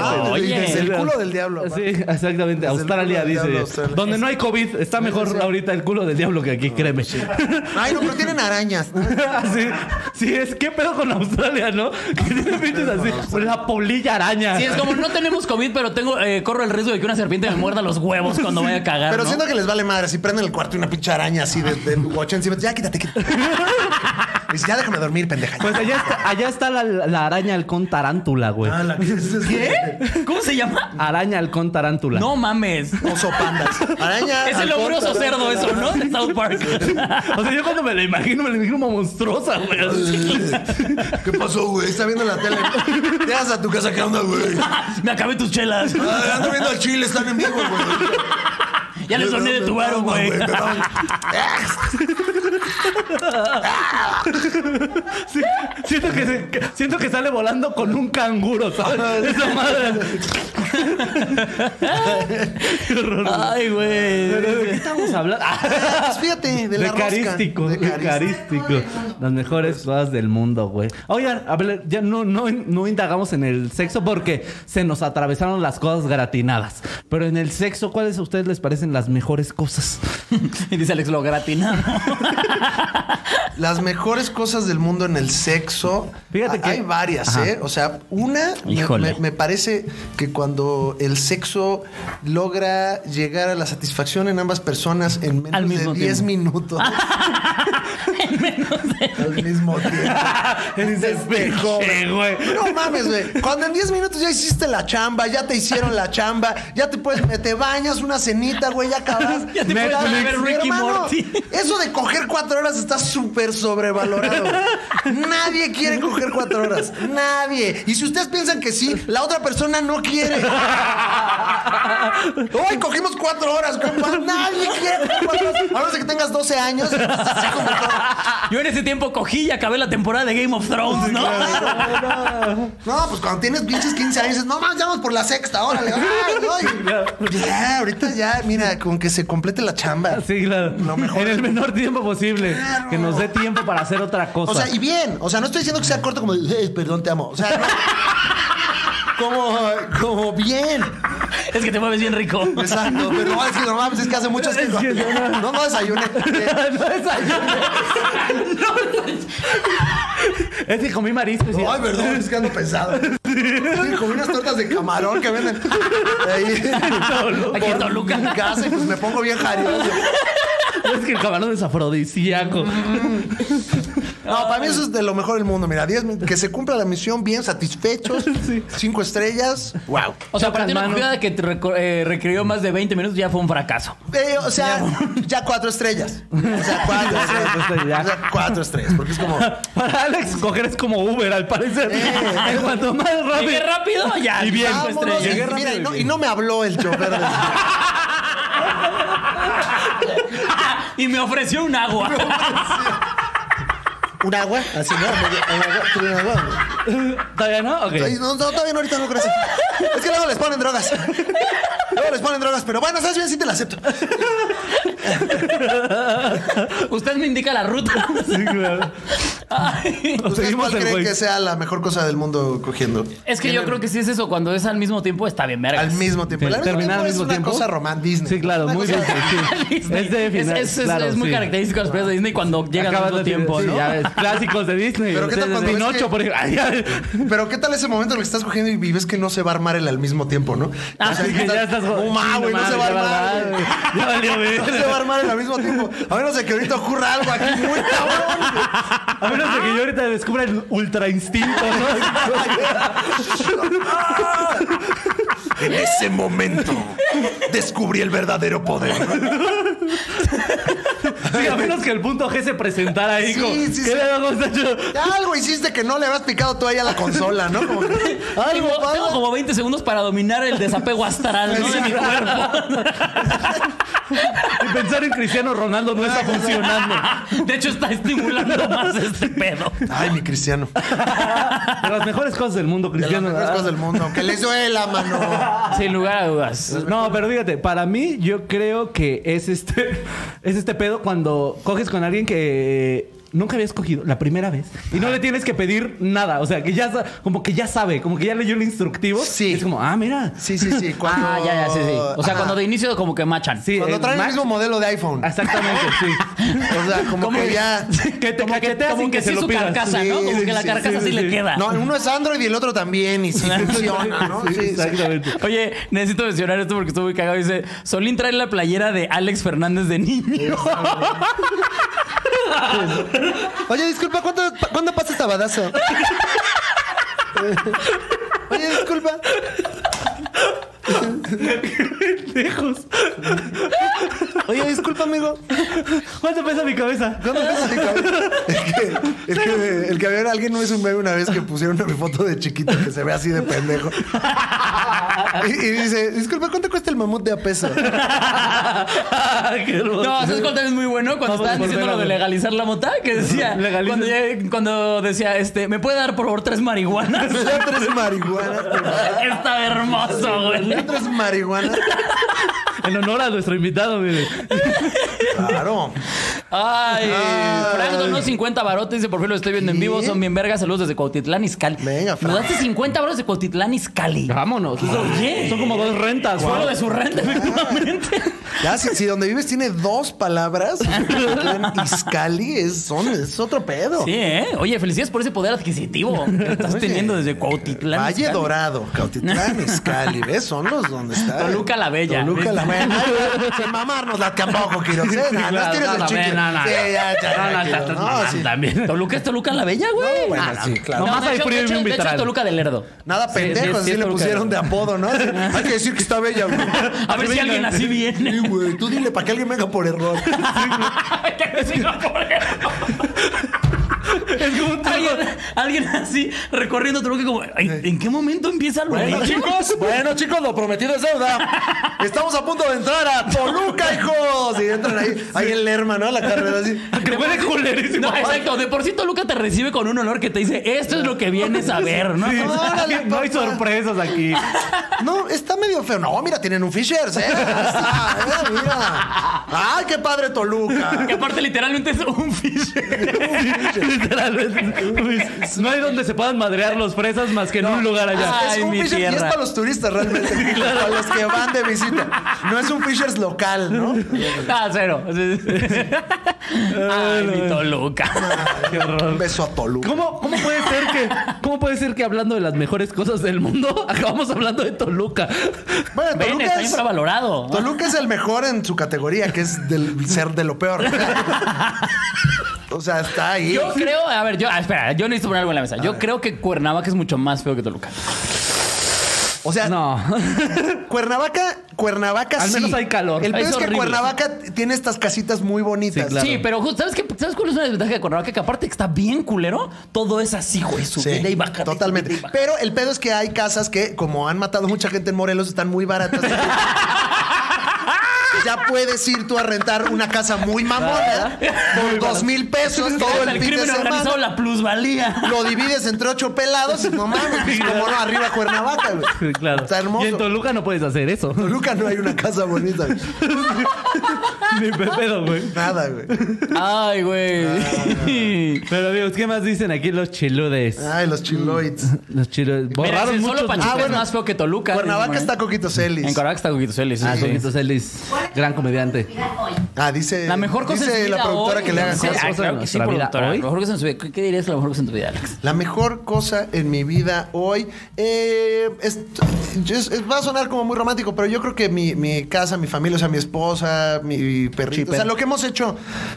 [SPEAKER 2] Salvador, Salvador.
[SPEAKER 1] oye.
[SPEAKER 3] desde el culo del diablo.
[SPEAKER 2] Sí, exactamente.
[SPEAKER 3] Desde el
[SPEAKER 2] Australia
[SPEAKER 3] culo del
[SPEAKER 2] dice.
[SPEAKER 3] diablo, Australia.
[SPEAKER 2] Donde no hay COVID, está mejor ahorita el culo del diablo que aquí, créeme.
[SPEAKER 3] Ay, no, pero tienen arañas.
[SPEAKER 2] sí, sí, es qué pedo con Australia, ¿no? Que tiene pinches así, la polilla araña.
[SPEAKER 1] Sí, es como no tenemos COVID, pero tengo, eh, corro el riesgo de que una serpiente me muerda los huevos cuando vaya a cagar.
[SPEAKER 3] Pero
[SPEAKER 1] ¿no?
[SPEAKER 3] siento que les vale madre. Si prenden el cuarto y una pinche araña así de, de guacha encima. Ya, quítate, quítate. Dice, ya déjame dormir, pendeja.
[SPEAKER 2] Pues allá está, allá está la, la araña halcón tarántula, güey.
[SPEAKER 3] Ah, la- ¿Qué?
[SPEAKER 1] ¿Cómo se llama?
[SPEAKER 2] Araña halcón tarántula.
[SPEAKER 1] No mames.
[SPEAKER 3] Oso pandas. Araña.
[SPEAKER 1] Es el
[SPEAKER 3] halcón,
[SPEAKER 1] logroso
[SPEAKER 3] tarántula.
[SPEAKER 1] cerdo eso, ¿no? De South Park.
[SPEAKER 2] O sea, yo cuando me la imagino, me la imagino como monstruosa, güey. así.
[SPEAKER 3] ¿Qué pasó, güey? Está viendo la tele. Te vas a tu casa, ¿qué onda, güey?
[SPEAKER 1] Me acabé tus chelas.
[SPEAKER 3] Ah, Ando viendo al chile, están en vivo, güey.
[SPEAKER 1] Ya les olvidé de tu varo,
[SPEAKER 3] Me
[SPEAKER 1] güey.
[SPEAKER 3] mama, me mama.
[SPEAKER 2] Sí, siento, que se- que- siento que sale volando con un canguro,
[SPEAKER 1] Ah,
[SPEAKER 2] ¿sabes? Esa madre. Qué horror.
[SPEAKER 1] Ay, güey.
[SPEAKER 2] ¿De qué estamos hablando?
[SPEAKER 3] Pues fíjate, de
[SPEAKER 2] de
[SPEAKER 3] la rosca.
[SPEAKER 2] carístico,
[SPEAKER 3] De
[SPEAKER 2] de carístico. Las mejores cosas del mundo, güey. Oigan, a ver, ya no, no, no indagamos en el sexo porque se nos atravesaron las cosas gratinadas. Pero en el sexo, ¿cuáles a ustedes les parecen las mejores cosas?
[SPEAKER 1] Y dice Alex, lo gratinamos.
[SPEAKER 3] Las mejores cosas del mundo en el sexo.
[SPEAKER 2] Fíjate
[SPEAKER 3] Ha-
[SPEAKER 2] que-
[SPEAKER 3] Hay varias,
[SPEAKER 2] Ajá.
[SPEAKER 3] ¿eh? O sea, una. me-
[SPEAKER 1] Híjole.
[SPEAKER 3] Me, me parece que cuando el sexo logra llegar a la satisfacción en ambas personas en menos
[SPEAKER 1] Al mismo
[SPEAKER 3] de 10
[SPEAKER 1] tiempo.
[SPEAKER 3] minutos. Al mismo tiempo. Despejó,
[SPEAKER 2] güey.
[SPEAKER 3] No mames, güey. Cuando en 10 minutos ya hiciste la chamba, ya te hicieron la chamba, ya te puedes, te bañas, una cenita, güey, ya acabas.
[SPEAKER 1] Ya te puedes
[SPEAKER 3] Neta,
[SPEAKER 1] ver Ricky Morty.
[SPEAKER 3] Eso de coger cuatro horas está súper sobrevalorado. güey. Nadie quiere coger cuatro horas. Nadie. Y si ustedes piensan que sí, la otra persona no quiere. Hoy cogimos cuatro horas, compa. Nadie quiere coger cuatro horas. A menos de que tengas 12 años.
[SPEAKER 1] Yo en ese tiempo cogí y acabé la temporada de Game of Thrones, ¿no?
[SPEAKER 3] No, pues cuando tienes pinches 15 años, dices, no más, ya vamos por la sexta, órale. ay, no, y- Ya, ahorita ya, mira, con que se complete la chamba.
[SPEAKER 2] Sí, claro.
[SPEAKER 3] Lo mejor.
[SPEAKER 2] En el menor tiempo posible. Que nos dé tiempo para hacer otra cosa.
[SPEAKER 3] O sea, y bien, o sea, no estoy diciendo que sea corto como, "Eh, perdón, te amo. O sea, no. como, como bien.
[SPEAKER 1] Es que te mueves bien rico.
[SPEAKER 3] Exacto, pero no, es que no mames, es que hace mucho es que
[SPEAKER 2] Es que yo
[SPEAKER 3] no, no, desayuné.
[SPEAKER 2] No desayunes. Es que comí mariscos. y-
[SPEAKER 3] Ay, perdón, es que ando pesado. Sí, comí unas tortas de camarón que venden ahí
[SPEAKER 1] Aquí en Toluca.
[SPEAKER 3] en casa y pues me pongo bien jarioso.
[SPEAKER 2] Es que el camarón es afrodisíaco.
[SPEAKER 3] No, para mí eso es de lo mejor del mundo. Mira, 10 min- que se cumpla la misión bien satisfechos.
[SPEAKER 2] Sí.
[SPEAKER 3] Cinco estrellas. Wow.
[SPEAKER 1] O sea, para ti una
[SPEAKER 2] Mano.
[SPEAKER 1] jugada que te reco- eh, requirió más de 20 minutos ya fue un fracaso.
[SPEAKER 3] eh, o sea, ya cuatro estrellas. O sea, cuatro
[SPEAKER 2] Ya.
[SPEAKER 3] estrellas. O sea, cuatro estrellas. Porque es como.
[SPEAKER 2] Para Alex, coger es como Uber, al parecer.
[SPEAKER 3] Eh.
[SPEAKER 2] En cuanto más rápido.
[SPEAKER 1] Llegué rápido, ya.
[SPEAKER 2] Y bien.
[SPEAKER 1] cinco
[SPEAKER 3] vámonos,
[SPEAKER 1] estrellas.
[SPEAKER 2] pues, Llegué
[SPEAKER 3] y, mira,
[SPEAKER 2] rápido
[SPEAKER 3] y no,
[SPEAKER 2] y
[SPEAKER 3] y no me habló el chofer. del-
[SPEAKER 1] Y me ofreció un agua.
[SPEAKER 3] ¿Un agua? Así, ¿no? Me- ¿Un agua? ¿Tú un agua?
[SPEAKER 2] ¿Todavía no? Ok.
[SPEAKER 3] Ay, No, no, todavía no, ahorita no crece. Es que luego les ponen drogas. Luego les ponen drogas, pero bueno, ¿sabes bien? Sí te la acepto.
[SPEAKER 1] Usted me indica la ruta.
[SPEAKER 2] Sí, claro.
[SPEAKER 1] Ay.
[SPEAKER 3] ¿Ustedes
[SPEAKER 2] Seguimos
[SPEAKER 3] cuál
[SPEAKER 2] el
[SPEAKER 3] creen
[SPEAKER 2] güey.
[SPEAKER 3] que sea la mejor cosa del mundo cogiendo?
[SPEAKER 1] Es que yo creo que sí es eso. Cuando es al mismo tiempo, está bien, verga.
[SPEAKER 3] Al mismo tiempo. El
[SPEAKER 2] Terminar al
[SPEAKER 3] es
[SPEAKER 2] mismo
[SPEAKER 3] una
[SPEAKER 2] tiempo.
[SPEAKER 3] cosa romántica.
[SPEAKER 2] Sí, claro, muy bien. sí.
[SPEAKER 1] Disney.
[SPEAKER 2] Es de final.
[SPEAKER 1] Es, es-
[SPEAKER 2] claro,
[SPEAKER 1] es muy
[SPEAKER 2] sí.
[SPEAKER 1] característico de las películas de Disney cuando llegan al
[SPEAKER 2] Acabas
[SPEAKER 1] mismo
[SPEAKER 2] de-
[SPEAKER 1] tiempo,
[SPEAKER 2] sí,
[SPEAKER 1] ¿no?
[SPEAKER 2] ya ves, clásicos de Disney.
[SPEAKER 3] Pero ¿qué tal
[SPEAKER 2] Ustedes
[SPEAKER 3] cuando
[SPEAKER 2] Pinocho,
[SPEAKER 3] ves que-
[SPEAKER 2] por ejemplo. Ay, ay.
[SPEAKER 3] Pero qué tal ese momento en el que estás cogiendo y vives que no se va a armar el al mismo tiempo, ¿no?
[SPEAKER 1] Ah,
[SPEAKER 2] Así que ya estás...
[SPEAKER 3] No, ma, güey, no se va a armar. güey.
[SPEAKER 2] Ya valió
[SPEAKER 3] No
[SPEAKER 2] ver.
[SPEAKER 3] se va a armar el al mismo tiempo. A menos de que ahorita ocurra algo aquí muy cabrón. güey.
[SPEAKER 2] A menos de que yo ahorita descubra el ultra instinto, ¿no?
[SPEAKER 3] En ese momento descubrí el verdadero poder.
[SPEAKER 2] Sí, a menos que el punto G se presentara ahí.
[SPEAKER 3] Sí,
[SPEAKER 2] como,
[SPEAKER 3] sí,
[SPEAKER 2] ¿Qué
[SPEAKER 3] sí.
[SPEAKER 2] le hemos hecho?
[SPEAKER 3] Algo hiciste que no le habías picado tú ahí a la consola, ¿no? Como que- algo,
[SPEAKER 1] Tengo,
[SPEAKER 3] padre.
[SPEAKER 1] tengo como 20 segundos para dominar el desapego astral ¿no? de mi cuerpo.
[SPEAKER 2] Y pensar en Cristiano Ronaldo no está funcionando.
[SPEAKER 1] De hecho, está estimulando más este pedo.
[SPEAKER 3] Ay, mi cristiano.
[SPEAKER 2] De las mejores cosas del mundo,
[SPEAKER 3] De las
[SPEAKER 2] Cristiano. ah.
[SPEAKER 3] mejores
[SPEAKER 2] ¿verdad?
[SPEAKER 3] cosas del mundo. Aunque les duela, mano.
[SPEAKER 1] Sin lugar a dudas.
[SPEAKER 2] Ah, No, pero fíjate, para mí yo creo que es este es este pedo cuando coges con alguien que eh, nunca habías cogido la primera vez y no le tienes que pedir nada, o sea, que ya sa- como que ya sabe, como que ya leyó el instructivo, y
[SPEAKER 3] Sí.
[SPEAKER 2] es como, ah, mira.
[SPEAKER 3] Sí, sí, sí. Cuando...
[SPEAKER 1] Ah, ya, ya, sí, sí. O sea,
[SPEAKER 3] Ajá.
[SPEAKER 1] cuando de inicio como que machan.
[SPEAKER 2] Sí,
[SPEAKER 3] Cuando
[SPEAKER 2] el
[SPEAKER 3] traen el
[SPEAKER 2] Mac-
[SPEAKER 3] mismo modelo de iPhone.
[SPEAKER 2] Exactamente, sí.
[SPEAKER 3] O sea, como
[SPEAKER 1] ¿Cómo
[SPEAKER 3] que
[SPEAKER 1] es?
[SPEAKER 3] ya.
[SPEAKER 2] Que te
[SPEAKER 1] Como que,
[SPEAKER 2] cachetea
[SPEAKER 1] como
[SPEAKER 2] sin
[SPEAKER 1] que,
[SPEAKER 2] que se
[SPEAKER 1] sí
[SPEAKER 2] lo
[SPEAKER 1] su
[SPEAKER 2] pidas.
[SPEAKER 1] carcasa, ¿no?
[SPEAKER 3] Sí,
[SPEAKER 1] Como que la
[SPEAKER 3] sí,
[SPEAKER 1] carcasa
[SPEAKER 3] sí,
[SPEAKER 1] sí, le
[SPEAKER 2] sí.
[SPEAKER 1] queda.
[SPEAKER 3] No, uno es Android y el otro también. Y sí funciona, ¿no?
[SPEAKER 2] Sí,
[SPEAKER 3] Sí, sí.
[SPEAKER 2] exactamente.
[SPEAKER 1] Oye, necesito mencionar esto porque estuvo muy cagado. Dice, Solín trae la playera de Alex Fernández de niño.
[SPEAKER 3] Oye, disculpa, ¿cuánto, pa- ¿cuándo pasa esta badazo? Oye, disculpa.
[SPEAKER 2] Lejos.
[SPEAKER 3] Oye, disculpa, amigo.
[SPEAKER 2] ¿Cuánto pesa mi cabeza?
[SPEAKER 3] ¿Cuándo empieza mi cabello? Es que, es que el cabello de alguien no es un bebé una vez que pusieron una foto de chiquito que se ve así de pendejo. Y, y dice, disculpa, ¿cuánto cuesta el mamut de a peso?
[SPEAKER 2] Qué hermoso.
[SPEAKER 1] No, ¿sabes cuál también es muy bueno? Cuando
[SPEAKER 2] Vamos,
[SPEAKER 1] estaban diciendo lo de
[SPEAKER 2] volvemos.
[SPEAKER 1] legalizar la mota, que decía,
[SPEAKER 2] Legaliza.
[SPEAKER 1] cuando, ya- cuando decía, este, ¿me puede dar por favor tres marihuanas?
[SPEAKER 3] Ya tres marihuanas.
[SPEAKER 1] Está hermoso, güey.
[SPEAKER 3] ¿Ya tres marihuanas?
[SPEAKER 2] En honor a nuestro invitado, mire.
[SPEAKER 3] Claro.
[SPEAKER 1] Ay,
[SPEAKER 3] Ay.
[SPEAKER 1] Frank donó 50 barotes, dice, por fin lo estoy viendo en
[SPEAKER 3] ¿Sí?
[SPEAKER 1] vivo, son bien vergas, saludos desde Cuautitlán, Izcalli.
[SPEAKER 3] Venga,
[SPEAKER 1] Me
[SPEAKER 3] Frank.
[SPEAKER 1] daste 50 baros de Cuautitlán, Izcalli.
[SPEAKER 2] Vámonos.
[SPEAKER 1] Oye.
[SPEAKER 2] Son como dos rentas.
[SPEAKER 1] Fue
[SPEAKER 2] güey.
[SPEAKER 1] lo de su renta, efectivamente.
[SPEAKER 3] Ya, si, si donde vives tiene dos palabras, Iscali es, son, es otro pedo.
[SPEAKER 1] Sí, ¿eh? Oye, felicidades por ese poder adquisitivo que estás
[SPEAKER 3] Oye,
[SPEAKER 1] teniendo desde Cuautitlán.
[SPEAKER 3] Valle
[SPEAKER 1] Izcalli.
[SPEAKER 3] Dorado, Cautitlán, Iscali, ¿ves? Son los donde está.
[SPEAKER 1] Toluca la Bella.
[SPEAKER 3] Toluca la Bella. Sin mamárnosla tampoco, Quiroz. ¿eh? No, no tires el chicle.
[SPEAKER 1] No, no,
[SPEAKER 3] Sí,
[SPEAKER 1] no,
[SPEAKER 3] ya,
[SPEAKER 1] no,
[SPEAKER 3] ya,
[SPEAKER 1] estás
[SPEAKER 3] Quiroz. No,
[SPEAKER 1] mamando
[SPEAKER 3] sí.
[SPEAKER 1] también. Toluca es Toluca la Bella, güey.
[SPEAKER 3] No, bueno,
[SPEAKER 1] Ah,
[SPEAKER 3] sí, claro.
[SPEAKER 2] Nomás hay
[SPEAKER 1] de hecho-
[SPEAKER 2] frío y
[SPEAKER 1] de hecho-
[SPEAKER 2] un
[SPEAKER 1] De hecho, es
[SPEAKER 2] vitral.
[SPEAKER 1] Toluca del Lerdo.
[SPEAKER 3] Nada pendejo,
[SPEAKER 2] sí,
[SPEAKER 3] así
[SPEAKER 2] es
[SPEAKER 3] le
[SPEAKER 2] Toluca.
[SPEAKER 3] pusieron de apodo, ¿no? Sí, Hay que decir que está bella, güey.
[SPEAKER 1] A ver si alguien así
[SPEAKER 3] Sí,
[SPEAKER 1] viene.
[SPEAKER 3] güey, tú dile para que alguien venga por error.
[SPEAKER 1] Que si no, por-
[SPEAKER 2] Es como un truco.
[SPEAKER 1] alguien, alguien así recorriendo Toluca como, "Ay, ¿en qué momento empieza lo
[SPEAKER 3] Bueno,
[SPEAKER 1] bello?"
[SPEAKER 3] chicos, bueno, chicos, lo prometido es deuda. Estamos a punto de entrar a Toluca, hijos. Y entran ahí, ahí en Lerma, ¿no? La carrera así.
[SPEAKER 2] Que huele culerísimo.
[SPEAKER 1] No, exacto. De por sí Toluca te recibe con un olor que te dice, esto es lo que vienes a ver, ¿no?
[SPEAKER 2] Sí,
[SPEAKER 3] Órale,
[SPEAKER 2] no hay
[SPEAKER 3] papá.
[SPEAKER 2] sorpresas aquí.
[SPEAKER 3] No, está medio feo. No, mira, tienen un Fishers, ¿eh? Ah, eh, mira. ¡Ay, qué padre Toluca!
[SPEAKER 1] Que aparte literalmente es un fish.
[SPEAKER 2] Literalmente. Luis, No hay donde se puedan madrear los fresas más que en un lugar allá.
[SPEAKER 1] Ah,
[SPEAKER 3] es
[SPEAKER 1] Ay,
[SPEAKER 3] un
[SPEAKER 1] mi
[SPEAKER 3] Fishers y es
[SPEAKER 1] tierra.
[SPEAKER 3] para los turistas realmente, para los que van de visita. No es un Fishers local, ¿no?
[SPEAKER 1] Ah, cero. Sí, sí. Ay, mi Toluca.
[SPEAKER 2] Qué horror.
[SPEAKER 3] Un beso a Toluca.
[SPEAKER 2] ¿Cómo, cómo puede ser que, ¿Cómo puede ser que hablando de las mejores cosas del mundo acabamos hablando de Toluca?
[SPEAKER 3] Bueno,
[SPEAKER 1] Ven, está
[SPEAKER 3] Toluca es,
[SPEAKER 1] infravalorado.
[SPEAKER 3] Toluca es el mejor en su categoría, que es del ser de lo peor. O sea, está ahí.
[SPEAKER 1] Yo creo, a ver, yo, ah, espera, yo necesito poner algo en la mesa. Yo creo que Cuernavaca es mucho más feo que Toluca.
[SPEAKER 3] O sea,
[SPEAKER 2] No.
[SPEAKER 3] Cuernavaca, Cuernavaca
[SPEAKER 2] Al
[SPEAKER 3] sí.
[SPEAKER 2] menos hay calor.
[SPEAKER 3] El
[SPEAKER 1] Es
[SPEAKER 3] peor es, que
[SPEAKER 1] horrible.
[SPEAKER 3] Cuernavaca tiene estas casitas muy bonitas.
[SPEAKER 2] Sí, claro.
[SPEAKER 1] Sí, pero justo, ¿sabes, qué, ¿sabes cuál es una desventaja de Cuernavaca? Que aparte que está bien culero, todo es así, güey.
[SPEAKER 3] Sí,
[SPEAKER 1] Subida y baja.
[SPEAKER 3] totalmente. Pero el pedo es que hay casas que, como han matado mucha gente en Morelos, están muy baratas. ya puedes ir tú a rentar una casa muy
[SPEAKER 2] Ah,
[SPEAKER 3] mamona por dos mil pesos todo el,
[SPEAKER 1] el
[SPEAKER 3] fin de
[SPEAKER 1] crimen
[SPEAKER 3] semana.
[SPEAKER 1] organizado, la plusvalía.
[SPEAKER 3] Lo divides entre ocho pelados y no mames, pues, como no, arriba Cuernavaca, güey.
[SPEAKER 2] Sí, claro.
[SPEAKER 3] Está hermoso.
[SPEAKER 2] Y en Toluca no puedes hacer eso.
[SPEAKER 3] En Toluca no hay una casa bonita, güey.
[SPEAKER 2] Ni pe- pedo, güey.
[SPEAKER 3] Nada, güey.
[SPEAKER 1] Ay,
[SPEAKER 3] Ah,
[SPEAKER 1] güey.
[SPEAKER 2] Pero amigos, ¿qué más dicen aquí los chiludes?
[SPEAKER 3] Ay, los chiloids.
[SPEAKER 2] Los chiludes.
[SPEAKER 1] Borraron Mira,
[SPEAKER 2] Borraron
[SPEAKER 1] si
[SPEAKER 2] muchos.
[SPEAKER 1] solo Pachuca
[SPEAKER 3] Ah, bueno.
[SPEAKER 1] es más feo que Toluca.
[SPEAKER 3] Cuernavaca
[SPEAKER 1] Dice,
[SPEAKER 3] está Coquito Celis.
[SPEAKER 1] En Cuernavaca está Coquito Celis. sí,
[SPEAKER 2] Ah,
[SPEAKER 1] sí.
[SPEAKER 2] Coquito Celis, gran comediante.
[SPEAKER 4] Hoy.
[SPEAKER 3] Ah, dice.
[SPEAKER 1] La mejor cosa
[SPEAKER 3] dice
[SPEAKER 1] en su
[SPEAKER 3] la
[SPEAKER 1] vida
[SPEAKER 3] productora
[SPEAKER 1] hoy.
[SPEAKER 3] que le hagan
[SPEAKER 1] Sí,
[SPEAKER 3] caso.
[SPEAKER 1] ah, claro que sí,
[SPEAKER 2] nuestra vida
[SPEAKER 1] productora.
[SPEAKER 2] hoy.
[SPEAKER 1] La mejor cosa en su vida. ¿Qué qué dirías de la mejor cosa en tu vida, Alex?
[SPEAKER 3] La mejor cosa en mi vida hoy. eh, es- es- es- va a sonar como muy romántico, pero yo creo que mi, mi casa, mi familia, o sea, mi esposa, mi perrito. O sea, lo que hemos hecho,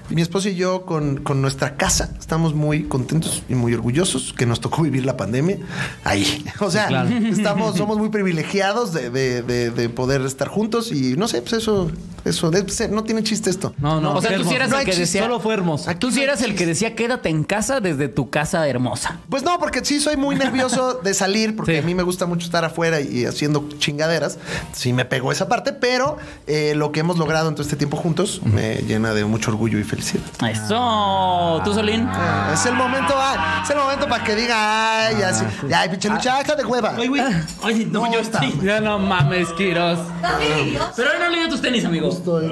[SPEAKER 3] mi esposa y yo con, con nuestra casa, estamos muy contentos y muy orgullosos que nos tocó vivir la pandemia ahí. O sea,
[SPEAKER 2] Claro.
[SPEAKER 3] estamos, somos muy privilegiados de, de- de- de poder estar juntos y no sé, pues eso, eso, de- no tiene chiste esto.
[SPEAKER 2] No, no.
[SPEAKER 1] o sea,
[SPEAKER 2] qué
[SPEAKER 1] tú
[SPEAKER 2] hermoso.
[SPEAKER 1] sí eras
[SPEAKER 3] No
[SPEAKER 1] el que
[SPEAKER 3] existe,
[SPEAKER 1] decía. Ah,
[SPEAKER 2] Solo fue hermoso.
[SPEAKER 1] Tú sí eras el que decía quédate en casa desde tu casa hermosa.
[SPEAKER 3] Pues no, porque sí soy muy nervioso de salir, porque
[SPEAKER 2] Sí.
[SPEAKER 3] a mí me gusta mucho estar afuera y haciendo chingaderas. Sí me pegó esa parte, pero eh, lo que hemos logrado en todo este tiempo juntos me llena de mucho orgullo y felicidad. Ah.
[SPEAKER 1] Eso. ¿Tú, Solín?
[SPEAKER 3] Es el momento, ah, es el momento para que diga, ay, así, ay, pinche luchaca de hueva.
[SPEAKER 1] güey. Ay, no, yo estoy.
[SPEAKER 2] Ya no mames, Kiros.
[SPEAKER 4] ¿Estás bien, idiota?
[SPEAKER 1] Pero hoy no le dio tus tenis, amigos.
[SPEAKER 3] Estoy-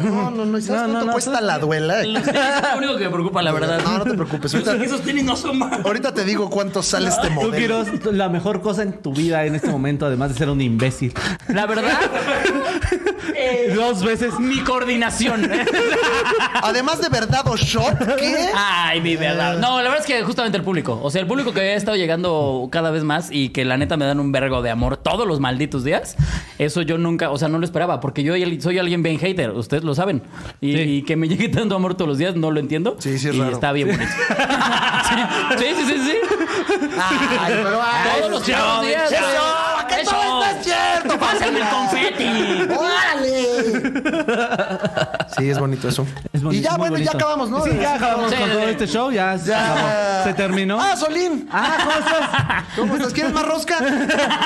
[SPEAKER 3] No, no, no, ¿y ¿sabes
[SPEAKER 2] No, no,
[SPEAKER 3] cuánto
[SPEAKER 2] no,
[SPEAKER 3] cuesta
[SPEAKER 2] tú-
[SPEAKER 3] la duela? eh?
[SPEAKER 1] Los tenis es lo único que me preocupa, la verdad.
[SPEAKER 3] No, no te preocupes.
[SPEAKER 1] Esos,
[SPEAKER 3] Ahorita,
[SPEAKER 1] esos tenis no son malos.
[SPEAKER 3] ahorita te digo cuánto sale este
[SPEAKER 2] Tú,
[SPEAKER 3] modelo.
[SPEAKER 2] Kiros, la mejor cosa en tu vida en este momento, además de ser un imbécil.
[SPEAKER 1] La verdad,
[SPEAKER 2] Dos veces.
[SPEAKER 1] Eh, mi coordinación.
[SPEAKER 3] Además de verdad o shot, ¿qué?
[SPEAKER 1] Ay, mi
[SPEAKER 3] Eh.
[SPEAKER 1] verdad. No, la verdad es que justamente el público. O sea, el público que ha estado llegando cada vez más y que la neta me dan un vergo de amor todos los malditos días. Eso yo nunca, o sea, no lo esperaba. Porque yo soy alguien bien hater, ustedes lo saben. Y,
[SPEAKER 2] Sí.
[SPEAKER 1] y que me llegue tanto amor todos los días, no lo entiendo.
[SPEAKER 3] Sí, sí, es
[SPEAKER 1] Y
[SPEAKER 3] raro.
[SPEAKER 1] está bien bonito. sí, sí, sí, sí.
[SPEAKER 3] Ay, pero ay,
[SPEAKER 1] Todos los
[SPEAKER 3] shot,
[SPEAKER 1] días,
[SPEAKER 3] shot,
[SPEAKER 1] güey.
[SPEAKER 3] acá
[SPEAKER 1] ¡Eso!
[SPEAKER 3] ¡No está cierto!
[SPEAKER 1] ¡Pásenme el confeti!
[SPEAKER 3] ¡Órale! Sí, es bonito eso.
[SPEAKER 2] Es boni-
[SPEAKER 3] y ya,
[SPEAKER 2] muy
[SPEAKER 3] bueno,
[SPEAKER 2] bonito.
[SPEAKER 3] ya acabamos, ¿no?
[SPEAKER 2] Sí, ya acabamos
[SPEAKER 1] Sí,
[SPEAKER 2] con todo
[SPEAKER 1] sí.
[SPEAKER 2] este show. Ya, se
[SPEAKER 3] Ya.
[SPEAKER 2] acabó. Se terminó.
[SPEAKER 3] ¡Ah, Solín!
[SPEAKER 2] Ah, ¿cómo estás?
[SPEAKER 3] ¿Cómo estás? ¿Quieres más rosca?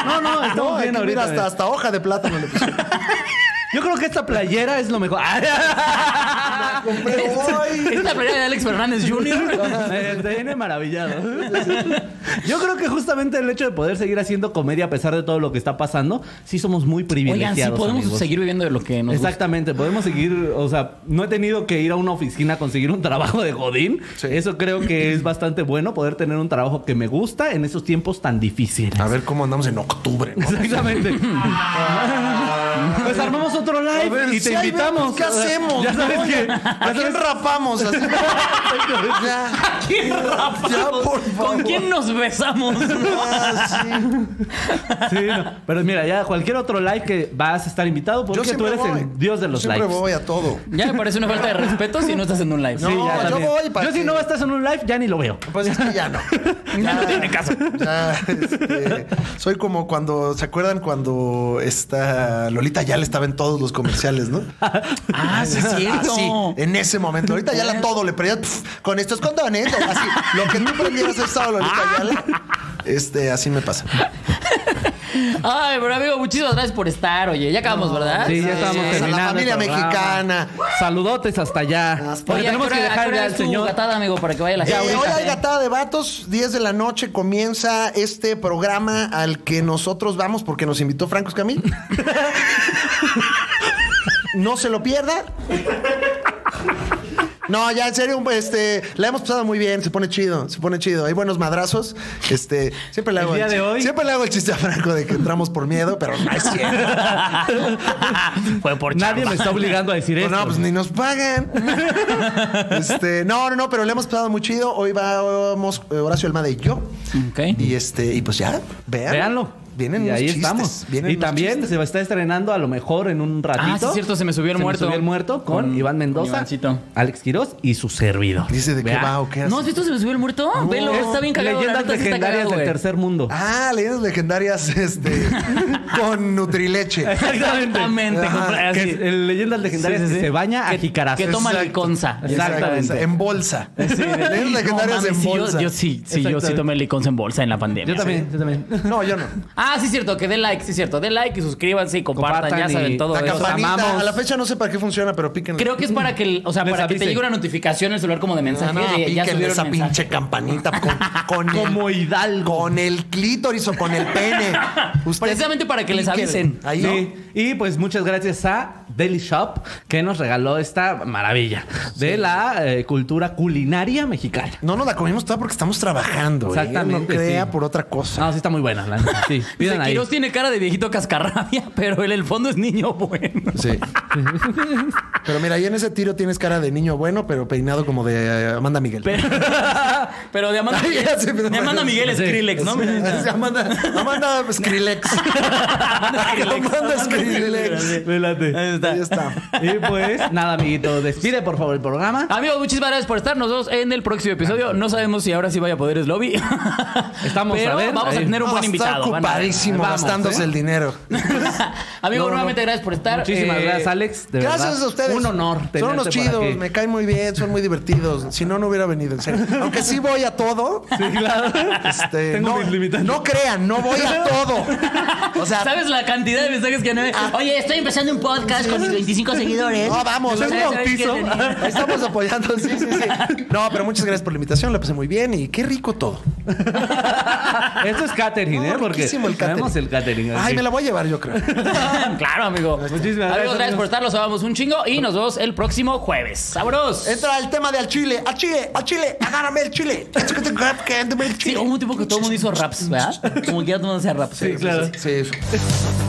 [SPEAKER 3] No, no,
[SPEAKER 2] estamos bien
[SPEAKER 3] aquí,
[SPEAKER 2] ahorita,
[SPEAKER 3] mira, hasta,
[SPEAKER 2] eh.
[SPEAKER 3] hasta hoja de plátano le puse.
[SPEAKER 2] Yo creo que esta playera es lo mejor. Ah,
[SPEAKER 3] Compré
[SPEAKER 1] ¿Es
[SPEAKER 3] hoy.
[SPEAKER 1] la playera de Alex Fernández Jr.?
[SPEAKER 2] eh, Te viene maravillado. Yo creo que justamente el hecho de poder seguir haciendo comedia a pesar de todo lo que está pasando, sí somos muy
[SPEAKER 1] Oigan,
[SPEAKER 2] privilegiados.
[SPEAKER 1] sí podemos
[SPEAKER 2] amigos.
[SPEAKER 1] seguir viviendo de lo que nos gusta.
[SPEAKER 2] Exactamente, podemos seguir, o sea, no he tenido que ir a una oficina a conseguir un trabajo de Godín.
[SPEAKER 3] Sí.
[SPEAKER 2] Eso creo que es bastante bueno, poder tener un trabajo que me gusta en esos tiempos tan difíciles.
[SPEAKER 3] A ver cómo andamos en octubre, ¿no?
[SPEAKER 2] Exactamente. pues armamos otro
[SPEAKER 3] A
[SPEAKER 2] live
[SPEAKER 3] ver,
[SPEAKER 2] y te
[SPEAKER 3] sí, ahí
[SPEAKER 2] invitamos.
[SPEAKER 3] vemos ¿Qué hacemos?
[SPEAKER 2] Ya sabes
[SPEAKER 3] ¿no?
[SPEAKER 2] que.
[SPEAKER 3] ¿A
[SPEAKER 2] ya
[SPEAKER 3] quién
[SPEAKER 2] sabes-
[SPEAKER 3] rapamos? Así. ya.
[SPEAKER 1] ¿Quién rapamos?
[SPEAKER 3] Ya, por favor.
[SPEAKER 1] ¿Con quién nos besamos?
[SPEAKER 3] Ah, sí.
[SPEAKER 2] Sí, no. Pero mira, ya cualquier otro live que vas a estar invitado
[SPEAKER 3] Yo
[SPEAKER 2] porque tú
[SPEAKER 3] siempre
[SPEAKER 2] eres
[SPEAKER 3] voy.
[SPEAKER 2] el dios de los
[SPEAKER 3] siempre
[SPEAKER 2] lives.
[SPEAKER 3] voy a todo.
[SPEAKER 1] Ya me parece una falta de respeto si no estás en un live.
[SPEAKER 3] No, yo
[SPEAKER 2] también.
[SPEAKER 3] voy para
[SPEAKER 2] Yo si
[SPEAKER 3] que-
[SPEAKER 2] no estás en un live, ya ni lo veo.
[SPEAKER 3] Pues es que ya no.
[SPEAKER 1] Ya no tiene caso.
[SPEAKER 3] Ya, este, soy como cuando, ¿se acuerdan cuando esta Lolita ya le estaba en todos los comerciales, no?
[SPEAKER 1] Ah, sí, es cierto.
[SPEAKER 3] Así, en ese momento. Ahorita ya la todo le prendías pf, con estos condones. Así, lo que tú prendieras el sábado, Lolita Yala.
[SPEAKER 1] Ah.
[SPEAKER 3] Este, así me pasa.
[SPEAKER 1] Ay, pero amigo, muchísimas gracias por estar, oye. Ya acabamos, ¿verdad?
[SPEAKER 2] Sí, ya estábamos
[SPEAKER 3] a la
[SPEAKER 2] terminando. el
[SPEAKER 3] familia
[SPEAKER 2] programa.
[SPEAKER 3] mexicana.
[SPEAKER 2] Saludotes hasta allá.
[SPEAKER 3] Hasta-
[SPEAKER 2] Porque
[SPEAKER 1] Oye,
[SPEAKER 2] tenemos
[SPEAKER 1] ¿a qué
[SPEAKER 2] que
[SPEAKER 1] hora- a qué
[SPEAKER 2] dejar
[SPEAKER 1] hora
[SPEAKER 2] ya
[SPEAKER 1] es
[SPEAKER 2] al
[SPEAKER 1] tu
[SPEAKER 2] señor.
[SPEAKER 1] gatada, amigo, para que vaya la
[SPEAKER 3] Eh,
[SPEAKER 1] gente.
[SPEAKER 3] hoy
[SPEAKER 1] ahorita,
[SPEAKER 3] hay
[SPEAKER 1] ¿eh?
[SPEAKER 3] gatada de vatos, 10 de la noche comienza este programa al que nosotros vamos porque nos invitó Franco Escamil. no se lo pierda. No, ya en serio, este, la hemos pasado muy bien, se pone chido, se pone chido. Hay buenos madrazos. Este, siempre le
[SPEAKER 2] El
[SPEAKER 3] hago
[SPEAKER 2] día
[SPEAKER 3] el
[SPEAKER 2] de
[SPEAKER 3] chiste-
[SPEAKER 2] hoy-
[SPEAKER 3] Siempre le hago el chiste a Franco de que entramos por miedo, pero no es cierto.
[SPEAKER 1] Fue por
[SPEAKER 2] Nadie me está obligando a decir
[SPEAKER 3] Pues
[SPEAKER 2] esto.
[SPEAKER 3] no, pues ni nos pagan. este, no, no, no, pero le hemos pasado muy chido. Hoy vamos eh, Horacio Almada y yo.
[SPEAKER 1] Ok.
[SPEAKER 3] Y este, y pues ya, vean.
[SPEAKER 2] Véanlo.
[SPEAKER 3] Vienen
[SPEAKER 2] y
[SPEAKER 3] unos
[SPEAKER 2] ahí
[SPEAKER 3] chistes,
[SPEAKER 2] estamos.
[SPEAKER 3] vienen
[SPEAKER 2] y
[SPEAKER 3] unos
[SPEAKER 2] también
[SPEAKER 3] chistes.
[SPEAKER 2] se va a estar estrenando a lo mejor en un ratito.
[SPEAKER 1] Ah, sí, es cierto, se me subió el muerto.
[SPEAKER 2] Se me subió el muerto con,
[SPEAKER 1] Con-
[SPEAKER 2] Iván
[SPEAKER 1] con
[SPEAKER 2] Mendoza,
[SPEAKER 1] Ivancito.
[SPEAKER 2] Alex Quirós y su servidor.
[SPEAKER 3] Dice "Oh". de qué
[SPEAKER 2] Vean.
[SPEAKER 3] va o qué hace.
[SPEAKER 1] ¿No has visto se me subió el muerto? Velo, está bien cagado. la
[SPEAKER 2] Leyendas
[SPEAKER 1] neta sí está
[SPEAKER 2] legendarias
[SPEAKER 1] cagado,
[SPEAKER 2] del
[SPEAKER 1] güey.
[SPEAKER 2] tercer mundo.
[SPEAKER 3] Ah, leyendas legendarias este, con Nutrileche.
[SPEAKER 1] Exactamente.
[SPEAKER 3] Ajá,
[SPEAKER 1] compré
[SPEAKER 2] Ah, Que
[SPEAKER 1] Ah, así.
[SPEAKER 2] es- el leyendas legendarias
[SPEAKER 1] Sí, sí,
[SPEAKER 2] que
[SPEAKER 1] sí.
[SPEAKER 2] se baña a
[SPEAKER 1] Que-
[SPEAKER 2] jicarazos.
[SPEAKER 1] que toma
[SPEAKER 3] Exacto.
[SPEAKER 1] liconza.
[SPEAKER 2] Exactamente.
[SPEAKER 3] En bolsa. Leyendas legendarias
[SPEAKER 1] No mames,
[SPEAKER 3] en
[SPEAKER 1] sí, yo-
[SPEAKER 3] bolsa.
[SPEAKER 1] Yo, sí, sí, yo sí
[SPEAKER 2] Exactamente.
[SPEAKER 1] tomé liconza en bolsa en la pandemia.
[SPEAKER 2] Yo también, yo también.
[SPEAKER 3] No, yo no.
[SPEAKER 1] Ah, sí, es cierto, que den like, sí, es cierto. Den like y suscríbanse y compartan,
[SPEAKER 2] Compartan
[SPEAKER 1] ya saben
[SPEAKER 2] y-
[SPEAKER 1] todo
[SPEAKER 3] La
[SPEAKER 1] eso.
[SPEAKER 3] campanita.
[SPEAKER 2] amamos.
[SPEAKER 3] A la fecha no sé para qué funciona, pero píquenle.
[SPEAKER 1] Creo que es para que, el- o sea,
[SPEAKER 2] Les
[SPEAKER 1] para que te
[SPEAKER 2] avise.
[SPEAKER 1] llegue una notificación en el celular como de mensaje.
[SPEAKER 3] Ah, no,
[SPEAKER 1] de, ya
[SPEAKER 3] píquenle
[SPEAKER 1] subieron
[SPEAKER 3] esa
[SPEAKER 1] mensaje.
[SPEAKER 3] pinche campanita con, con el-
[SPEAKER 2] Como Hidalgo.
[SPEAKER 3] con el clítoris o con el pene. Usted-
[SPEAKER 1] Precisamente para que les
[SPEAKER 3] píquenle.
[SPEAKER 1] avisen.
[SPEAKER 3] Ahí, ¿no?
[SPEAKER 2] Sí. Y pues muchas gracias a Deli Shop que nos regaló esta maravilla de la eh, cultura culinaria mexicana.
[SPEAKER 3] No nos la comimos toda porque estamos trabajando. ¿eh? No
[SPEAKER 2] Exactamente,
[SPEAKER 3] crea
[SPEAKER 2] sí.
[SPEAKER 3] por otra cosa.
[SPEAKER 2] No, sí está muy buena. La, neta, sí,
[SPEAKER 1] Dice,
[SPEAKER 2] pidan ahí.
[SPEAKER 1] Quirós tiene cara de viejito cascarrabia, pero en el fondo es niño bueno.
[SPEAKER 3] Sí. pero mira, ahí en ese tiro tienes cara de niño bueno, pero peinado como de eh, Amanda Miguel.
[SPEAKER 1] Pero, pero de Amanda,
[SPEAKER 3] Ay, ya sé, pero-
[SPEAKER 1] de Amanda Miguel es
[SPEAKER 2] Sí.
[SPEAKER 1] Skrillex, ¿no?
[SPEAKER 3] Es Amanda, Amanda Skrillex. Amanda Skrillex.
[SPEAKER 2] Me late.
[SPEAKER 1] Ahí está.
[SPEAKER 3] Ahí está.
[SPEAKER 2] Y pues nada, amiguito, despide por favor el programa.
[SPEAKER 1] Amigos, muchísimas gracias por estar. Nos vemos en el próximo episodio. No sabemos si ahora sí vaya a poder es lobby.
[SPEAKER 2] Estamos,
[SPEAKER 1] Pero
[SPEAKER 2] a ver,
[SPEAKER 1] vamos a
[SPEAKER 2] ahí.
[SPEAKER 1] tener un
[SPEAKER 3] No,
[SPEAKER 1] buen
[SPEAKER 3] Ah, está
[SPEAKER 1] invitado. Van a ver.
[SPEAKER 3] ocupadísimo
[SPEAKER 2] Vamos,
[SPEAKER 3] gastándose
[SPEAKER 2] ¿eh?
[SPEAKER 3] el dinero.
[SPEAKER 1] Amigo,
[SPEAKER 2] No, no.
[SPEAKER 1] nuevamente gracias por estar.
[SPEAKER 2] Muchísimas
[SPEAKER 1] Eh,
[SPEAKER 2] gracias, Alex. de
[SPEAKER 3] Gracias
[SPEAKER 2] verdad.
[SPEAKER 3] a ustedes.
[SPEAKER 2] Un honor.
[SPEAKER 3] Son
[SPEAKER 2] tenerte
[SPEAKER 3] unos
[SPEAKER 2] por
[SPEAKER 3] chidos,
[SPEAKER 2] aquí.
[SPEAKER 3] me caen muy bien, son muy divertidos. Si no, no hubiera venido, en serio. Aunque sí voy a todo.
[SPEAKER 2] Sí, claro.
[SPEAKER 3] Este,
[SPEAKER 2] Tengo
[SPEAKER 3] no,
[SPEAKER 2] mis limitantes.
[SPEAKER 3] no crean, no voy a todo. O sea,
[SPEAKER 1] ¿Sabes la cantidad de mensajes que no hay? Oye, estoy empezando un podcast con mis 25 seguidores.
[SPEAKER 3] No, vamos,
[SPEAKER 1] Yo
[SPEAKER 3] es un
[SPEAKER 1] sé-
[SPEAKER 3] bautizo.
[SPEAKER 1] ¿sabes quién venía?
[SPEAKER 3] Estamos apoyando, sí, sí, sí. No, pero muchas gracias por la invitación, la pasé muy bien y qué rico todo.
[SPEAKER 2] Esto es catering, ¿eh?
[SPEAKER 3] No,
[SPEAKER 2] Porque
[SPEAKER 3] Oh, riquísimo el catering.
[SPEAKER 2] tenemos el catering.
[SPEAKER 3] Ay,
[SPEAKER 2] así.
[SPEAKER 3] me la voy a llevar, yo creo.
[SPEAKER 1] claro, amigo.
[SPEAKER 2] Muchísimas
[SPEAKER 1] Amigos,
[SPEAKER 2] gracias,
[SPEAKER 1] gracias por
[SPEAKER 2] amigos.
[SPEAKER 1] estar. Los amamos un chingo y nos vemos el próximo jueves. ¡Sabros!
[SPEAKER 3] Entra el tema de al chile, al chile, al chile, agárrame el chile.
[SPEAKER 1] Sí, hubo un tipo que todo el mundo hizo raps, ¿verdad? Como que ya todo el mundo hacía raps.
[SPEAKER 2] claro.
[SPEAKER 3] Sí, eso.